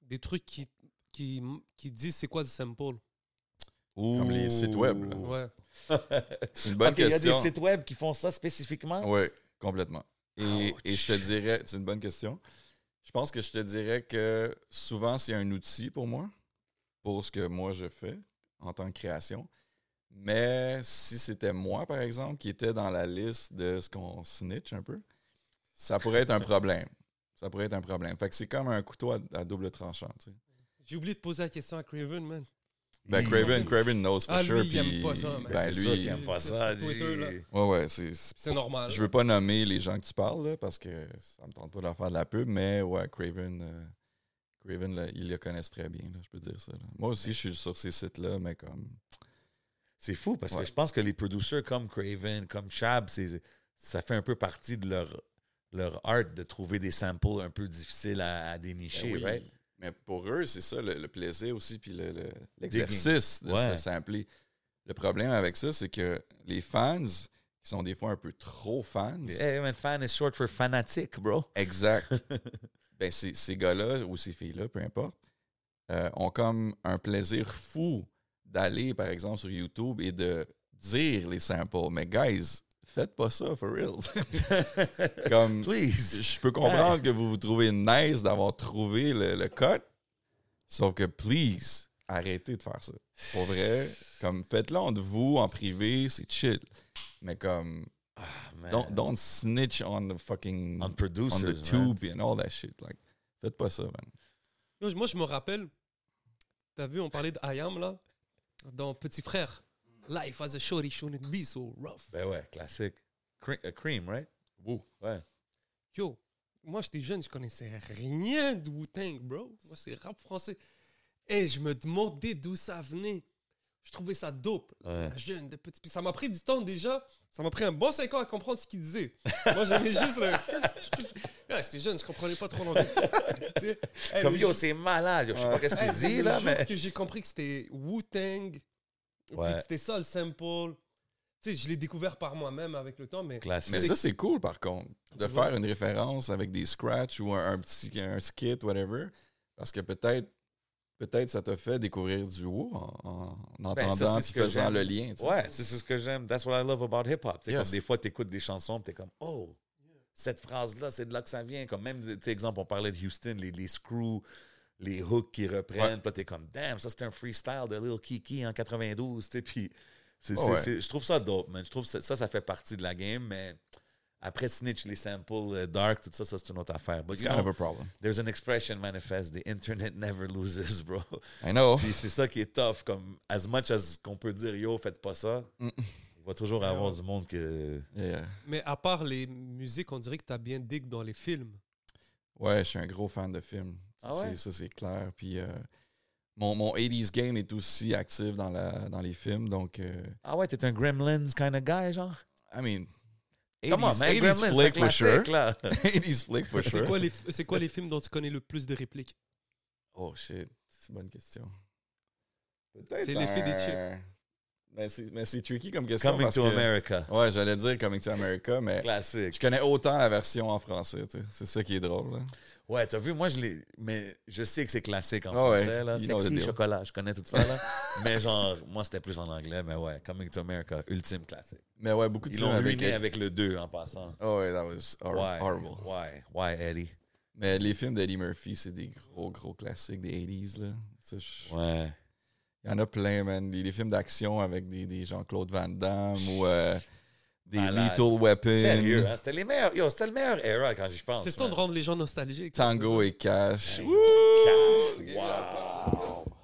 Speaker 4: des trucs qui, qui, qui disent c'est quoi du sample?
Speaker 5: Comme les sites web, là.
Speaker 4: Ouais.
Speaker 5: C'est une bonne
Speaker 3: Ok, Il y a
Speaker 5: question.
Speaker 3: des sites web qui font ça
Speaker 4: Ah
Speaker 3: spécifiquement.
Speaker 5: Oui, complètement. Et,
Speaker 3: Ouch.
Speaker 5: et je te dirais, c'est une bonne question. Je pense que je te dirais que souvent, c'est un outil pour moi, pour ce que moi je fais en tant que création. Mais si c'était moi, par exemple, qui était dans la liste de ce qu'on snitch un peu, ça pourrait être un problème. Ça pourrait être un problème. Fait que c'est comme un couteau à, à double tranchant. tu sais.
Speaker 4: J'ai oublié de poser la question à Craven, man.
Speaker 5: Ben,
Speaker 3: Il-
Speaker 5: Craven, Craven knows for
Speaker 4: Ah,
Speaker 5: sure.
Speaker 4: lui, il aime
Speaker 5: puis-
Speaker 4: pas ça, man.
Speaker 5: Ben,
Speaker 3: c'est
Speaker 5: lui,
Speaker 3: sûr qu'il aime pas
Speaker 4: c'est
Speaker 3: ça.
Speaker 4: sur Twitter,
Speaker 3: j'ai-
Speaker 4: là.
Speaker 5: ouais, ouais, c'est- c'est
Speaker 4: C'est normal.
Speaker 5: Je veux pas nommer les gens que tu parles, là, parce que ça me tente pas de leur faire de la pub, mais ouais, Craven, euh, Craven là, ils le connaissent très bien, là, je peux dire ça. là. Moi aussi, je suis sur ces sites-là, mais comme. ben
Speaker 3: C'est fou parce
Speaker 5: Ouais.
Speaker 3: que je pense que les producers comme Craven, comme Chab, c'est- ça fait un peu partie de leur, leur art de trouver des samples un peu difficiles à, à dénicher,
Speaker 5: Ben oui.
Speaker 3: right?
Speaker 5: Mais pour eux, c'est ça, le, le plaisir aussi, puis le- le- l'exercice de
Speaker 3: Ouais.
Speaker 5: se sampler. Le problème avec ça, c'est que les fans, qui sont des fois un peu trop fans,
Speaker 3: Hey, man, fan is short for fanatic, bro.
Speaker 5: Exact. ben, ces, ces gars-là ou ces filles-là, peu importe, euh, ont comme un plaisir fou d'aller, par exemple, sur YouTube et de dire les samples. Mais, guys, faites pas ça, for real. comme,
Speaker 3: Please.
Speaker 5: je peux comprendre que vous vous trouvez nice d'avoir trouvé le, le cut, sauf que, please, arrêtez de faire ça. Pour vrai, comme, faites-le entre vous, en privé, c'est chill. Mais comme,
Speaker 3: Ah, Man.
Speaker 5: don't, don't snitch on the fucking...
Speaker 3: Euh. on producers,
Speaker 5: on the
Speaker 3: man.
Speaker 5: tube and all that shit. Like, faites pas ça, man.
Speaker 4: Yo, Moi, je me rappelle, t'as vu, on parlait de Ayam, là, dans Petit Frère. Life as a shorty shouldn't be so rough.
Speaker 3: Ben ouais, classique. Cre- euh, cream, right? Woo. Ouais.
Speaker 4: Yo, moi, j'étais jeune, je connaissais rien de Wu-Tang, bro. Moi, c'est rap français. Et je me demandais d'où ça venait. Je trouvais ça dope.
Speaker 3: Ouais.
Speaker 4: La jeune, de petit. Puis ça m'a pris du temps déjà. Ça m'a pris un bon 5 ans à comprendre ce qu'il disait. Moi, j'avais juste le. là, Ah, j'étais jeune, je comprenais pas trop l'anglais. Tu sais, hey,
Speaker 3: Comme
Speaker 4: le
Speaker 3: yo,
Speaker 4: jour-
Speaker 3: c'est malade. yo, Je sais
Speaker 5: Ouais.
Speaker 3: pas qu'est-ce qu'il
Speaker 4: hey,
Speaker 3: dit
Speaker 4: le
Speaker 3: là,
Speaker 4: jour
Speaker 3: mais.
Speaker 4: que j'ai compris que c'était Wu-Tang, puis
Speaker 3: Ouais.
Speaker 4: que c'était ça le sample. Tu sais, je l'ai découvert par moi-même avec le temps, mais
Speaker 3: Classique.
Speaker 5: Mais ça, c'est cool, par contre, de
Speaker 4: Tu vois.
Speaker 5: faire une référence avec des scratchs ou un, un petit un skit, whatever, parce que peut-être peut-être ça te fait découvrir du haut en, en- en
Speaker 3: Ben, ça,
Speaker 5: entendant
Speaker 3: c'est
Speaker 5: puis
Speaker 3: ce que
Speaker 5: faisant
Speaker 3: j'aime.
Speaker 5: le lien. tu sais.
Speaker 3: Ouais, c'est c'est ce que j'aime. That's what I love about hip-hop. Tu sais,
Speaker 5: Yes.
Speaker 3: Comme des fois, tu écoutes des chansons, tu es comme, oh, cette phrase-là, c'est de là que ça vient. Comme même, tu sais, exemple, on parlait de Houston, les, les screws, les hooks qui reprennent. Puis là, tu es comme, damn, ça, c'était un freestyle de Lil Kiki en 92. tu sais, Puis c'est-
Speaker 5: Oh,
Speaker 3: c'est-
Speaker 5: ouais.
Speaker 3: c'est- je trouve ça dope, man. Je trouve ça, ça, ça fait partie de la game, mais. Après Snitch, les samples, euh, Dark, tout ça, ça c'est une autre affaire. But
Speaker 5: It's
Speaker 3: you
Speaker 5: kind of
Speaker 3: know,
Speaker 5: a problem.
Speaker 3: there's an expression manifest, the internet never loses, bro.
Speaker 5: I know.
Speaker 3: Puis c'est ça qui est tough. Comme, as much as qu'on peut dire, yo, faites pas ça,
Speaker 5: Mm.
Speaker 3: il va toujours avoir du monde que.
Speaker 5: Yeah.
Speaker 4: Mais à part les musiques, on dirait que tu as bien dig dans les films.
Speaker 5: Ouais, je suis un gros fan de films.
Speaker 3: Ah ouais?
Speaker 5: C'est- Ça, c'est clair. Puis euh, mon, mon 80s game est aussi actif dans, la, dans les films, donc... euh,
Speaker 3: Ah ouais, t'es un Gremlins kind of guy, genre?
Speaker 5: I mean... 80s,
Speaker 3: Comment, man?
Speaker 5: 80s
Speaker 3: Gremlins, c'est un
Speaker 5: flick for sure.
Speaker 3: classique, là.
Speaker 5: 80s flick for
Speaker 4: C'est
Speaker 5: sure.
Speaker 4: quoi, les, c'est quoi les films dont tu connais le plus de répliques
Speaker 5: Oh shit, c'est une bonne question.
Speaker 4: C'est l'effet des chips.
Speaker 5: un- Mais c'est- Mais c'est tricky comme question.
Speaker 3: Coming
Speaker 5: parce
Speaker 3: to
Speaker 5: que-
Speaker 3: America.
Speaker 5: Ouais, j'allais dire Coming to America, mais je
Speaker 3: Classique.
Speaker 5: connais autant la version en français. tu sais. C'est ça qui est drôle. hein. là.
Speaker 3: Ouais, t'as vu, moi, je l'ai. Mais je sais que c'est classique en
Speaker 5: Ah ouais,
Speaker 3: français, là.
Speaker 5: you know the
Speaker 3: Sexy,
Speaker 5: deal.
Speaker 3: chocolat, je connais tout ça, là. mais genre, moi, c'était plus en anglais, mais ouais, Coming to America, ultime classique.
Speaker 5: Mais ouais, beaucoup de
Speaker 3: Ils
Speaker 5: films
Speaker 3: l'ont
Speaker 5: avec.
Speaker 3: ruiné avec le 2 en passant.
Speaker 5: Oh ouais, that was hor-
Speaker 3: Ouais.
Speaker 5: horrible.
Speaker 3: Ouais, ouais, Eddie.
Speaker 5: Mais les films d'Eddie Murphy, c'est des gros, gros classiques des 80s. Là. Ça, je-
Speaker 3: Ouais.
Speaker 5: Il y en a plein, man. Les, les films d'action avec des, des Jean-Claude Van Damme ou euh, des
Speaker 3: Malade.
Speaker 5: Lethal Weapon.
Speaker 3: Sérieux, hein? C'était les meilleurs. Yo, c'était le meilleur era quand j'y pense.
Speaker 4: C'est le temps de
Speaker 3: man.
Speaker 4: rendre les gens nostalgiques.
Speaker 5: Tango et Cash.
Speaker 3: Ben
Speaker 5: Wouh!
Speaker 3: Cash. Wow.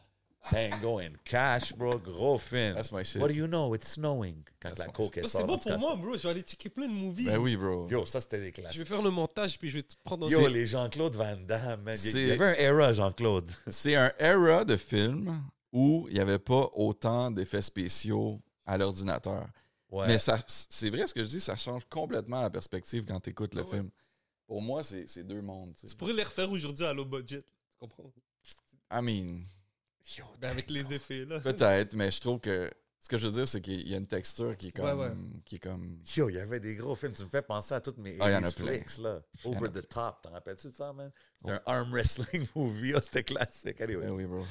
Speaker 3: Tango and Cash, bro. Gros film.
Speaker 5: That's my shit.
Speaker 3: What do you know? It's snowing. Quand
Speaker 5: That's
Speaker 3: la
Speaker 5: my
Speaker 3: coke est
Speaker 4: Ça,
Speaker 3: sort,
Speaker 4: c'est
Speaker 3: en
Speaker 4: bon
Speaker 3: tout
Speaker 4: pour
Speaker 3: cas,
Speaker 4: moi, bro. Je vais aller checker plein de movies.
Speaker 5: Ben oui, bro.
Speaker 3: ça- Yo, ça, c'était des
Speaker 4: Je vais
Speaker 3: classiques.
Speaker 4: faire le montage, puis je vais tout prendre en
Speaker 3: Yo,
Speaker 4: série.
Speaker 3: les Jean-Claude Van Damme, man. Il y- il y
Speaker 5: C'est-
Speaker 3: avait un era, Jean-Claude.
Speaker 5: C'est un era de film où il n'y avait pas autant d'effets spéciaux à l'ordinateur.
Speaker 3: Ouais.
Speaker 5: Mais ça, c'est vrai ce que je dis, ça change complètement la perspective quand tu écoutes le film. Pour moi, c'est c'est deux mondes. tu sais.
Speaker 4: Je pourrais les refaire aujourd'hui à low budget. Tu comprends
Speaker 5: I mean,
Speaker 3: Yo,
Speaker 4: Ben, Avec les effets, là.
Speaker 5: peut-être, mais je trouve que ce que je veux dire, c'est qu'il y a une texture qui est comme.
Speaker 4: Ouais, ouais.
Speaker 5: Qui est comme
Speaker 3: Yo, il y avait des gros films. Tu me fais penser à toutes mes
Speaker 5: Ah, il y en a
Speaker 3: 80s
Speaker 5: plein.
Speaker 3: flicks, là.
Speaker 5: y en a
Speaker 3: Over
Speaker 5: plein.
Speaker 3: the Top. T'en rappelles-tu de ça, man? C'était un arm wrestling movie. Oh, c'était classique. Anyway,
Speaker 5: Ben oui, bro.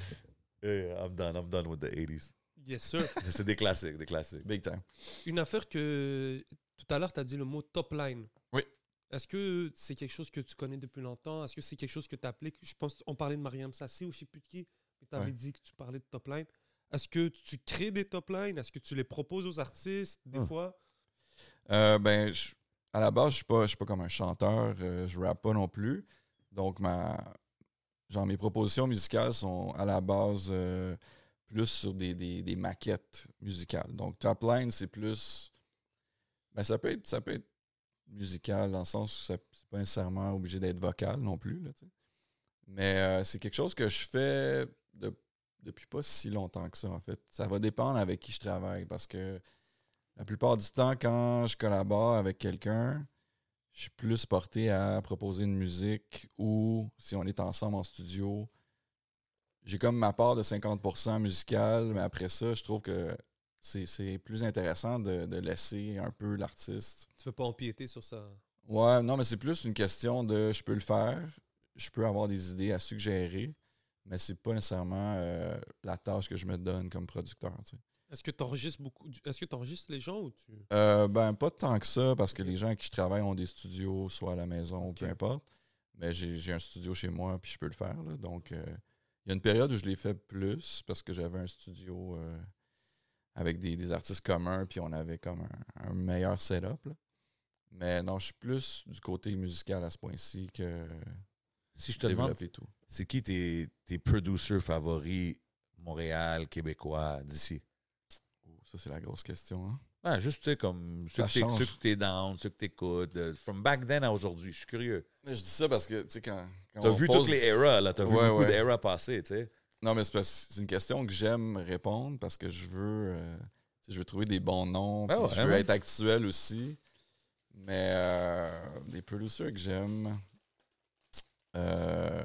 Speaker 3: I'm done. I'm done with the 80s.
Speaker 4: Yes, sir.
Speaker 3: Mais C'est des classiques, des classiques.
Speaker 5: Big time.
Speaker 4: Une affaire que tout à l'heure, tu as dit le mot top line.
Speaker 5: Oui.
Speaker 4: Est-ce que c'est quelque chose que tu connais depuis longtemps Est-ce que c'est quelque chose que tu appliques Je pense qu'on parlait de Mariam Sassi ou je sais plus de qui, mais tu avais
Speaker 5: Ouais.
Speaker 4: dit que tu parlais de top line. Est-ce que tu crées des top lines Est-ce que tu les proposes aux artistes des
Speaker 5: Hum.
Speaker 4: fois
Speaker 5: Euh, ben, je- à la base, je suis pas, je suis pas comme un chanteur, euh, je rappe pas non plus. Donc, ma, genre, mes propositions musicales sont à la base euh, plus sur des, des- des maquettes musicales. Donc, top line, c'est plus. Ben, ça peut être, ça peut être musical dans le sens où ça- c'est pas nécessairement obligé d'être vocal non plus. là, tu sais. Mais euh, c'est quelque chose que je fais de- depuis pas si longtemps que ça, en fait. Ça va dépendre avec qui je travaille parce que. La plupart du temps, quand je collabore avec quelqu'un, je suis plus porté à proposer une musique ou si on est ensemble en studio, j'ai comme ma part de 50% musicale, mais après ça, je trouve que c'est- c'est plus intéressant de, de laisser un peu l'artiste.
Speaker 4: Tu veux pas empiéter sur ça
Speaker 5: Ouais, non, mais c'est plus une question de je peux le faire, je peux avoir des idées à suggérer, mais c'est pas nécessairement euh, la tâche que je me donne comme producteur. tu sais.
Speaker 4: Est-ce que tu enregistres beaucoup du- Est-ce que tu enregistres les gens ou tu
Speaker 5: Euh, ben, pas tant que ça, parce que les gens avec qui je travaille ont des studios, soit à la maison,
Speaker 4: Ok.
Speaker 5: peu importe. Mais j'ai j'ai un studio chez moi, puis je peux le faire. là. Donc, euh, il y a une période où je l'ai fait plus, parce que j'avais un studio euh, avec des, des artistes communs, puis on avait comme un, un meilleur setup. là. Mais non, je suis plus du côté musical à ce point-ci que
Speaker 3: Si je te demande
Speaker 5: développer tout.
Speaker 3: C'est qui tes, tes producers favoris Montréal, Québécois, d'ici?
Speaker 5: Oh, ça, c'est la grosse question. hein.
Speaker 3: Ouais, juste, tu sais, comme ceux
Speaker 5: Ça
Speaker 3: que t'éc-
Speaker 5: change.
Speaker 3: ceux que t'es down, ceux que t'écoutes. euh, From back then à aujourd'hui, je suis curieux.
Speaker 5: Mais je dis ça parce que, tu sais, quand. quand
Speaker 3: T'as
Speaker 5: on
Speaker 3: vu
Speaker 5: pose-
Speaker 3: toutes les eras, là. T'as vu
Speaker 5: Ouais,
Speaker 3: beaucoup
Speaker 5: ouais.
Speaker 3: d'eras passer, tu sais.
Speaker 5: Non, mais c'est parce- c'est une question que j'aime répondre parce que je veux, euh, tu sais, je veux trouver des bons noms.
Speaker 3: Ben
Speaker 5: puis
Speaker 3: ouais,
Speaker 5: je veux
Speaker 3: ouais.
Speaker 5: être actuel aussi. Mais euh, des producers que j'aime, Euh,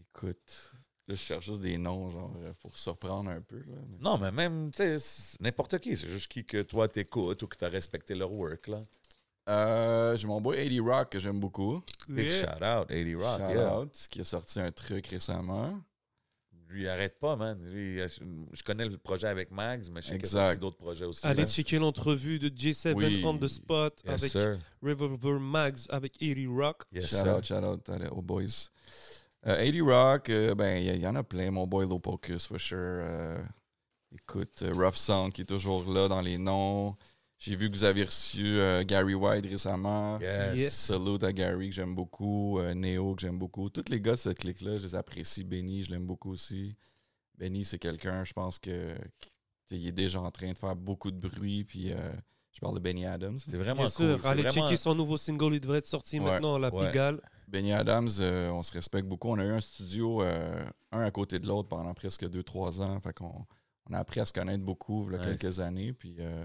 Speaker 5: Écoute, là, je cherche juste des noms, genre, euh, pour surprendre un peu. Là, mais-
Speaker 3: Non, mais même, tu sais, c'est n'importe qui. C'est juste qui que toi t'écoutes ou que t'as respecté leur work, là.
Speaker 5: Euh, J'ai mon boy 80 Rock que j'aime beaucoup.
Speaker 3: Big
Speaker 4: Yeah.
Speaker 3: shout out, 80 Rock.
Speaker 5: Shout
Speaker 3: yeah.
Speaker 5: out, qui a sorti un truc récemment.
Speaker 3: Lui, il arrête pas, man. Lui, il a- je connais le projet avec Mags, mais je sais qu'il y
Speaker 5: Exact.
Speaker 3: a sorti d'autres projets aussi.
Speaker 4: Allez
Speaker 3: là.
Speaker 4: checker l'entrevue de J7
Speaker 5: Oui.
Speaker 4: on the spot
Speaker 3: Yes,
Speaker 4: avec
Speaker 3: sir.
Speaker 4: Revolver Mags avec Eerie Rock.
Speaker 3: Yes,
Speaker 5: shout
Speaker 3: sir.
Speaker 5: out, shout out allez, aux boys. Euh, 80 Rock, euh, ben, il y, a- il y en a plein. Mon boy Low Pocus, for sure. Euh, écoute, euh, Rough Sound qui est toujours là dans les noms. J'ai vu que vous avez reçu euh, Gary White récemment.
Speaker 3: Yes.
Speaker 4: Yes.
Speaker 5: Salute à Gary que j'aime beaucoup, euh, Neo que j'aime beaucoup. Tous les gars de cette clique-là, je les apprécie. Benny, je l'aime beaucoup aussi. Benny, c'est quelqu'un, je pense que t'sais, il est déjà en train de faire beaucoup de bruit. Puis euh, je parle de Benny Adams.
Speaker 3: C'est vraiment
Speaker 4: Bien
Speaker 3: cool.
Speaker 4: sûr,
Speaker 3: C'est
Speaker 4: allez
Speaker 3: vraiment-
Speaker 4: checker son nouveau single, il devrait être sorti
Speaker 5: Ouais.
Speaker 4: maintenant à la
Speaker 3: Ouais.
Speaker 4: Pigalle.
Speaker 5: Benny Adams, euh, on se respecte beaucoup. On a eu un studio, euh, un à côté de l'autre, pendant presque 2-3 ans. Fait qu'on on a appris à se connaître beaucoup il y a
Speaker 3: Nice.
Speaker 5: quelques années. Puis euh,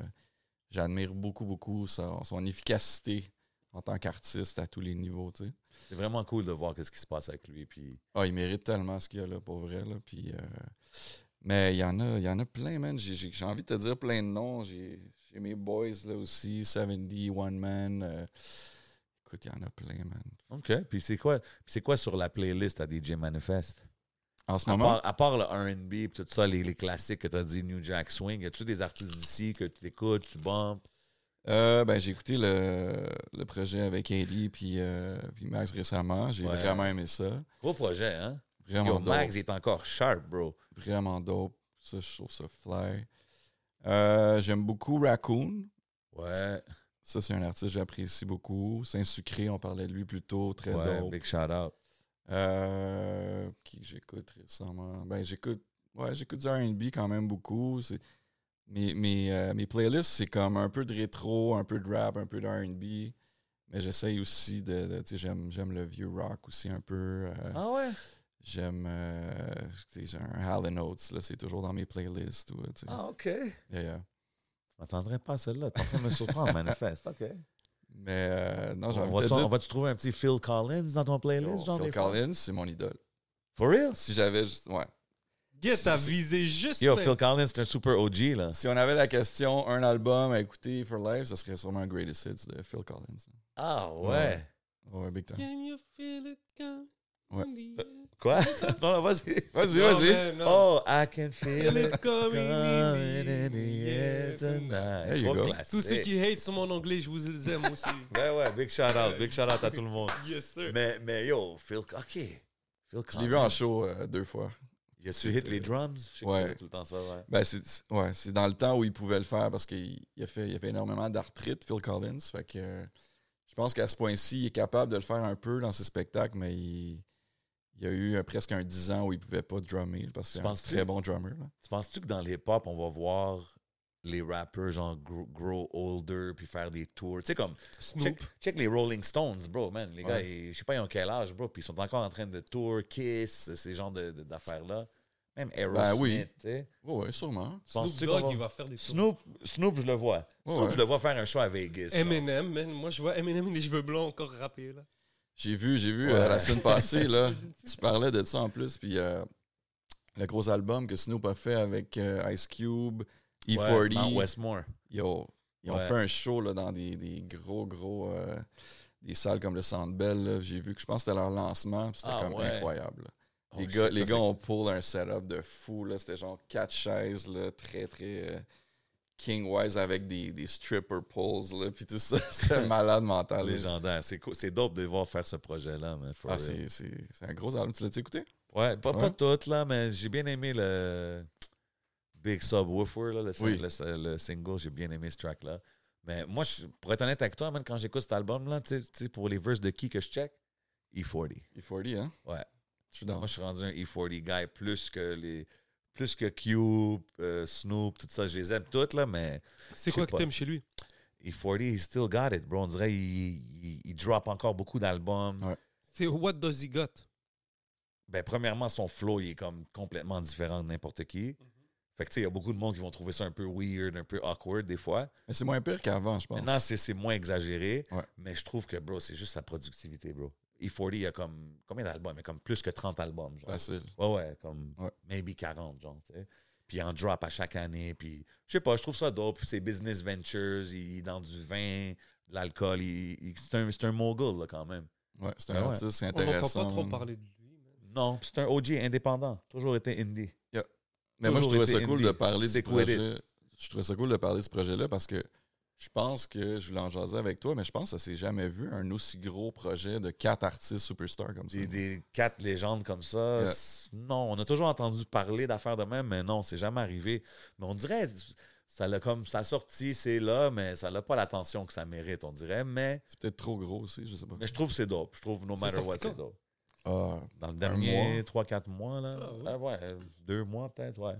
Speaker 5: j'admire beaucoup, beaucoup son, son efficacité en tant qu'artiste à tous les niveaux. tu sais.
Speaker 3: C'est vraiment cool de voir ce qui se passe avec lui. Puis...
Speaker 5: Ah, il mérite tellement ce qu'il y a là, pour vrai. Là. Puis, euh, Mais il y, en a, il y en a plein, man. J'ai- J'ai j'ai envie de te dire plein de noms. J'ai j'ai mes boys là aussi, 70, One Man. euh, Écoute, il y en a plein, man.
Speaker 3: OK. Puis c'est quoi, puis c'est quoi sur la playlist à DJ Manifest?
Speaker 5: En ce
Speaker 3: À
Speaker 5: moment,
Speaker 3: part, à part le RB et tout ça, les, les classiques que tu as dit, New Jack Swing, y a-tu des artistes d'ici que tu écoutes, tu bombes?
Speaker 5: euh, ben, j'ai écouté le, le projet avec Andy puis, euh, puis Max récemment. J'ai
Speaker 3: Ouais.
Speaker 5: vraiment aimé ça.
Speaker 3: Gros projet, hein?
Speaker 5: Vraiment
Speaker 3: Yo,
Speaker 5: dope.
Speaker 3: Max il est encore sharp, bro.
Speaker 5: Vraiment dope. Ça, je trouve ça fly. Euh, J'aime beaucoup Raccoon.
Speaker 3: Ouais.
Speaker 5: Ça, c'est un artiste que j'apprécie beaucoup. Saint-Sucré, on parlait de lui plus tôt. Très
Speaker 3: ouais
Speaker 5: dope.
Speaker 3: big shout out.
Speaker 5: Euh, qui que j'écoute récemment? Ben, j'écoute. Ouais, j'écoute du RB quand même beaucoup. C'est- Mes, mes, euh, mes playlists, c'est comme un peu de rétro, un peu de rap, un peu de RB. Mais j'essaye aussi de. de- tu sais, j'aime, j'aime le vieux rock aussi un peu. euh,
Speaker 3: Ah ouais?
Speaker 5: J'aime. euh, tu sais, un Hall Oates, là, c'est toujours dans mes playlists. ou, tu sais.
Speaker 3: Ah, OK. Je
Speaker 5: Yeah, yeah.
Speaker 3: m'attendrais pas à celle-là. T'es en train de me surprendre, Manifest. OK.
Speaker 5: Mais euh, non, j'ai
Speaker 3: On
Speaker 5: Ah, envie de
Speaker 3: va-tu
Speaker 5: te dire.
Speaker 3: on va-tu trouver un petit Phil Collins dans ton playlist,
Speaker 5: oh,
Speaker 3: genre
Speaker 5: Phil
Speaker 3: des fois?
Speaker 5: Collins, c'est mon idole.
Speaker 3: For real?
Speaker 5: Si j'avais juste. Ouais.
Speaker 4: Yeah,
Speaker 5: C'est-
Speaker 4: t'as
Speaker 5: c'est-
Speaker 4: visé juste.
Speaker 3: Yo,
Speaker 4: mais-
Speaker 3: Phil Collins, c'est un super OG, là.
Speaker 5: Si on avait la question, un album à écouter for life, ce serait sûrement Greatest Hits de Phil Collins.
Speaker 3: Ah ouais.
Speaker 5: Ouais. Ouais, big time.
Speaker 4: Can you feel it come
Speaker 5: Ouais.
Speaker 4: in the air?
Speaker 3: Quoi? non, non, vas-y.
Speaker 5: Vas-y,
Speaker 4: Non,
Speaker 5: vas-y.
Speaker 4: mais non.
Speaker 3: Oh, I can feel
Speaker 4: Feel
Speaker 3: it
Speaker 4: it coming
Speaker 3: coming
Speaker 4: in
Speaker 3: in the air
Speaker 4: the air.
Speaker 3: tonight.
Speaker 5: There you
Speaker 3: Gros
Speaker 5: go.
Speaker 3: classique.
Speaker 4: Tous ceux qui hate sur mon anglais, je vous les aime aussi.
Speaker 3: Ouais, ouais, big shout out. Big shout out à tout le monde.
Speaker 4: yes, sir.
Speaker 3: Mais, mais yo, Phil. OK. Phil
Speaker 5: Je
Speaker 3: Collins.
Speaker 5: l'ai vu en show euh, deux fois.
Speaker 3: Y a-tu hit les drums? Je sais
Speaker 5: Ouais.
Speaker 3: que c'est tout le temps ça, ouais.
Speaker 5: Ben, c'est c'est- ouais, c'est dans le temps où il pouvait le faire parce qu'il il a, fait- il a fait énormément d'arthrite, Phil Collins. Fait que euh, je pense qu'à ce point-ci, il est capable de le faire un peu dans ses spectacles, mais il, il y a eu euh, presque un 10 ans où il pouvait pas drummer parce que
Speaker 3: Tu
Speaker 5: c'est un
Speaker 3: penses-tu?
Speaker 5: très bon drummer. là.
Speaker 3: Tu penses-tu que dans les pop on va voir les rappers, genre, gr- grow older, puis faire des tours? Tu sais, comme.
Speaker 4: Snoop.
Speaker 3: Check, check les Rolling Stones, bro, man. Les gars,
Speaker 5: Ouais.
Speaker 3: ils- je sais pas, ils ont quel âge, bro, puis ils sont encore en train de tour, kiss, ces genres de- de- d'affaires-là. Même Aerosmith,
Speaker 5: oui.
Speaker 3: tu sais.
Speaker 5: Ouais, ouais, sûrement.
Speaker 4: Snoop
Speaker 3: Penses-tu qu'on
Speaker 4: Dogg,
Speaker 3: va-
Speaker 4: il va faire des choses.
Speaker 3: Snoop, Snoop, je le vois.
Speaker 5: Ouais,
Speaker 3: Snoop,
Speaker 5: ouais.
Speaker 3: je le vois faire un show à Vegas. genre.
Speaker 4: Eminem, man. Moi, je vois Eminem, les cheveux blancs encore râpés, là.
Speaker 5: J'ai vu, j'ai vu euh,
Speaker 3: Ouais.
Speaker 5: la semaine passée, là, tu parlais de ça en plus, puis euh, le gros album que Snoop a fait avec euh, Ice Cube,
Speaker 3: Ouais,
Speaker 5: E40,
Speaker 3: dans Westmore.
Speaker 5: yo, ils ont
Speaker 3: Ouais.
Speaker 5: fait un show là, dans des, des gros, gros, euh, des salles comme le Centre Bell. là. J'ai vu que je pense que c'était leur lancement, puis c'était
Speaker 3: Ah,
Speaker 5: comme
Speaker 3: ouais.
Speaker 5: incroyable. là. Les
Speaker 3: Oh,
Speaker 5: gars,
Speaker 3: shit,
Speaker 5: les
Speaker 3: ça,
Speaker 5: gars ont pull un setup de fou. là. C'était genre quatre chaises, là, très, très euh, king-wise avec des, des stripper poles, là, puis tout ça. C'était malade
Speaker 3: c'est
Speaker 5: mental. les gens.
Speaker 3: légendaire. C'est cool. C'est dope de voir faire ce projet-là, man. for
Speaker 5: Ah,
Speaker 3: real.
Speaker 5: c'est c'est- c'est un gros album. Tu l'as-tu écouté?
Speaker 3: Ouais, pas,
Speaker 5: Ouais.
Speaker 3: pas toutes, là, mais j'ai bien aimé le Big Subwoofer, là, le, sing-
Speaker 5: Oui.
Speaker 3: le- le single. J'ai bien aimé ce track-là. Mais moi, je, pour être honnête avec toi, man, quand j'écoute cet album-là, tu sais- tu sais, pour les verses de qui que je check, E40.
Speaker 5: E40, hein?
Speaker 3: Ouais.
Speaker 5: Je suis dans.
Speaker 3: Moi, je suis rendu un E40 guy plus que les. Plus que Cube, euh, Snoop, tout ça, je les aime toutes, là, mais
Speaker 4: C'est
Speaker 3: Je
Speaker 4: quoi
Speaker 3: sais
Speaker 4: que
Speaker 3: pas.
Speaker 4: t'aimes chez lui
Speaker 3: E40, he still got it, bro. On dirait il, il- il drop encore beaucoup d'albums.
Speaker 5: Ouais.
Speaker 4: C'est What Does He Got
Speaker 5: Mhm.
Speaker 3: Ben, premièrement, son flow, il est comme complètement différent de n'importe qui. Fait que, tu sais, il y a beaucoup de monde qui vont trouver ça un peu weird, un peu awkward des fois.
Speaker 5: Mais c'est moins pire qu'avant, je pense.
Speaker 3: Maintenant, c'est c'est moins exagéré.
Speaker 5: Ouais.
Speaker 3: Mais je trouve que, bro, c'est juste sa productivité, bro. E40, il y a comme. Combien d'albums? Il y a comme plus que 30 albums. Genre.
Speaker 5: Facile.
Speaker 3: Ouais, ouais, comme.
Speaker 5: Ouais.
Speaker 3: Maybe 40, genre, tu sais. Puis il en drop à chaque année. Puis, je sais pas, je trouve ça dope. Puis c'est business ventures, il est dans du vin, de l'alcool. il- il- C'est un, c'est un mogul, là, quand même.
Speaker 5: Ouais, c'est un
Speaker 3: Ah ouais.
Speaker 5: artiste
Speaker 4: On n'entend
Speaker 5: intéressant.
Speaker 4: pas trop parler de lui. mais-
Speaker 3: Non, puis c'est un OG indépendant. Toujours été indie.
Speaker 5: Mais moi, je
Speaker 3: toujours
Speaker 5: trouvais ça
Speaker 3: été
Speaker 5: cool
Speaker 3: indie.
Speaker 5: de parler
Speaker 3: C'est
Speaker 5: du
Speaker 3: quoi les-
Speaker 5: projet. Je trouvais ça cool de parler de ce projet-là parce que je pense que je voulais en jaser avec toi, mais je pense que ça s'est jamais vu un aussi gros projet de quatre artistes superstars comme ça.
Speaker 3: Des, des quatre légendes comme ça.
Speaker 5: Yeah.
Speaker 3: c'est- Non, on a toujours entendu parler d'affaires de même, mais non, c'est jamais arrivé. Mais on dirait, ça l'a comme sa sortie, c'est là, mais ça n'a pas l'attention que ça mérite, on dirait. Mais,
Speaker 5: C'est peut-être trop gros aussi, je sais pas.
Speaker 3: mais je trouve que c'est dope. Je trouve no matter
Speaker 4: sorti
Speaker 3: what,
Speaker 4: quand?
Speaker 3: c'est dope.
Speaker 5: Ah,
Speaker 3: Dans le
Speaker 5: mois?
Speaker 3: dernier 3-4 mois, là.
Speaker 4: Ah ouais.
Speaker 3: Ah ouais, euh, deux mois peut-être, ouais.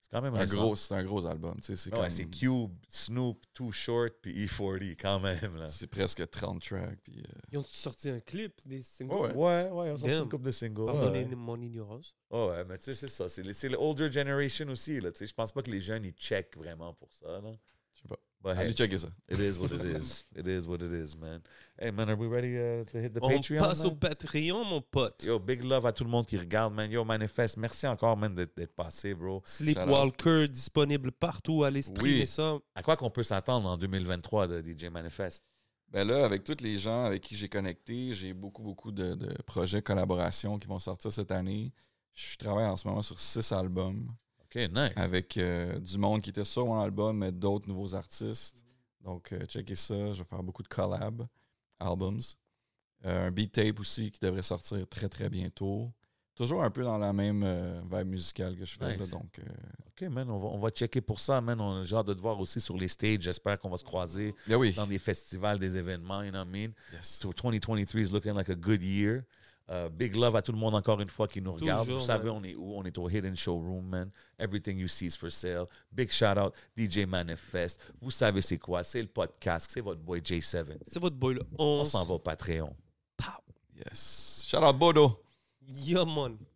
Speaker 3: C'est quand même
Speaker 5: un
Speaker 3: récent. Ah,
Speaker 5: gros, c'est un gros album. tu sais, C'est
Speaker 3: Ouais,
Speaker 5: comme-
Speaker 3: c'est Cube, Snoop, Too Short, puis E40 quand même, là.
Speaker 5: c'est presque 30 tracks. Puis, euh,
Speaker 4: Ils ont sorti un clip des singles.
Speaker 5: Ouais, ouais.
Speaker 3: Ouais, ouais, on a sorti
Speaker 4: Damn.
Speaker 3: une couple de singles. ouais.
Speaker 4: Pardonnez mon ignorance.
Speaker 3: Oh ouais, mais tu sais, c'est ça. C'est le- c'est le older generation aussi. Là, tu sais. je pense pas que les jeunes, ils checkent vraiment pour ça. Là.
Speaker 5: je sais pas.
Speaker 4: Ah,
Speaker 3: But hey,
Speaker 5: Allez checker ça.
Speaker 3: it is what it is. It is what it is, man. Hey, man, are we ready uh, to hit the
Speaker 4: On
Speaker 3: Patreon?
Speaker 4: passe
Speaker 3: man?
Speaker 4: au Patreon, mon pote.
Speaker 3: Yo, big love à tout le monde qui regarde, man. Yo, Manifest, merci encore, man, d'être d'être passé, bro.
Speaker 4: Sleepwalker disponible partout. Allez streamer
Speaker 5: Oui.
Speaker 4: ça.
Speaker 3: À quoi qu'on peut s'attendre en 2023 de DJ Manifest?
Speaker 5: Ben là, avec tous les gens avec qui j'ai connecté, j'ai beaucoup, beaucoup de, de projets, collaborations qui vont sortir cette année. Je travaille en ce moment sur six albums
Speaker 3: OK, nice.
Speaker 5: avec euh, du monde qui était sur mon album, mais d'autres nouveaux artistes. Donc, euh, checkez ça. Je vais faire beaucoup de collabs, albums. Euh, un beat tape aussi qui devrait sortir très, très bientôt. Toujours un peu dans la même euh, vibe musicale que je fais.
Speaker 3: Nice.
Speaker 5: là. donc, euh,
Speaker 3: OK, man, on va, on va checker pour ça, man. On a genre de te voir aussi sur les stages. J'espère qu'on va se croiser
Speaker 5: ben oui.
Speaker 3: dans des festivals, des événements, you know what I mean?
Speaker 5: Yes.
Speaker 3: So 2023 is looking like a good year. Uh, big love à tout le monde encore une fois qui nous regarde.
Speaker 4: Toujours,
Speaker 3: Vous savez,
Speaker 4: man.
Speaker 3: on est où? On est au Hidden Showroom, man. Everything you see is for sale. Big shout out, DJ Manifest. Vous savez c'est quoi? C'est le podcast. C'est votre boy J7.
Speaker 4: C'est votre boy le
Speaker 3: On
Speaker 4: 11.
Speaker 3: s'en va au Patreon.
Speaker 5: Yes. Shout out Bodo.
Speaker 4: Yeah, man.